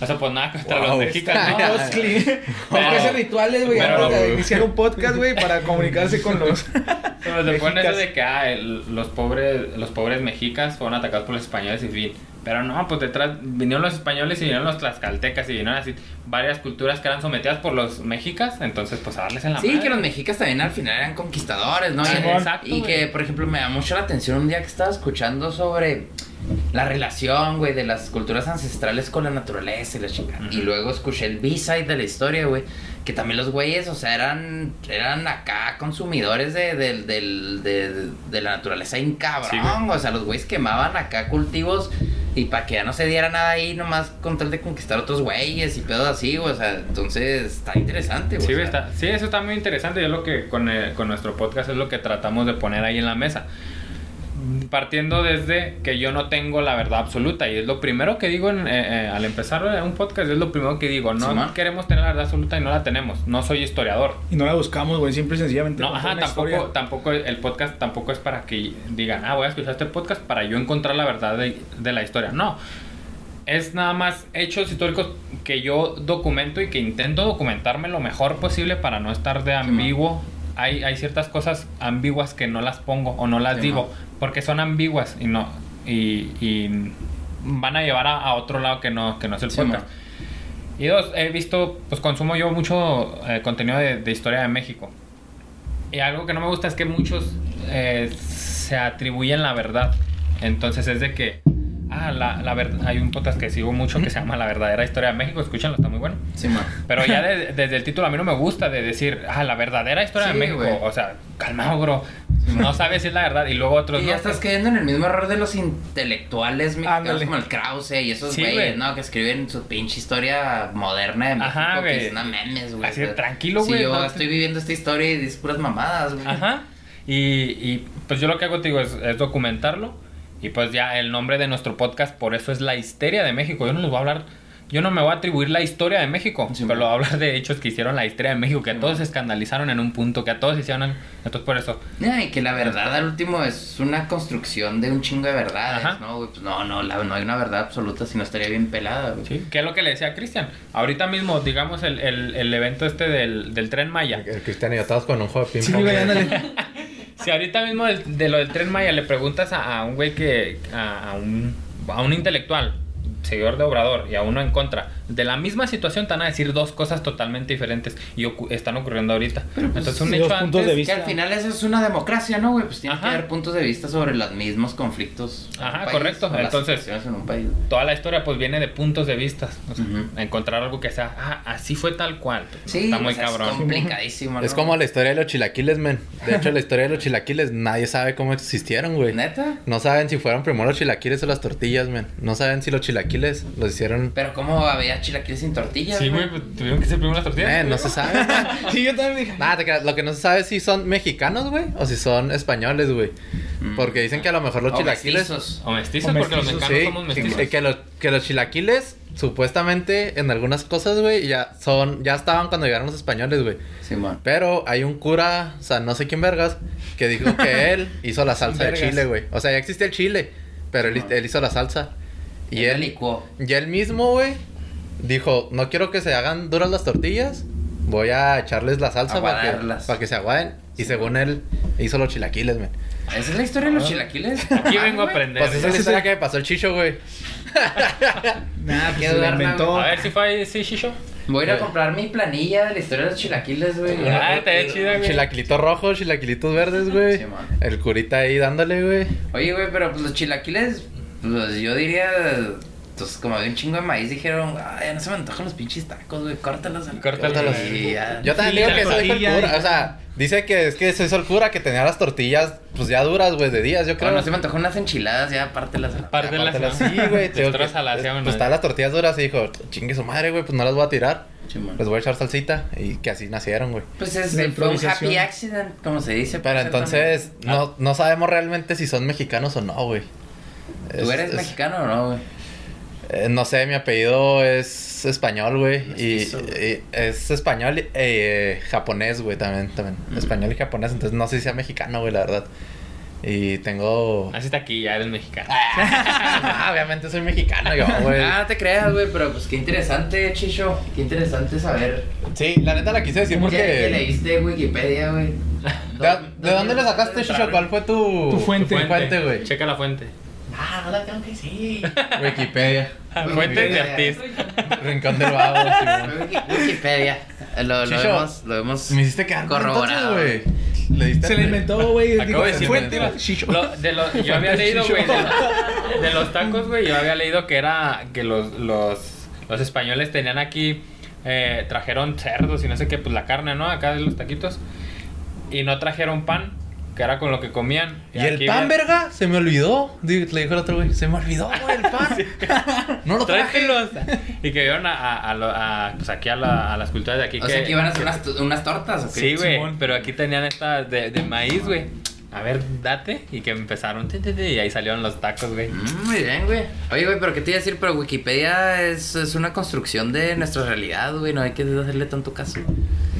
[SPEAKER 6] O sea, pues nada contra los
[SPEAKER 1] Wow.
[SPEAKER 6] mexicas. ¿no?
[SPEAKER 7] Ah, los cli- Hay que hacer rituales, güey,
[SPEAKER 6] Pero-
[SPEAKER 7] antes de iniciar un podcast, güey, para comunicarse con los.
[SPEAKER 6] Pero te ponen eso
[SPEAKER 7] Mexicas.
[SPEAKER 6] de que ah, el- los, pobres, los pobres mexicas fueron atacados por los españoles y fin. Pero no, pues detrás vinieron los españoles y vinieron los tlaxcaltecas y vinieron así varias culturas que eran sometidas por los mexicas. Entonces, pues a darles en la
[SPEAKER 5] Sí,
[SPEAKER 6] madre.
[SPEAKER 5] que los mexicas también al final eran conquistadores, ¿no?
[SPEAKER 6] Sí,
[SPEAKER 5] y,
[SPEAKER 6] exacto,
[SPEAKER 5] y que,
[SPEAKER 6] güey.
[SPEAKER 5] por ejemplo, me da mucho la atención un día que estaba escuchando sobre la relación, güey, de las culturas ancestrales con la naturaleza y la chingada. Y luego escuché el B-side de la historia, güey, que también los güeyes, o sea, eran, eran acá consumidores de, del- del- de- de la naturaleza en cabrón,
[SPEAKER 6] Sí, güey.
[SPEAKER 5] o sea, los güeyes quemaban acá cultivos y para que ya no se diera nada ahí, nomás con tal de conquistar otros güeyes y pedos así, güey, o sea, entonces está interesante, güey.
[SPEAKER 6] Sí,
[SPEAKER 5] o
[SPEAKER 6] güey,
[SPEAKER 5] sea.
[SPEAKER 6] está- sí, eso está muy interesante. y Es lo que con, eh, con nuestro podcast es lo que tratamos de poner ahí en la mesa. partiendo desde que yo no tengo la verdad absoluta. Y es lo primero que digo en, eh, eh, al empezar un podcast, es lo primero que digo. No
[SPEAKER 5] Simón.
[SPEAKER 6] queremos tener la verdad absoluta y no la tenemos. No soy historiador.
[SPEAKER 7] <laughs> Y no la buscamos, güey, simple y sencillamente.
[SPEAKER 6] No,
[SPEAKER 7] cuenta
[SPEAKER 6] ajá,
[SPEAKER 7] una
[SPEAKER 6] tampoco,
[SPEAKER 7] historia.
[SPEAKER 6] tampoco el podcast tampoco es para que digan, ah, voy a escuchar este podcast para yo encontrar la verdad de, de la historia. No. Es nada más hechos históricos que yo documento y que intento documentarme lo mejor posible para no estar de ambiguo. Hay, hay ciertas cosas ambiguas que no las pongo o no las
[SPEAKER 5] Sí,
[SPEAKER 6] digo
[SPEAKER 5] ma.
[SPEAKER 6] porque son ambiguas y no y, y van a llevar a, a otro lado que no, que no es el
[SPEAKER 5] Sí,
[SPEAKER 6] podcast.
[SPEAKER 5] ma.
[SPEAKER 6] Y dos, he visto, pues consumo yo mucho eh, contenido de, de historia de México. Y algo que no me gusta es que muchos eh, se atribuyen la verdad. Entonces es de que, ah, la, la verdad, hay un podcast que sigo mucho que se llama La verdadera historia de México, escúchenlo, está muy bueno.
[SPEAKER 5] Simón.
[SPEAKER 6] Pero
[SPEAKER 5] <laughs>
[SPEAKER 6] ya de- desde el título a mí no me gusta de decir, ah, la verdadera historia
[SPEAKER 5] Sí,
[SPEAKER 6] de México.
[SPEAKER 5] güey.
[SPEAKER 6] O sea, calmado, bro. No sabes si es la verdad. Y luego otros
[SPEAKER 5] Y
[SPEAKER 6] no.
[SPEAKER 5] ya estás cayendo en el mismo error de los intelectuales mexicanos
[SPEAKER 7] Ándale.
[SPEAKER 5] como el Krause y esos
[SPEAKER 6] Sí,
[SPEAKER 5] güeyes,
[SPEAKER 6] güey.
[SPEAKER 5] ¿no? Que escriben su pinche historia moderna de México.
[SPEAKER 6] Ajá,
[SPEAKER 5] que
[SPEAKER 6] güey.
[SPEAKER 5] dicen, no mames, güey.
[SPEAKER 6] Así,
[SPEAKER 5] O sea,
[SPEAKER 6] tranquilo,
[SPEAKER 5] si
[SPEAKER 6] güey,
[SPEAKER 5] yo
[SPEAKER 6] no te-
[SPEAKER 5] estoy viviendo esta historia y dices puras mamadas, güey.
[SPEAKER 6] Ajá. Y, y, pues yo lo que hago, te digo, es, es documentarlo. Y pues ya el nombre de nuestro podcast, por eso es La Histeria de México. Yo no les voy a hablar, yo no me voy a atribuir la historia de México,
[SPEAKER 5] Sí, man.
[SPEAKER 6] pero voy a hablar de hechos que hicieron la histeria de México, que a todos se escandalizaron en un punto, que a todos hicieron. Entonces por eso.
[SPEAKER 5] No, y que la verdad al último es una construcción de un chingo de verdades,
[SPEAKER 6] Ajá.
[SPEAKER 5] ¿no? güey? Pues no, no, la- no hay una verdad absoluta, si no estaría bien pelada, güey.
[SPEAKER 6] ¿Sí? ¿Qué es lo que le decía a Cristian? Ahorita mismo, digamos, el, el- el evento este del, del tren Maya.
[SPEAKER 1] El Cristian y yo estábamos con un juego de ping
[SPEAKER 7] Sí,
[SPEAKER 1] pong.
[SPEAKER 6] <laughs>
[SPEAKER 7] güey, ándale.
[SPEAKER 6] Si ahorita mismo del- de lo del tren Maya le preguntas a, a un güey que. A, a un, a un intelectual, seguidor de Obrador, y a uno en contra, de la misma situación te van a decir dos cosas totalmente diferentes y ocu- están ocurriendo ahorita. Entonces, un
[SPEAKER 7] sí,
[SPEAKER 6] hecho
[SPEAKER 7] dos puntos de
[SPEAKER 6] antes.
[SPEAKER 7] vista.
[SPEAKER 5] Que al final eso es una democracia, ¿no, güey? Pues tiene que
[SPEAKER 6] Ajá.
[SPEAKER 5] haber puntos de vista sobre los mismos conflictos. en un
[SPEAKER 6] Ajá,
[SPEAKER 5] país,
[SPEAKER 6] correcto.
[SPEAKER 5] o las
[SPEAKER 6] Entonces-
[SPEAKER 5] situaciones en un país.
[SPEAKER 6] Toda la historia pues viene de puntos de vista. O sea,
[SPEAKER 5] Ujú.
[SPEAKER 6] Encontrar algo que sea, ah, así fue tal cual.
[SPEAKER 5] Sí,
[SPEAKER 6] Está muy
[SPEAKER 5] o sea, Es
[SPEAKER 6] cabrón.
[SPEAKER 5] complicadísimo,
[SPEAKER 1] Es
[SPEAKER 5] ¿no?
[SPEAKER 1] como la historia de los chilaquiles, men. De hecho, la historia de los chilaquiles, nadie sabe cómo existieron, güey.
[SPEAKER 5] ¿Neta?
[SPEAKER 1] No saben si fueron primero los chilaquiles o las tortillas, men. No saben si los chilaquiles los hicieron.
[SPEAKER 5] Pero ¿cómo había chilaquiles sin tortillas?
[SPEAKER 6] Sí, güey, pues, tuvieron que ser primero las tortillas.
[SPEAKER 1] Eh, no se sabe.
[SPEAKER 7] <laughs>
[SPEAKER 1] men.
[SPEAKER 7] Sí, yo también dije.
[SPEAKER 1] Nada, te creas, lo que no se sabe es si son mexicanos, güey, o si son españoles, güey.
[SPEAKER 6] pues,
[SPEAKER 5] Mm.
[SPEAKER 1] Porque dicen que a lo mejor los
[SPEAKER 5] O
[SPEAKER 1] chilaquiles.
[SPEAKER 5] mestizos.
[SPEAKER 6] O mestizos,
[SPEAKER 7] O
[SPEAKER 6] porque los
[SPEAKER 7] mestizos,
[SPEAKER 6] mexicanos
[SPEAKER 1] Sí,
[SPEAKER 6] somos
[SPEAKER 1] que-
[SPEAKER 6] mestizos.
[SPEAKER 1] que, los, que los chilaquiles, supuestamente, en algunas cosas, güey, ya son, ya estaban cuando llegaron los españoles, güey.
[SPEAKER 5] Simón.
[SPEAKER 1] Pero hay un cura, o sea, no sé quién vergas, que dijo
[SPEAKER 6] <laughs>
[SPEAKER 1] que él hizo la salsa de
[SPEAKER 7] Vergas.
[SPEAKER 1] chile, güey. O sea, ya existía el chile, pero él, él hizo la salsa. Y
[SPEAKER 5] Él la
[SPEAKER 1] él,
[SPEAKER 5] licuó.
[SPEAKER 1] y él mismo, güey, dijo, no quiero que se hagan duras las tortillas, voy a echarles la salsa para que,
[SPEAKER 5] Aguadarlas.
[SPEAKER 1] para que se aguaden. Y según él, hizo los chilaquiles, güey.
[SPEAKER 5] ¿Esa es la historia de los chilaquiles?
[SPEAKER 6] Ah. <laughs> Aquí vengo a
[SPEAKER 5] Ah, güey.
[SPEAKER 6] aprender.
[SPEAKER 1] Pues esa es la historia que me pasó el chicho, güey.
[SPEAKER 7] Nah,
[SPEAKER 5] Qué
[SPEAKER 7] pues se la
[SPEAKER 5] duerna,
[SPEAKER 7] inventó.
[SPEAKER 6] A ver si fue ahí, sí, Shisho.
[SPEAKER 5] Voy a
[SPEAKER 1] Eh.
[SPEAKER 5] ir a comprar mi planilla de la historia de los chilaquiles, güey.
[SPEAKER 6] Ah, está bien chida, güey.
[SPEAKER 1] Chilaquilitos rojos, chilaquilitos verdes, güey.
[SPEAKER 5] Sí, man.
[SPEAKER 1] el curita ahí dándole, güey.
[SPEAKER 5] Oye, güey, pero pues los chilaquiles, pues yo diría... Pues como había un chingo de maíz, dijeron, ah, ya no se me antojan los pinches tacos, güey, córtalos. a la-
[SPEAKER 6] Córtalos.
[SPEAKER 5] Y ya.
[SPEAKER 1] Yo también digo que eso dijo el
[SPEAKER 7] tortilla,
[SPEAKER 1] cura.
[SPEAKER 7] y-
[SPEAKER 1] O sea, dice que es que eso hizo el cura que tenía las tortillas, pues ya duras, güey, de días, yo
[SPEAKER 5] Pero
[SPEAKER 1] creo.
[SPEAKER 5] no se me antojó unas enchiladas, ya apártelas. a la-
[SPEAKER 6] Pártelas,
[SPEAKER 1] Apártelas,
[SPEAKER 6] ¿no?
[SPEAKER 1] Sí,
[SPEAKER 5] <laughs>
[SPEAKER 1] güey. te digo que-
[SPEAKER 6] Destrózalas, ya,
[SPEAKER 1] Pues
[SPEAKER 6] una-
[SPEAKER 1] estaban las tortillas duras y dijo, chingue su madre, güey, pues no las voy a tirar.
[SPEAKER 5] Simón.
[SPEAKER 1] Les voy a echar salsita. Y que así nacieron, güey.
[SPEAKER 5] Pues es,
[SPEAKER 7] La
[SPEAKER 5] fue un
[SPEAKER 7] improvisación.
[SPEAKER 5] happy accident, como se dice.
[SPEAKER 1] Pero
[SPEAKER 5] pues,
[SPEAKER 1] entonces,
[SPEAKER 5] Ah.
[SPEAKER 1] no, no sabemos realmente si son mexicanos o no, güey.
[SPEAKER 5] también. ¿Tú
[SPEAKER 1] Es-
[SPEAKER 5] eres
[SPEAKER 1] es-
[SPEAKER 5] mexicano o no, güey?
[SPEAKER 1] Eh, no sé, mi apellido es español, güey. Y,
[SPEAKER 5] Mestizo, güey.
[SPEAKER 1] y es español y eh, japonés, güey, también. también. Español y japonés, entonces no sé si sea mexicano, güey, la verdad. Y tengo...
[SPEAKER 6] Así está aquí, ya eres mexicano.
[SPEAKER 1] Ah, <laughs> obviamente soy mexicano, yo, güey.
[SPEAKER 5] Ah, no te creas, güey, pero pues qué interesante, Chicho. Qué interesante saber.
[SPEAKER 1] Sí, la neta la quise decir
[SPEAKER 5] ¿Por qué que
[SPEAKER 1] porque...
[SPEAKER 5] leíste Wikipedia, güey?
[SPEAKER 1] ¿De, de dónde le sacaste, Shisho?
[SPEAKER 5] Chicho?
[SPEAKER 1] ¿Cuál fue tu...
[SPEAKER 7] Tu fuente.
[SPEAKER 1] tu fuente, güey?
[SPEAKER 6] Checa la fuente.
[SPEAKER 5] Ah, no la tengo que decir.
[SPEAKER 1] Wikipedia.
[SPEAKER 7] Ah,
[SPEAKER 6] Fuentes de
[SPEAKER 5] Wikipedia.
[SPEAKER 6] artista.
[SPEAKER 1] Rincón del Vago,
[SPEAKER 5] <laughs>
[SPEAKER 1] Simón.
[SPEAKER 5] Wiki- <laughs> Wikipedia. Lo, lo
[SPEAKER 1] Chicho,
[SPEAKER 5] vemos, lo vemos.
[SPEAKER 1] Me hiciste quedar mal,
[SPEAKER 5] Corroborado.
[SPEAKER 1] entonces, güey. Le diste-
[SPEAKER 7] Se la inventó, güey.
[SPEAKER 6] Acabo
[SPEAKER 7] Digo,
[SPEAKER 6] de decir,
[SPEAKER 7] fuente,
[SPEAKER 1] güey.
[SPEAKER 7] va, Chicho.
[SPEAKER 6] Lo- de lo- yo había leído, güey, de, lo- de los tacos, güey, yo había leído que era que los, los, los españoles tenían aquí, eh, trajeron cerdos y no sé qué, pues la carne, ¿no? Acá de los taquitos. Y no trajeron pan, que era con lo que comían.
[SPEAKER 1] Y el
[SPEAKER 6] aquí
[SPEAKER 1] pan,
[SPEAKER 6] viene-
[SPEAKER 1] verga, se me olvidó. Di- Le dijo el otro güey, se me olvidó, güey, el pan. No lo traje.
[SPEAKER 6] Tráetelos. <laughs> Y que vieron a, a, a lo- a- pues aquí a, la- a las culturas de aquí.
[SPEAKER 5] O sea, que iban a hacer unas, unas tortas, ¿o qué?
[SPEAKER 6] Sí, güey,
[SPEAKER 7] Simón.
[SPEAKER 6] pero aquí tenían estas de, de maíz, güey. A ver, date. Y que empezaron. ti, ti, ti, Y ahí salieron los tacos, güey.
[SPEAKER 5] Mm, Muy bien, güey. Oye, güey, pero ¿qué te iba a decir? Pero Wikipedia es, es una construcción de nuestra realidad, güey. No hay que hacerle tanto caso.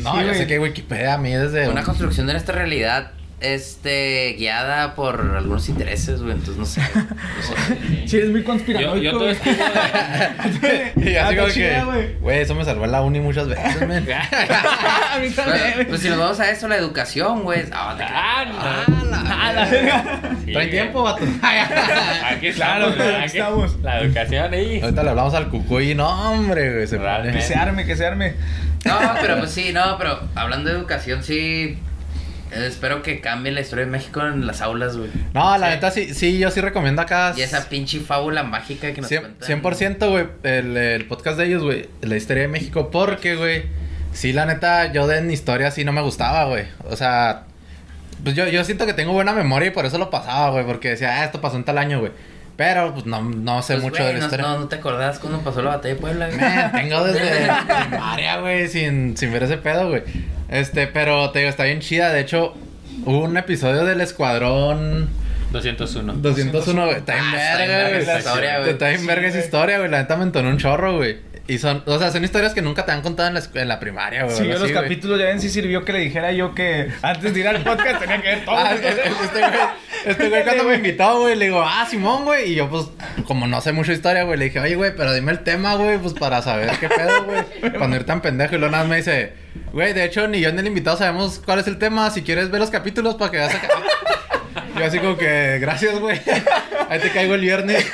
[SPEAKER 1] No,
[SPEAKER 7] Sí,
[SPEAKER 1] yo
[SPEAKER 7] güey.
[SPEAKER 1] sé que Wikipedia a mí desde. <laughs>
[SPEAKER 5] Una construcción de nuestra realidad, este, guiada por algunos intereses, güey. Entonces, no sé. No sé.
[SPEAKER 7] Sí, es muy
[SPEAKER 6] Yo,
[SPEAKER 7] conspiranoico.
[SPEAKER 6] yo todo
[SPEAKER 7] güey.
[SPEAKER 6] esto-
[SPEAKER 7] <laughs>
[SPEAKER 1] Y
[SPEAKER 7] Ah,
[SPEAKER 1] así
[SPEAKER 7] está
[SPEAKER 1] como
[SPEAKER 7] chida,
[SPEAKER 1] que.
[SPEAKER 7] güey.
[SPEAKER 1] Güey, eso me salvó la uni muchas veces, men.
[SPEAKER 7] <laughs> A mí
[SPEAKER 5] Pero,
[SPEAKER 7] también, güey.
[SPEAKER 5] pues si nos vamos a eso, la educación, güey. Ah, te creas.
[SPEAKER 6] <laughs> <laughs> Ah, <laughs>
[SPEAKER 1] Ah, la verga.
[SPEAKER 6] Sí,
[SPEAKER 1] Trae
[SPEAKER 6] güey.
[SPEAKER 1] tiempo, vato.
[SPEAKER 6] Aquí
[SPEAKER 7] <laughs> Claro,
[SPEAKER 6] estamos, güey,
[SPEAKER 7] aquí estamos.
[SPEAKER 6] La educación ahí.
[SPEAKER 1] Ahorita le hablamos al cucuy, no, hombre, güey. Se
[SPEAKER 6] Realmente.
[SPEAKER 7] Que se arme, que se arme.
[SPEAKER 5] No, pero pues sí, no, pero hablando de educación, sí. eh, Espero que cambie la historia de México en las aulas, güey.
[SPEAKER 1] No, la
[SPEAKER 5] Sí.
[SPEAKER 1] neta sí, sí, yo sí recomiendo acá.
[SPEAKER 5] Y esa pinche fábula mágica que nos
[SPEAKER 1] cien-
[SPEAKER 5] cuentan.
[SPEAKER 1] 100%, güey, el, el podcast de ellos, güey, la historia de México, porque, güey, sí, la neta, yo de en historia sí no me gustaba, güey. O sea, pues yo, yo siento que tengo buena memoria y por eso lo pasaba, güey, porque decía, ah, esto pasó en tal año, güey. Pero, pues, no, no sé
[SPEAKER 5] Pues,
[SPEAKER 1] mucho
[SPEAKER 5] güey,
[SPEAKER 1] de la
[SPEAKER 5] no,
[SPEAKER 1] historia.
[SPEAKER 5] No, no te acordás cuando pasó la batalla de Puebla,
[SPEAKER 1] <laughs>
[SPEAKER 5] güey.
[SPEAKER 1] Man, tengo desde primaria, güey, sin, sin ver ese pedo, güey. Este, pero te digo, está bien chida. De hecho, hubo un episodio del Escuadrón
[SPEAKER 6] 201.
[SPEAKER 1] 201, güey. Está bien
[SPEAKER 5] Ah, está bien
[SPEAKER 1] verga,
[SPEAKER 5] verga
[SPEAKER 1] güey.
[SPEAKER 5] esa historia, güey.
[SPEAKER 1] Está bien
[SPEAKER 7] Sí,
[SPEAKER 1] verga esa
[SPEAKER 7] güey.
[SPEAKER 1] historia, güey. La neta me entonó un chorro, güey. Y son, o sea, son historias que nunca te han contado en la, escu- en la primaria, güey. o
[SPEAKER 7] Sí,
[SPEAKER 1] algo
[SPEAKER 7] yo los
[SPEAKER 1] así, güey.
[SPEAKER 7] capítulos ya ven si sirvió que le dijera yo que antes de ir al podcast tenía que ver todo.
[SPEAKER 1] Ah, <laughs> este este güey, este güey cuando me invitó, güey, le digo, ah, Simón, güey. Y yo, pues, como no sé mucha historia, güey, le dije, oye, güey, pero dime el tema, güey, pues para saber qué pedo,
[SPEAKER 7] <laughs>
[SPEAKER 1] güey. Cuando ir tan pendejo y luego nada más me dice, güey, de hecho, ni yo ni el invitado sabemos cuál es el tema. Si quieres, ver los capítulos para que veas acá. <laughs> Yo así como que, gracias, güey. <laughs> Ahí te caigo el viernes.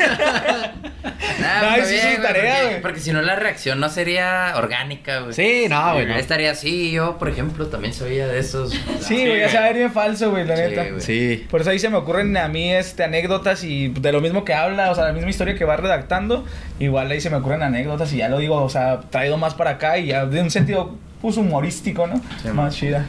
[SPEAKER 5] Nah,
[SPEAKER 7] No,
[SPEAKER 5] está
[SPEAKER 7] hizo
[SPEAKER 5] bien,
[SPEAKER 7] su
[SPEAKER 5] güey,
[SPEAKER 7] tarea,
[SPEAKER 5] porque,
[SPEAKER 7] güey.
[SPEAKER 5] porque si no la reacción no sería orgánica, güey.
[SPEAKER 1] Sí, no, güey. no.
[SPEAKER 5] Estaría así, yo, por ejemplo, también sabía de esos.
[SPEAKER 7] <laughs> Sí, güey, ya se va a ver bien falso, güey, la
[SPEAKER 5] Sí,
[SPEAKER 7] neta.
[SPEAKER 5] güey.
[SPEAKER 1] Sí.
[SPEAKER 7] Por eso ahí se me ocurren a mí este, anécdotas y de lo mismo que habla, o sea, la misma historia que va redactando, igual ahí se me ocurren anécdotas y ya lo digo, o sea, traído más para acá y ya de un sentido pues humorístico, ¿no?
[SPEAKER 5] Sí, man.
[SPEAKER 7] más chida.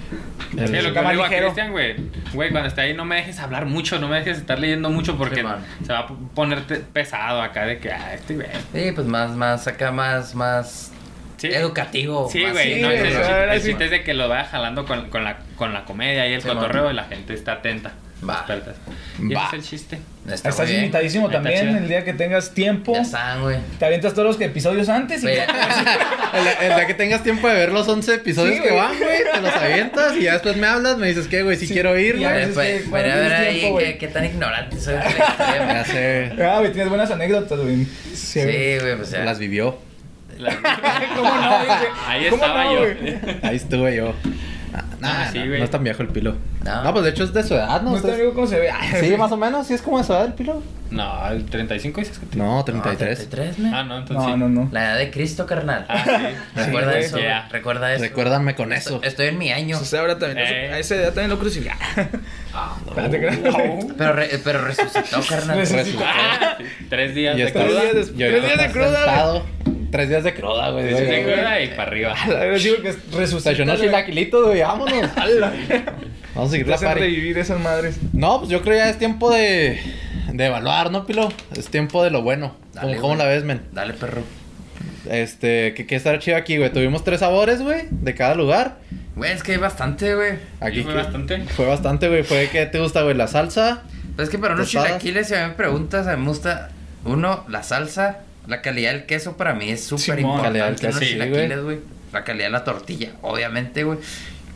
[SPEAKER 6] Sí, lo que
[SPEAKER 7] Más
[SPEAKER 6] me digo a
[SPEAKER 7] ligero.
[SPEAKER 6] Cristian, güey. Güey, cuando esté ahí no me dejes hablar mucho, no me dejes estar leyendo mucho porque
[SPEAKER 5] Sí, man.
[SPEAKER 6] se va a ponerte pesado acá de que, ah, este güey.
[SPEAKER 5] Sí, pues más, más, acá más, más
[SPEAKER 6] Sí.
[SPEAKER 5] educativo.
[SPEAKER 6] Sí,
[SPEAKER 5] más-
[SPEAKER 6] güey.
[SPEAKER 7] Sí,
[SPEAKER 6] no,
[SPEAKER 7] güey,
[SPEAKER 6] es el,
[SPEAKER 7] o sea,
[SPEAKER 6] chiste-
[SPEAKER 7] ahora
[SPEAKER 6] el
[SPEAKER 7] sí.
[SPEAKER 6] chiste es de que lo vaya jalando con, con la, con la comedia y el
[SPEAKER 5] Sí,
[SPEAKER 6] cotorreo
[SPEAKER 5] man.
[SPEAKER 6] y la gente está atenta.
[SPEAKER 5] Va.
[SPEAKER 6] Experta. Y ese
[SPEAKER 1] Va.
[SPEAKER 6] es el chiste.
[SPEAKER 5] Está muy
[SPEAKER 7] Estás
[SPEAKER 5] bien.
[SPEAKER 7] invitadísimo
[SPEAKER 6] Está
[SPEAKER 7] también
[SPEAKER 6] chido.
[SPEAKER 7] el día que tengas tiempo.
[SPEAKER 5] Ya están, güey.
[SPEAKER 7] Te avientas todos los episodios antes y
[SPEAKER 5] Güey,
[SPEAKER 1] El, el día que tengas tiempo de ver los 11 episodios
[SPEAKER 7] Sí,
[SPEAKER 1] que
[SPEAKER 7] güey.
[SPEAKER 1] van, güey, te los avientas y ya después me hablas, me dices que, güey, sí,
[SPEAKER 7] Sí.
[SPEAKER 1] quiero ir,
[SPEAKER 7] Ya,
[SPEAKER 1] güey.
[SPEAKER 7] es
[SPEAKER 5] Después,
[SPEAKER 7] que,
[SPEAKER 5] voy pues, a
[SPEAKER 7] ¿cuándo
[SPEAKER 5] ver
[SPEAKER 7] tienes
[SPEAKER 5] ahí
[SPEAKER 7] tiempo,
[SPEAKER 5] qué,
[SPEAKER 7] güey?
[SPEAKER 5] qué tan ignorante
[SPEAKER 7] <laughs>
[SPEAKER 5] soy de la historia, güey.
[SPEAKER 1] Ya sé,
[SPEAKER 7] Ah, güey, tienes buenas anécdotas, güey.
[SPEAKER 5] Sí, güey, pues o sea,
[SPEAKER 1] las vivió.
[SPEAKER 7] ¿Cómo no? dice?
[SPEAKER 6] Ahí
[SPEAKER 7] ¿Cómo
[SPEAKER 6] estaba
[SPEAKER 7] no,
[SPEAKER 6] yo.
[SPEAKER 7] güey?
[SPEAKER 1] Ahí estuve yo. Nah,
[SPEAKER 6] Ah, sí,
[SPEAKER 1] no,
[SPEAKER 6] güey.
[SPEAKER 1] no es tan viejo el pilo.
[SPEAKER 5] No.
[SPEAKER 1] No, pues de hecho es de su edad, ¿no?
[SPEAKER 7] No te
[SPEAKER 1] Ustedes-
[SPEAKER 7] digo cómo se ve. Ay,
[SPEAKER 1] Sí,
[SPEAKER 7] güey.
[SPEAKER 1] más o menos, sí es como de su edad el pilo.
[SPEAKER 6] No, el 35 dices que te-
[SPEAKER 1] No,
[SPEAKER 5] no,
[SPEAKER 1] 33.
[SPEAKER 5] 33, men.
[SPEAKER 6] Ah, no, entonces.
[SPEAKER 7] No,
[SPEAKER 6] sí.
[SPEAKER 7] no, no.
[SPEAKER 5] La edad de Cristo, carnal.
[SPEAKER 6] Ah, sí.
[SPEAKER 5] Recuerda
[SPEAKER 7] Sí,
[SPEAKER 5] eso,
[SPEAKER 6] güey.
[SPEAKER 5] güey,
[SPEAKER 6] Yeah.
[SPEAKER 5] recuerda eso.
[SPEAKER 1] Recuérdame con eso.
[SPEAKER 5] Estoy, estoy en mi año.
[SPEAKER 7] O sea, ahora también,
[SPEAKER 6] Eh.
[SPEAKER 7] a esa edad también lo crucificaron. Espérate, Pues, creo.
[SPEAKER 5] Pero, re- pero
[SPEAKER 6] <laughs>
[SPEAKER 5] resucitó, carnal.
[SPEAKER 7] Resucitó.
[SPEAKER 6] Ah, sí. Tres días
[SPEAKER 1] Y
[SPEAKER 6] de
[SPEAKER 1] está-
[SPEAKER 7] Tres
[SPEAKER 6] cruda.
[SPEAKER 7] días de-
[SPEAKER 1] y
[SPEAKER 7] tres
[SPEAKER 1] ahorita
[SPEAKER 7] días de
[SPEAKER 1] está
[SPEAKER 7] cruda,
[SPEAKER 1] sentado. Tres días de cruda, güey.
[SPEAKER 6] Tres días de
[SPEAKER 1] güey.
[SPEAKER 6] cruda y para arriba.
[SPEAKER 7] A ver, sí, porque
[SPEAKER 1] Estacionó
[SPEAKER 7] resucitó.
[SPEAKER 1] chilaquilitos, güey, vámonos. Vamos a seguir
[SPEAKER 7] Te
[SPEAKER 1] la
[SPEAKER 7] hacen
[SPEAKER 1] party.
[SPEAKER 7] revivir esas madres.
[SPEAKER 1] No, pues yo creo ya es tiempo de, de evaluar, ¿no, Pilo? Es tiempo de lo bueno.
[SPEAKER 5] Dale,
[SPEAKER 1] ¿Cómo, cómo
[SPEAKER 5] güey.
[SPEAKER 1] la ves, men?
[SPEAKER 5] Dale, perro.
[SPEAKER 1] Este, que, que estar chido aquí, güey. Tuvimos tres sabores, güey, de cada lugar.
[SPEAKER 5] Güey, es que hay bastante, güey.
[SPEAKER 1] Aquí
[SPEAKER 6] Sí, fue
[SPEAKER 1] que-
[SPEAKER 6] bastante.
[SPEAKER 1] Fue bastante, güey. Fue que te gusta, güey, la salsa.
[SPEAKER 5] Pues es que para unos
[SPEAKER 1] Tostadas.
[SPEAKER 5] chilaquiles, si me preguntas, a mí me gusta, uno, la salsa, la calidad del queso para mí es súper
[SPEAKER 7] Simón.
[SPEAKER 5] importante.
[SPEAKER 1] Calidad del
[SPEAKER 5] en
[SPEAKER 1] queso,
[SPEAKER 5] unos
[SPEAKER 1] sí,
[SPEAKER 5] chilaquiles, güey. La calidad de la tortilla, obviamente, güey.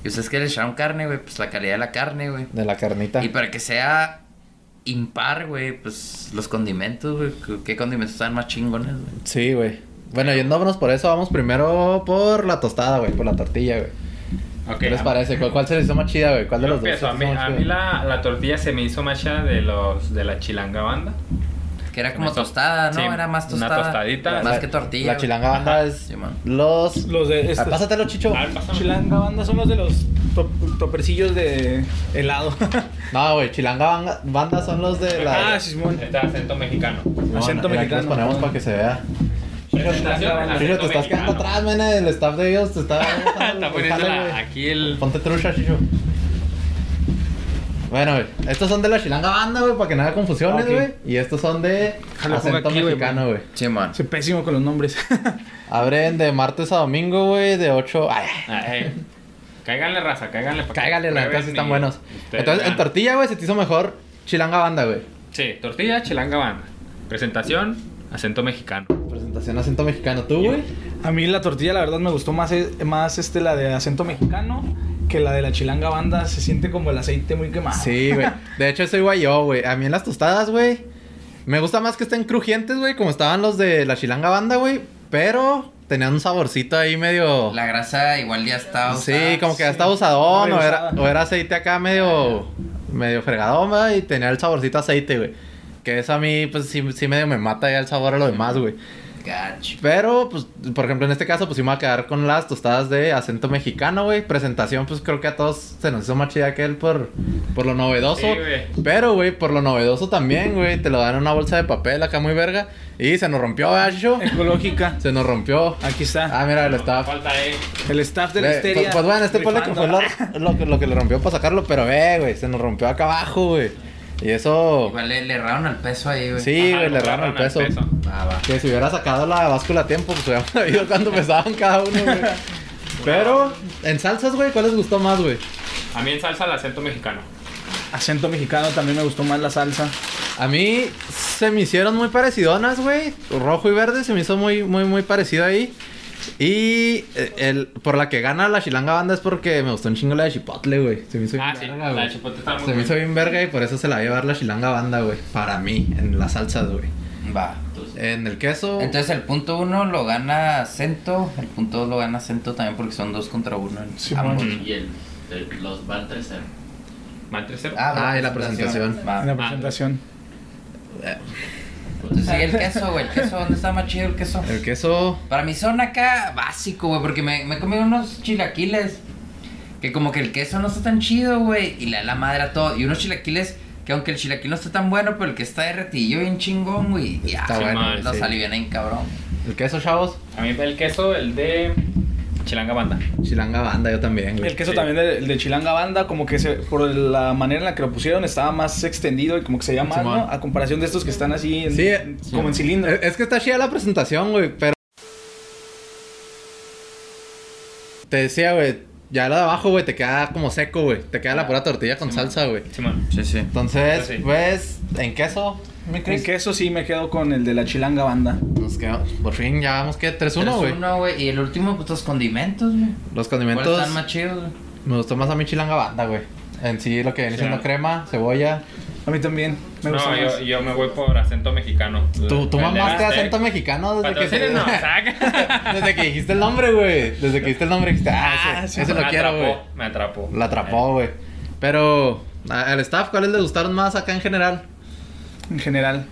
[SPEAKER 5] Y ustedes que le echaron carne, güey, pues la calidad de la carne, güey.
[SPEAKER 1] De la carnita.
[SPEAKER 5] Y para que sea impar, güey, pues los condimentos, güey. ¿Qué- ¿Qué condimentos están más chingones, güey?
[SPEAKER 1] Sí, güey. Bueno, yéndonos por eso, vamos primero por la tostada, güey. Por la tortilla, güey.
[SPEAKER 6] Ok, ah.
[SPEAKER 1] ¿Qué les
[SPEAKER 6] a-
[SPEAKER 1] parece? ¿Cuál, cuál se les hizo más chida, güey? ¿Cuál de
[SPEAKER 6] yo
[SPEAKER 1] los dos?
[SPEAKER 6] empiezo.
[SPEAKER 1] se
[SPEAKER 6] A
[SPEAKER 1] les
[SPEAKER 6] mí,
[SPEAKER 1] hizo más
[SPEAKER 6] a
[SPEAKER 1] chida?
[SPEAKER 6] mí la, la tortilla se me hizo más chida de, los, de la chilanga banda.
[SPEAKER 5] Que era como
[SPEAKER 6] Una to-
[SPEAKER 5] tostada, ¿no?
[SPEAKER 6] sí,
[SPEAKER 5] era más
[SPEAKER 6] una
[SPEAKER 5] tostada.
[SPEAKER 6] tostadita.
[SPEAKER 5] Más
[SPEAKER 1] La-
[SPEAKER 5] que tortilla.
[SPEAKER 1] La
[SPEAKER 5] güey.
[SPEAKER 1] chilanga banda
[SPEAKER 6] Ajá.
[SPEAKER 1] es
[SPEAKER 5] Sí, man.
[SPEAKER 1] los...
[SPEAKER 7] Los de
[SPEAKER 1] Ah,
[SPEAKER 7] estos-
[SPEAKER 1] Pásatelo, chicho.
[SPEAKER 6] A ver, pásame.
[SPEAKER 7] Chilanga banda son los de los top- topercillos de helado.
[SPEAKER 1] No, güey. Chilanga banda, banda son los de la...
[SPEAKER 7] ah, Simón.
[SPEAKER 6] Este acento mexicano.
[SPEAKER 1] Bueno,
[SPEAKER 7] Acento
[SPEAKER 1] mira, aquí
[SPEAKER 7] mexicano.
[SPEAKER 1] los ponemos para que se vea.
[SPEAKER 6] Presentación,
[SPEAKER 1] Chicho, te
[SPEAKER 6] acento
[SPEAKER 1] estás quedando
[SPEAKER 6] mexicano.
[SPEAKER 1] atrás, men. El staff de ellos te está...
[SPEAKER 6] <laughs> Está poniendo
[SPEAKER 1] Jale,
[SPEAKER 6] la-
[SPEAKER 1] güey.
[SPEAKER 6] aquí el.
[SPEAKER 1] Ponte trucha, Chicho. Bueno, güey. Estos son de la chilanga banda, güey, para que no haya confusiones,
[SPEAKER 7] Ah, ok.
[SPEAKER 1] güey. Y estos son de
[SPEAKER 7] Jalo,
[SPEAKER 1] acento
[SPEAKER 7] pongo aquí, güey,
[SPEAKER 1] mexicano, güey.
[SPEAKER 5] Sí, man.
[SPEAKER 7] Soy pésimo con los nombres. <laughs>
[SPEAKER 1] Abren de martes a domingo, güey, de 8. Ay,
[SPEAKER 6] Ah, eh. Cáiganle raza, cáiganle. para que
[SPEAKER 1] Cáigale, la neta,
[SPEAKER 6] prueben
[SPEAKER 1] sí están
[SPEAKER 6] y
[SPEAKER 1] buenos.
[SPEAKER 6] ustedes
[SPEAKER 1] Entonces,
[SPEAKER 6] vean.
[SPEAKER 1] en tortilla, güey, se te hizo mejor chilanga banda, güey.
[SPEAKER 6] Sí, tortilla, chilanga banda. Presentación, acento mexicano.
[SPEAKER 1] Presentación acento mexicano, tú, güey.
[SPEAKER 7] A mí la tortilla, la verdad, me gustó más, eh, más este, la de acento mexicano que la de la chilanga banda. Se siente como el aceite muy quemado.
[SPEAKER 1] Sí, güey. De hecho, eso iba yo, güey. A mí en las tostadas, güey. Me gusta más que estén crujientes, güey, como estaban los de la chilanga banda, güey. Pero tenían un saborcito ahí medio.
[SPEAKER 5] La grasa igual ya está.
[SPEAKER 1] sí,
[SPEAKER 5] usada.
[SPEAKER 1] como que ya
[SPEAKER 7] sí.
[SPEAKER 1] estaba usadón o era,
[SPEAKER 7] Rehusada.
[SPEAKER 1] o era aceite acá medio. medio fregadón, güey. Y tenía el saborcito a aceite, güey. Que eso a mí, pues sí, sí medio me mata ya el sabor a lo demás, güey.
[SPEAKER 5] Gacho.
[SPEAKER 1] Pero, pues, por ejemplo, en este caso, pues sí me voy a quedar con las tostadas de acento mexicano, güey. Presentación, pues creo que a todos se nos hizo más chida que él por, por lo novedoso.
[SPEAKER 6] Sí, güey.
[SPEAKER 1] Pero, güey, por lo novedoso también, güey. Te lo dan en una bolsa de papel acá muy verga. Y se nos rompió,
[SPEAKER 7] <laughs>
[SPEAKER 1] gacho.
[SPEAKER 7] Ecológica.
[SPEAKER 1] Se nos rompió.
[SPEAKER 7] Aquí está.
[SPEAKER 1] Ah, mira, el
[SPEAKER 6] No,
[SPEAKER 1] staff.
[SPEAKER 6] Falta eh. él.
[SPEAKER 7] El staff de la
[SPEAKER 1] Güey,
[SPEAKER 7] histeria.
[SPEAKER 1] Pues, pues, bueno, este fue lo que, fue
[SPEAKER 7] rifando.
[SPEAKER 1] lo, lo que, lo que le rompió para sacarlo. Pero, ve, güey, se nos rompió acá abajo, güey. Y eso...
[SPEAKER 5] Igual le, le erraron al peso ahí, güey.
[SPEAKER 1] Sí,
[SPEAKER 6] Ajá,
[SPEAKER 1] güey, le
[SPEAKER 6] lo
[SPEAKER 1] erraron el
[SPEAKER 6] agarran al
[SPEAKER 1] peso.
[SPEAKER 5] Ah, va.
[SPEAKER 1] Que si hubiera sacado la báscula a tiempo, pues <laughs> hubiéramos sabido cuánto pesaban cada uno,
[SPEAKER 6] <laughs>
[SPEAKER 1] güey. Pero, en salsas, güey, ¿cuál les gustó más, güey?
[SPEAKER 6] A mí en salsa el acento mexicano.
[SPEAKER 7] Acento mexicano también me gustó más la salsa.
[SPEAKER 1] A mí se me hicieron muy parecidonas, güey. Rojo y verde se me hizo muy, muy, muy parecido ahí. Y eh, el, por la que gana la chilanga banda es porque me gustó un chingo la de Chipotle, güey. Se me hizo
[SPEAKER 6] Ah, sí,
[SPEAKER 1] bien verga,
[SPEAKER 6] la de
[SPEAKER 1] güey.
[SPEAKER 6] chipotle está muy
[SPEAKER 1] Se me
[SPEAKER 6] buena.
[SPEAKER 1] hizo bien verga y por eso se la va a llevar la chilanga banda, güey. Para mí, en las salsas, güey.
[SPEAKER 5] Va.
[SPEAKER 1] En el queso.
[SPEAKER 5] Entonces el punto uno lo gana Cento, el punto dos lo gana Cento también porque son dos contra uno en
[SPEAKER 7] Sí,
[SPEAKER 5] ambos.
[SPEAKER 6] man.
[SPEAKER 8] Y el, el- los van 3-0.
[SPEAKER 6] Van 3-0.
[SPEAKER 1] Ah, y la presentación.
[SPEAKER 5] Va.
[SPEAKER 7] En
[SPEAKER 6] Ah,
[SPEAKER 7] la presentación.
[SPEAKER 5] Entonces sí, el queso, güey, el queso, ¿dónde está más chido el queso?
[SPEAKER 1] el queso.
[SPEAKER 5] Para mí son acá básico, güey, porque me, me comí unos chilaquiles que como que el queso no está tan chido, güey, y la, la madre a todo. Y unos chilaquiles que aunque el chilaquil no está tan bueno, pero el que está derretido bien chingón, güey, ya,
[SPEAKER 1] Está
[SPEAKER 5] sí,
[SPEAKER 1] bueno,
[SPEAKER 5] man, los
[SPEAKER 1] sí.
[SPEAKER 5] alivian en cabrón.
[SPEAKER 1] El queso, chavos.
[SPEAKER 6] A mí el queso, el de chilanga banda.
[SPEAKER 1] Chilanga banda, yo también, güey.
[SPEAKER 7] El queso
[SPEAKER 6] Sí.
[SPEAKER 7] también de, el de Chilanga Banda, como que se- por la manera en la que lo pusieron, estaba más extendido y como que se llama más,
[SPEAKER 1] Simón.
[SPEAKER 7] ¿no? A comparación de estos que están así, en-
[SPEAKER 1] Sí, eh.
[SPEAKER 7] en- como en cilindro.
[SPEAKER 1] Es es que está chida la presentación, güey, pero. Te decía, güey, ya la de abajo, güey, te queda como seco, güey. Te queda la pura tortilla con salsa, güey.
[SPEAKER 6] Simón.
[SPEAKER 5] Sí, sí.
[SPEAKER 1] Entonces,
[SPEAKER 6] Sí.
[SPEAKER 1] pues, en queso, ¿me
[SPEAKER 7] El
[SPEAKER 1] crees?
[SPEAKER 7] queso sí me quedo con el de la Chilanga Banda.
[SPEAKER 1] Nos quedamos. Por fin, ya vamos que 3-1,
[SPEAKER 5] Uno,
[SPEAKER 1] güey.
[SPEAKER 5] uno, güey, y el último, pues los condimentos, güey.
[SPEAKER 1] Los
[SPEAKER 5] ¿Cuáles
[SPEAKER 1] condimentos.
[SPEAKER 5] están más chidos, güey?
[SPEAKER 1] Me gustó más a mi chilanga banda, güey. En sí, lo que viene
[SPEAKER 6] Sí.
[SPEAKER 1] siendo crema, cebolla.
[SPEAKER 7] A mí también me gusta
[SPEAKER 6] No,
[SPEAKER 7] más.
[SPEAKER 6] yo, yo me voy por acento mexicano.
[SPEAKER 1] Tú, tú
[SPEAKER 6] El de
[SPEAKER 1] mamaste
[SPEAKER 6] Aztec.
[SPEAKER 1] acento mexicano desde que, <laughs>
[SPEAKER 6] Patrocínenos, saca.
[SPEAKER 1] desde que dijiste el nombre, güey. Desde que dijiste el nombre, dijiste, ah, ese, ese lo
[SPEAKER 6] <laughs> Me
[SPEAKER 1] quiero,
[SPEAKER 6] atrapó,
[SPEAKER 1] güey.
[SPEAKER 6] Me atrapó.
[SPEAKER 1] La atrapó, güey. Pero, a- al staff, ¿cuáles les gustaron más acá en general?
[SPEAKER 7] En general.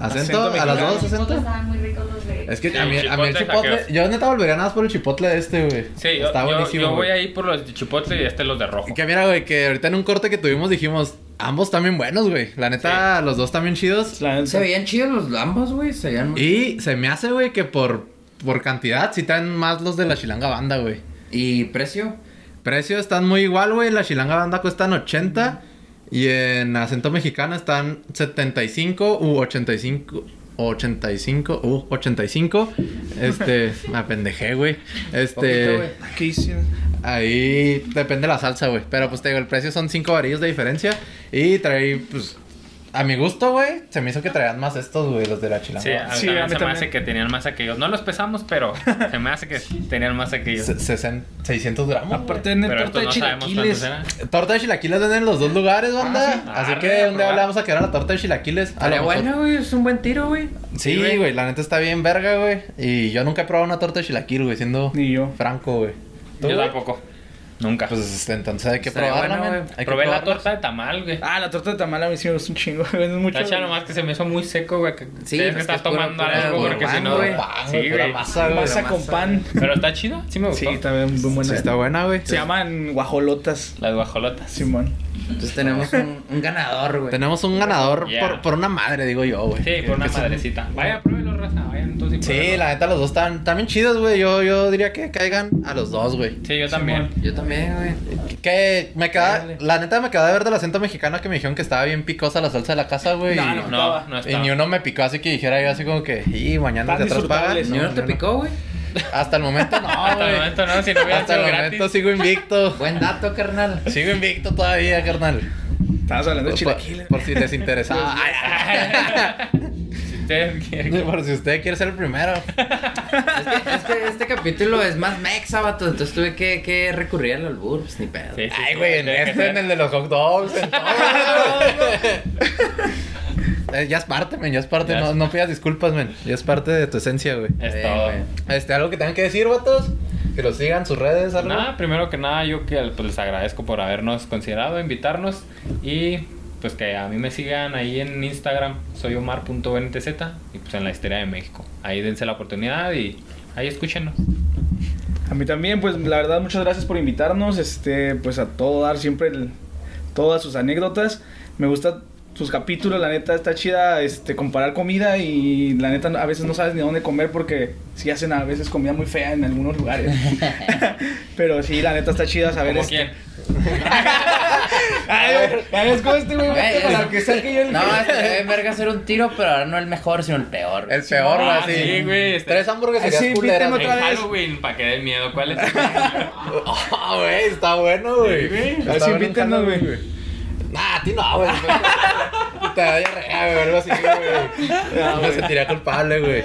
[SPEAKER 1] ¿Acento?
[SPEAKER 7] Acento
[SPEAKER 1] ¿A las
[SPEAKER 7] mexicano.
[SPEAKER 1] dos acento?
[SPEAKER 3] Estaban muy ricos los de.
[SPEAKER 1] Es que
[SPEAKER 6] Sí,
[SPEAKER 1] a, mí, a mí el
[SPEAKER 6] chipotle,
[SPEAKER 1] chipotle.
[SPEAKER 6] saqueos.
[SPEAKER 1] Yo neta volvería nada más por el chipotle de este, güey.
[SPEAKER 6] Sí, yo,
[SPEAKER 1] Está
[SPEAKER 6] yo-
[SPEAKER 1] buenísimo.
[SPEAKER 6] yo voy
[SPEAKER 1] güey.
[SPEAKER 6] a ir por los de chipotle y este los de rojo.
[SPEAKER 1] Que mira, güey, que ahorita en un corte que tuvimos dijimos, ambos también buenos, güey. La neta, los dos también chidos.
[SPEAKER 7] La-
[SPEAKER 5] Se veían chidos los ambos, güey. Se veían muy...
[SPEAKER 1] Y se me hace, güey, que por, por cantidad sí están más los de la chilanga banda, güey.
[SPEAKER 5] ¿Y precio?
[SPEAKER 1] Precios están muy igual, güey. La chilanga banda cuestan 80 y en acento mexicano están 75 u 85. 85, u 85.
[SPEAKER 5] <laughs>
[SPEAKER 1] Este, me apendejé, güey.
[SPEAKER 5] Poquito,
[SPEAKER 1] Este,
[SPEAKER 5] güey.
[SPEAKER 7] ¿Qué hicieron?
[SPEAKER 1] ahí depende la salsa, güey. Pero pues te digo, el precio son 5 varillos de diferencia. Y trae, pues, a mi gusto, güey, se me hizo que traían más estos, güey, los de la chilanga.
[SPEAKER 6] Sí, a
[SPEAKER 1] banda.
[SPEAKER 6] mí
[SPEAKER 7] Sí,
[SPEAKER 6] también
[SPEAKER 7] a mí
[SPEAKER 6] se me
[SPEAKER 7] también.
[SPEAKER 6] hace que tenían más aquellos. No los pesamos,
[SPEAKER 7] <laughs>
[SPEAKER 6] pero se me hace que tenían más aquellos.
[SPEAKER 1] Se- sesen- 600 gramos. güey.
[SPEAKER 7] Aparte en el
[SPEAKER 6] Pero
[SPEAKER 7] torta de
[SPEAKER 6] estos no sabemos
[SPEAKER 7] chilaquiles.
[SPEAKER 6] cuántos eran.
[SPEAKER 1] Torta de chilaquiles venden en los dos lugares, banda.
[SPEAKER 6] Ah, sí.
[SPEAKER 1] Así
[SPEAKER 6] Arre,
[SPEAKER 1] que
[SPEAKER 6] a
[SPEAKER 1] un día
[SPEAKER 6] probar.
[SPEAKER 1] le vamos a quedar a la torta de chilaquiles. A lo
[SPEAKER 5] Pero
[SPEAKER 1] mejor-
[SPEAKER 5] bueno, güey, es un buen tiro, güey.
[SPEAKER 1] Sí,
[SPEAKER 5] güey.
[SPEAKER 1] güey, la neta está bien verga, güey. Y yo nunca he probado una torta de chilaquil, güey, siendo
[SPEAKER 7] Ni yo.
[SPEAKER 1] franco, güey.
[SPEAKER 6] Yo
[SPEAKER 1] güey?
[SPEAKER 6] tampoco. Nunca.
[SPEAKER 1] Pues entonces hay que
[SPEAKER 5] Estaría
[SPEAKER 1] probarla,
[SPEAKER 5] bueno,
[SPEAKER 1] men.
[SPEAKER 5] güey.
[SPEAKER 1] Hay que
[SPEAKER 6] Probé la
[SPEAKER 1] probarla.
[SPEAKER 6] torta de tamal, güey.
[SPEAKER 7] Ah, la torta de tamal a mí sí me gusta un chingo. <laughs> Es mucho.
[SPEAKER 6] Tacha nomás que se me hizo muy seco, güey. que
[SPEAKER 5] Sí,
[SPEAKER 6] tienes
[SPEAKER 5] pues
[SPEAKER 6] que
[SPEAKER 5] que
[SPEAKER 6] estar
[SPEAKER 5] es puro-
[SPEAKER 6] tomando
[SPEAKER 5] pura
[SPEAKER 6] algo porque si
[SPEAKER 5] gourmand,
[SPEAKER 6] no...
[SPEAKER 5] güey.
[SPEAKER 1] Pan,
[SPEAKER 6] Sí,
[SPEAKER 1] güey, pura
[SPEAKER 6] güey.
[SPEAKER 1] masa, güey.
[SPEAKER 7] Masa
[SPEAKER 5] la
[SPEAKER 7] con
[SPEAKER 5] masa,
[SPEAKER 7] pan.
[SPEAKER 6] Pero está chido, sí me gustó.
[SPEAKER 7] <laughs> Sí, también muy
[SPEAKER 1] Sí,
[SPEAKER 7] buena.
[SPEAKER 1] está buena, güey.
[SPEAKER 7] Se llaman guajolotas.
[SPEAKER 6] Las guajolotas.
[SPEAKER 7] Simón.
[SPEAKER 5] Entonces tenemos un, un ganador, güey.
[SPEAKER 1] Tenemos un ganador
[SPEAKER 6] Yeah.
[SPEAKER 1] por, por una madre, digo yo, güey.
[SPEAKER 6] Sí, por una
[SPEAKER 1] Que son-
[SPEAKER 6] madrecita. Vaya, pruébelo, raza. Vayan entonces.
[SPEAKER 1] Sí, la neta, los dos están, están bien chidos, güey. Yo, yo diría que caigan a los dos, güey.
[SPEAKER 6] Sí, yo también.
[SPEAKER 5] Yo también, güey.
[SPEAKER 1] Que me queda,
[SPEAKER 5] Dale.
[SPEAKER 1] la neta me queda de ver del acento mexicano que me dijeron que estaba bien picosa la salsa de la casa, güey.
[SPEAKER 7] No,
[SPEAKER 1] y-
[SPEAKER 7] no,
[SPEAKER 6] No, no está.
[SPEAKER 1] Y ni uno me picó así que dijera yo así como que, y mañana
[SPEAKER 7] Tan
[SPEAKER 1] te atrás paga.
[SPEAKER 7] disfrutables,
[SPEAKER 5] ¿Ni
[SPEAKER 7] No,
[SPEAKER 5] uno te picó, güey?
[SPEAKER 1] Hasta el momento no,
[SPEAKER 6] <laughs> Hasta el
[SPEAKER 1] güey.
[SPEAKER 6] momento no, si no hubiera
[SPEAKER 1] Hasta el
[SPEAKER 6] sido
[SPEAKER 1] momento
[SPEAKER 6] gratis.
[SPEAKER 1] sigo invicto.
[SPEAKER 5] Buen dato, carnal.
[SPEAKER 1] Sigo invicto todavía, carnal.
[SPEAKER 7] Estabas hablando de
[SPEAKER 1] Por,
[SPEAKER 7] chilaquiles.
[SPEAKER 1] por- por si les
[SPEAKER 6] <laughs>
[SPEAKER 1] interesaba. Ay,
[SPEAKER 6] Si ustedes <laughs>
[SPEAKER 1] ay,
[SPEAKER 6] quieren.
[SPEAKER 1] ay. por si usted quiere ser el primero.
[SPEAKER 5] Es que este, este capítulo es más mexa, vato. Entonces tuve que, que recurrir al albur, pues ni pedo.
[SPEAKER 6] Sí, sí,
[SPEAKER 1] Ay,
[SPEAKER 6] sí,
[SPEAKER 1] güey, en
[SPEAKER 6] tiene que
[SPEAKER 1] este,
[SPEAKER 6] ser.
[SPEAKER 1] en el de los hot dogs, en todo.
[SPEAKER 6] <laughs>
[SPEAKER 1] Eh, Ya es parte, men, ya es parte.
[SPEAKER 6] Ya
[SPEAKER 1] No,
[SPEAKER 6] es-
[SPEAKER 1] no pidas disculpas, men. Ya es parte de tu esencia, güey.
[SPEAKER 6] Es
[SPEAKER 5] Eh,
[SPEAKER 6] todo.
[SPEAKER 5] güey.
[SPEAKER 1] Este, algo que tengan que decir, vatos. Que los sigan, sus redes, algo.
[SPEAKER 6] Nada, primero que nada, yo que pues, les agradezco por habernos considerado, invitarnos y pues que a mí me sigan ahí en Instagram, soy omar.bntz y pues en la historia de México. Ahí dense la oportunidad y ahí escúchenos.
[SPEAKER 7] A mí también, pues la verdad, muchas gracias por invitarnos. Este, pues a todo dar siempre el- todas sus anécdotas. Me gusta sus capítulos, la neta está chida este, comparar comida y la neta a veces no sabes ni dónde comer porque sí hacen a veces comida muy fea en
[SPEAKER 1] <laughs>
[SPEAKER 7] algunos lugares. <laughs> Pero sí, la neta está chida saber
[SPEAKER 6] ¿Como
[SPEAKER 7] este-
[SPEAKER 6] quién?
[SPEAKER 7] <laughs> Ay, güey, ya ves cómo este güey,
[SPEAKER 5] Güey,
[SPEAKER 7] con
[SPEAKER 5] es-
[SPEAKER 7] la que sea que yo
[SPEAKER 1] eh.
[SPEAKER 5] No, este debe verga ser un tiro, pero ahora no el mejor, sino el peor.
[SPEAKER 1] El peor, güey,
[SPEAKER 6] Ah,
[SPEAKER 1] así.
[SPEAKER 6] sí, güey, este-
[SPEAKER 1] Tres hamburguesas
[SPEAKER 7] Ay, sí,
[SPEAKER 1] culeras.
[SPEAKER 7] pítenlo
[SPEAKER 1] güey.
[SPEAKER 7] otra
[SPEAKER 6] En
[SPEAKER 7] vez.
[SPEAKER 6] Halloween, para que den miedo, ¿cuál es?
[SPEAKER 1] <laughs> Ah, güey, está bueno, güey.
[SPEAKER 6] Sí, güey.
[SPEAKER 1] Está
[SPEAKER 7] Así
[SPEAKER 1] bueno
[SPEAKER 7] invítenos,
[SPEAKER 1] un
[SPEAKER 7] güey.
[SPEAKER 1] Halloween, Nah, a ti no, güey. <laughs> Te da diarrea, güey, algo así, güey. No, me sentiría culpable, güey.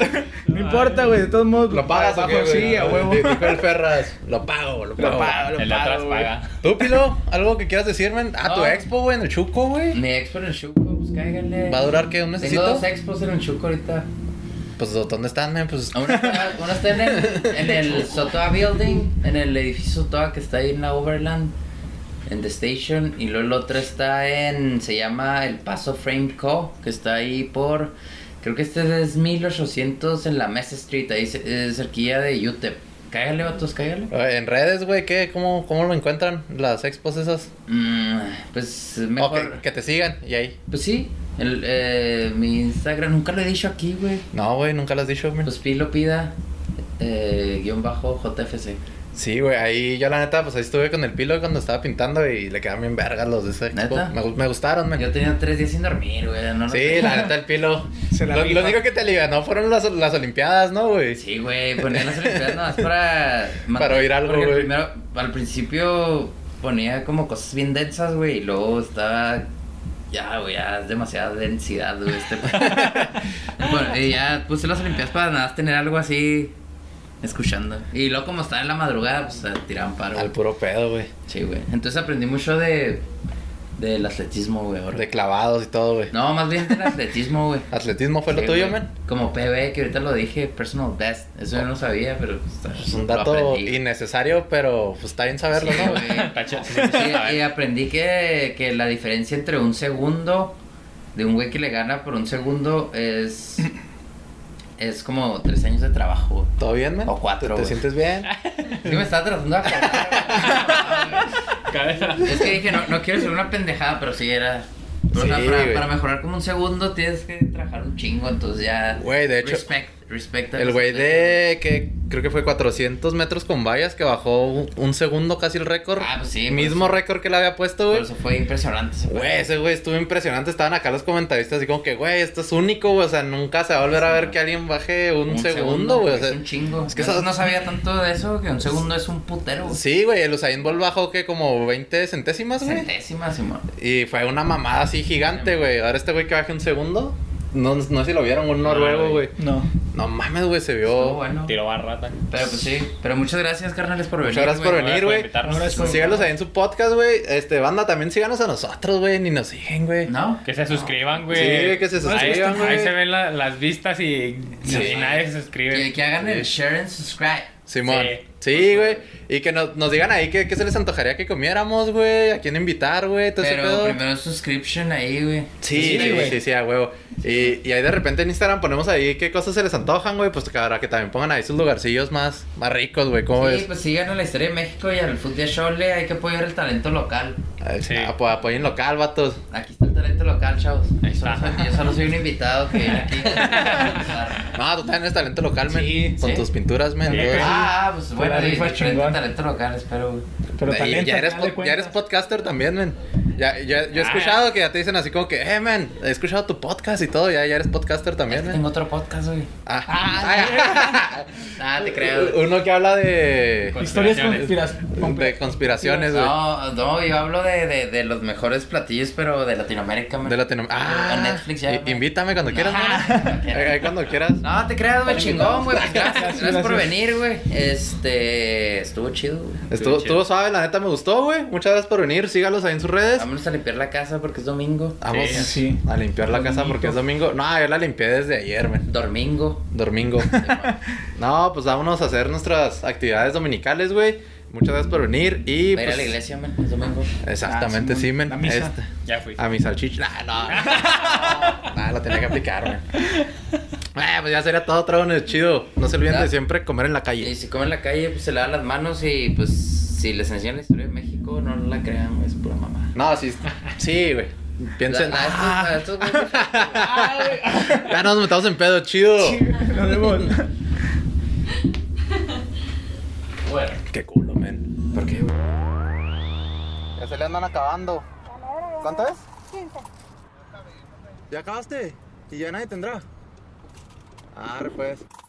[SPEAKER 7] No importa, güey, de todos modos.
[SPEAKER 6] Ah,
[SPEAKER 1] ¿Lo pagas o qué,
[SPEAKER 7] pago,
[SPEAKER 1] güey?
[SPEAKER 7] Sí, a huevo. <laughs>
[SPEAKER 1] Dijo el Ferras. Lo pago, lo pago.
[SPEAKER 7] Lo pago, lo
[SPEAKER 6] El de atrás
[SPEAKER 7] pago, güey.
[SPEAKER 6] paga.
[SPEAKER 1] ¿Tú, Pilo? ¿Algo que quieras decirme? A tu
[SPEAKER 5] No.
[SPEAKER 1] expo, güey, en el Chuco, güey.
[SPEAKER 5] Mi expo en el Chuco, pues cáiganle.
[SPEAKER 7] Mm.
[SPEAKER 1] ¿Va a durar qué? ¿Un mesecito?
[SPEAKER 5] Tengo dos expos en el Chuco ahorita.
[SPEAKER 1] Pues, ¿dónde están, men? Pues,
[SPEAKER 5] Uno está, uno está en el, en el Sotoa Building, en el edificio Sotoa que está ahí en la Overland, en The Station. Y luego el otro está en, se llama El Paso Frame Co., que está ahí por, creo que este es 1800 en la Mesa Street, ahí ce- eh, cerquilla de UTEP. Cáigale, vatos, cáigale.
[SPEAKER 1] Eh, en redes, güey, ¿qué? ¿Cómo, ¿Cómo lo encuentran las expos esas?
[SPEAKER 5] Mm, pues
[SPEAKER 1] O
[SPEAKER 5] mejor.
[SPEAKER 1] que- que te sigan y ahí.
[SPEAKER 5] Pues sí, el, eh, mi Instagram nunca lo he dicho aquí, güey.
[SPEAKER 1] No, güey, nunca lo has dicho, men.
[SPEAKER 5] Pues Pilo Pida, eh, guión bajo JFC.
[SPEAKER 1] Sí, güey, ahí yo la neta, pues ahí estuve con el pilo cuando estaba pintando y le quedaron bien vergas los de ese expo.
[SPEAKER 5] ¿Neta?
[SPEAKER 1] Me, gu- me gustaron,
[SPEAKER 5] Yo
[SPEAKER 1] men.
[SPEAKER 5] tenía tres días sin dormir, güey. No lo
[SPEAKER 1] Sí,
[SPEAKER 5] sé.
[SPEAKER 1] la neta, el
[SPEAKER 7] <laughs>
[SPEAKER 1] pilo.
[SPEAKER 7] Se la
[SPEAKER 1] Lo, lo
[SPEAKER 7] rifa.
[SPEAKER 1] único que te alivianó fueron las, las olimpiadas, ¿no, güey?
[SPEAKER 5] Sí, güey, ponía las olimpiadas nada más para...
[SPEAKER 1] Para oír algo,
[SPEAKER 5] porque
[SPEAKER 1] güey.
[SPEAKER 5] primero, al principio ponía como cosas bien densas, güey, y luego estaba... Ya, güey, ya es demasiada densidad, güey, este... <laughs> bueno, y ya puse las olimpiadas para nada más tener algo así escuchando. Y luego como estaba en la madrugada, pues tiraban paro. güey.
[SPEAKER 1] Al puro pedo, güey.
[SPEAKER 5] Sí, güey. Entonces aprendí mucho de... Del atletismo, güey, ahora.
[SPEAKER 1] De clavados y todo, güey.
[SPEAKER 5] No, más bien del
[SPEAKER 1] <laughs>
[SPEAKER 5] atletismo, güey.
[SPEAKER 1] Atletismo fue lo
[SPEAKER 5] Sí,
[SPEAKER 1] tuyo,
[SPEAKER 5] güey.
[SPEAKER 1] men.
[SPEAKER 5] Como PB, que ahorita lo dije, personal best. Eso yo no sabía, pero pues,
[SPEAKER 1] Es un
[SPEAKER 5] lo
[SPEAKER 1] dato
[SPEAKER 5] aprendí.
[SPEAKER 1] innecesario, pero pues está bien saberlo,
[SPEAKER 5] Sí,
[SPEAKER 1] ¿no?
[SPEAKER 5] <laughs> güey.
[SPEAKER 1] <laughs>
[SPEAKER 6] <laughs> Está chido.
[SPEAKER 5] Sí, y aprendí que, que la diferencia entre un segundo de un güey que le gana por un segundo es. Es como tres años de trabajo.
[SPEAKER 1] ¿Todo bien, men?
[SPEAKER 5] O cuatro,
[SPEAKER 1] ¿Te, te
[SPEAKER 5] güey.
[SPEAKER 1] sientes
[SPEAKER 5] <laughs>
[SPEAKER 1] bien?
[SPEAKER 5] Es que me estaba tratando de acordar.
[SPEAKER 6] Cabeza.
[SPEAKER 5] Es que dije, no, no quiero ser una pendejada, pero sí era. pero,
[SPEAKER 1] Sí,
[SPEAKER 5] o sea, para,
[SPEAKER 1] güey.
[SPEAKER 5] para mejorar como un segundo tienes que trabajar un chingo, entonces ya.
[SPEAKER 1] Güey, de hecho,
[SPEAKER 5] Respect, respect a
[SPEAKER 1] El
[SPEAKER 5] los
[SPEAKER 1] güey
[SPEAKER 5] atletas.
[SPEAKER 1] de que creo que fue 400 metros con vallas que bajó un, un segundo casi el récord.
[SPEAKER 5] Ah, pues sí, Pues por
[SPEAKER 1] Mismo
[SPEAKER 5] eso.
[SPEAKER 1] récord que le había puesto,
[SPEAKER 5] Por
[SPEAKER 1] güey.
[SPEAKER 5] eso fue impresionante. ese
[SPEAKER 1] Güey, ese güey estuvo impresionante. Estaban acá los comentaristas así como que, güey, esto es único, güey. O sea, nunca se va a volver a ver que alguien baje un, segundo, güey. O sea,
[SPEAKER 5] es un chingo.
[SPEAKER 1] es
[SPEAKER 5] Es
[SPEAKER 1] que
[SPEAKER 5] que
[SPEAKER 1] esas-
[SPEAKER 5] no sabía tanto de eso, que un segundo es un putero. güey.
[SPEAKER 1] sí, güey, el Usain Bolt bajó que como 20 centésimas, güey.
[SPEAKER 5] Centésima, Simón.
[SPEAKER 1] Y fue una mamada así gigante, güey. Ahora este güey que baje un segundo. No, no sé si lo vieron, un noruego, güey.
[SPEAKER 7] No.
[SPEAKER 1] No mames, güey, se
[SPEAKER 5] Ah, Estuvo
[SPEAKER 1] vio.
[SPEAKER 5] bueno.
[SPEAKER 6] <laughs> Tiro barra. tal.
[SPEAKER 5] Pero pues sí. Pero muchas gracias, carnales, por venir.
[SPEAKER 1] Muchas gracias por
[SPEAKER 5] güey.
[SPEAKER 1] venir,
[SPEAKER 6] por
[SPEAKER 1] güey.
[SPEAKER 6] invitarnos.
[SPEAKER 7] Ahora es como-
[SPEAKER 1] Pues Síganos ahí en su podcast, güey. Este, banda, también síganos a nosotros, güey. Ni nos siguen, güey.
[SPEAKER 5] ¿No?
[SPEAKER 6] Que se suscriban, güey.
[SPEAKER 1] Sí, que se
[SPEAKER 6] Ahí-
[SPEAKER 1] suscriban, güey.
[SPEAKER 6] Ahí se ven la- las vistas y, y nadie se suscribe.
[SPEAKER 5] Que, que hagan el share and subscribe.
[SPEAKER 1] Simón.
[SPEAKER 6] Sí.
[SPEAKER 1] Sí, güey. Y que nos, nos digan ahí qué, qué se les antojaría que comiéramos, güey. A quién invitar, güey. Todo ese
[SPEAKER 5] Pero
[SPEAKER 1] pedo.
[SPEAKER 5] primero suscription ahí, güey.
[SPEAKER 1] Sí,
[SPEAKER 7] Sí,
[SPEAKER 1] sí,
[SPEAKER 7] güey.
[SPEAKER 1] sí, sí, a huevo. Y, y ahí de repente en Instagram ponemos ahí qué cosas se les antojan, güey. Pues para que también pongan ahí sus lugarcillos más, más ricos, güey. ¿Cómo
[SPEAKER 5] Sí,
[SPEAKER 1] ves?
[SPEAKER 5] pues sigan a la historia de México y al fútbol de Chole. Hay que apoyar el talento local.
[SPEAKER 1] Ay,
[SPEAKER 6] Sí.
[SPEAKER 1] ah, pues, apoyen local, vatos.
[SPEAKER 5] Aquí está el talento local, chavos.
[SPEAKER 6] Ahí
[SPEAKER 5] Yo solo
[SPEAKER 6] está.
[SPEAKER 5] soy, yo solo soy un invitado que viene
[SPEAKER 1] <laughs>
[SPEAKER 5] aquí.
[SPEAKER 1] No, tú también eres talento local, men.
[SPEAKER 7] Sí,
[SPEAKER 1] Con
[SPEAKER 5] sí.
[SPEAKER 1] tus pinturas, men.
[SPEAKER 6] Sí,
[SPEAKER 1] Entonces,
[SPEAKER 6] güey.
[SPEAKER 5] Ah, pues
[SPEAKER 7] Por
[SPEAKER 5] bueno,
[SPEAKER 7] la
[SPEAKER 5] y
[SPEAKER 7] rifa
[SPEAKER 5] diferente
[SPEAKER 7] chingón.
[SPEAKER 5] talento local, espero, güey.
[SPEAKER 7] Pero
[SPEAKER 1] ahí
[SPEAKER 7] también
[SPEAKER 1] ya, eres pod- ya eres podcaster también, men. Ya, ya- yo he escuchado que ya te dicen así como que, eh, man, he escuchado tu podcast y todo, ya, ya eres podcaster también, man.
[SPEAKER 5] Tengo otro podcast, güey.
[SPEAKER 1] Ah, <laughs>
[SPEAKER 5] Ah, te
[SPEAKER 1] ah,
[SPEAKER 5] <laughs> creo.
[SPEAKER 1] Uno que habla de,
[SPEAKER 6] Pues,
[SPEAKER 7] Historias
[SPEAKER 6] Conspiraciones.
[SPEAKER 1] de
[SPEAKER 7] conspiraciones.
[SPEAKER 1] conspiraciones, güey.
[SPEAKER 5] No, no, yo hablo de, de, de los mejores platillos, pero de Latinoamérica. man.
[SPEAKER 1] De Latinoamérica. Ah,
[SPEAKER 5] A Netflix ya.
[SPEAKER 1] i-
[SPEAKER 5] man.
[SPEAKER 1] Invítame cuando
[SPEAKER 5] <laughs>
[SPEAKER 1] quieras,
[SPEAKER 5] Ah,
[SPEAKER 1] man.
[SPEAKER 5] no quiero.
[SPEAKER 1] Ahí cuando quieras.
[SPEAKER 5] No, te creas, güey, chingón, güey. pues, Gracias, gracias,
[SPEAKER 7] Gracias.
[SPEAKER 5] por venir, güey. Este, estuvo chido, güey.
[SPEAKER 1] Estuvo,
[SPEAKER 6] Estuvo chido.
[SPEAKER 1] estuvo suave, la neta me gustó, güey. Muchas gracias por venir. Sígalos ahí en sus redes.
[SPEAKER 5] Vámonos a limpiar la casa porque es domingo.
[SPEAKER 1] Vamos
[SPEAKER 6] Sí,
[SPEAKER 7] sí.
[SPEAKER 1] a limpiar la casa porque es domingo. No, yo la limpié desde ayer, man.
[SPEAKER 5] Domingo.
[SPEAKER 1] Domingo.
[SPEAKER 7] <laughs>
[SPEAKER 1] no, pues vámonos a hacer nuestras actividades dominicales, güey. Muchas gracias por venir y.
[SPEAKER 5] Va a ir a
[SPEAKER 1] pues,
[SPEAKER 5] la iglesia, man. Es domingo.
[SPEAKER 1] Exactamente,
[SPEAKER 7] Ah,
[SPEAKER 1] sí,
[SPEAKER 7] Simón.
[SPEAKER 1] men.
[SPEAKER 7] La misa.
[SPEAKER 1] Este-
[SPEAKER 6] Ya fui.
[SPEAKER 1] a mi salchicha.
[SPEAKER 7] <laughs>
[SPEAKER 1] Nah, no. Nah, la tenía que aplicar, men. Eh, pues ya sería todo, tragones, chido. No se olviden
[SPEAKER 5] Ya.
[SPEAKER 1] de siempre comer en la
[SPEAKER 5] Y
[SPEAKER 1] calle.
[SPEAKER 5] si comen en la calle, pues se lavan las manos y pues si les enseñan la historia de México, no la crean, güey, es pura mamá.
[SPEAKER 1] No, sí, sí, güey. Piensen.
[SPEAKER 5] La- la- estos-
[SPEAKER 1] Ah,
[SPEAKER 5] la- estos güeyes-
[SPEAKER 1] ya nos metamos en pedo, chido.
[SPEAKER 7] Nos vemos.
[SPEAKER 6] Bueno.
[SPEAKER 1] Qué culo, men. ¿Por qué, güey? Ya se le andan acabando. ¿Cuánto es? ¿Ya acabaste? ¿Y ya nadie tendrá? Ah, pues.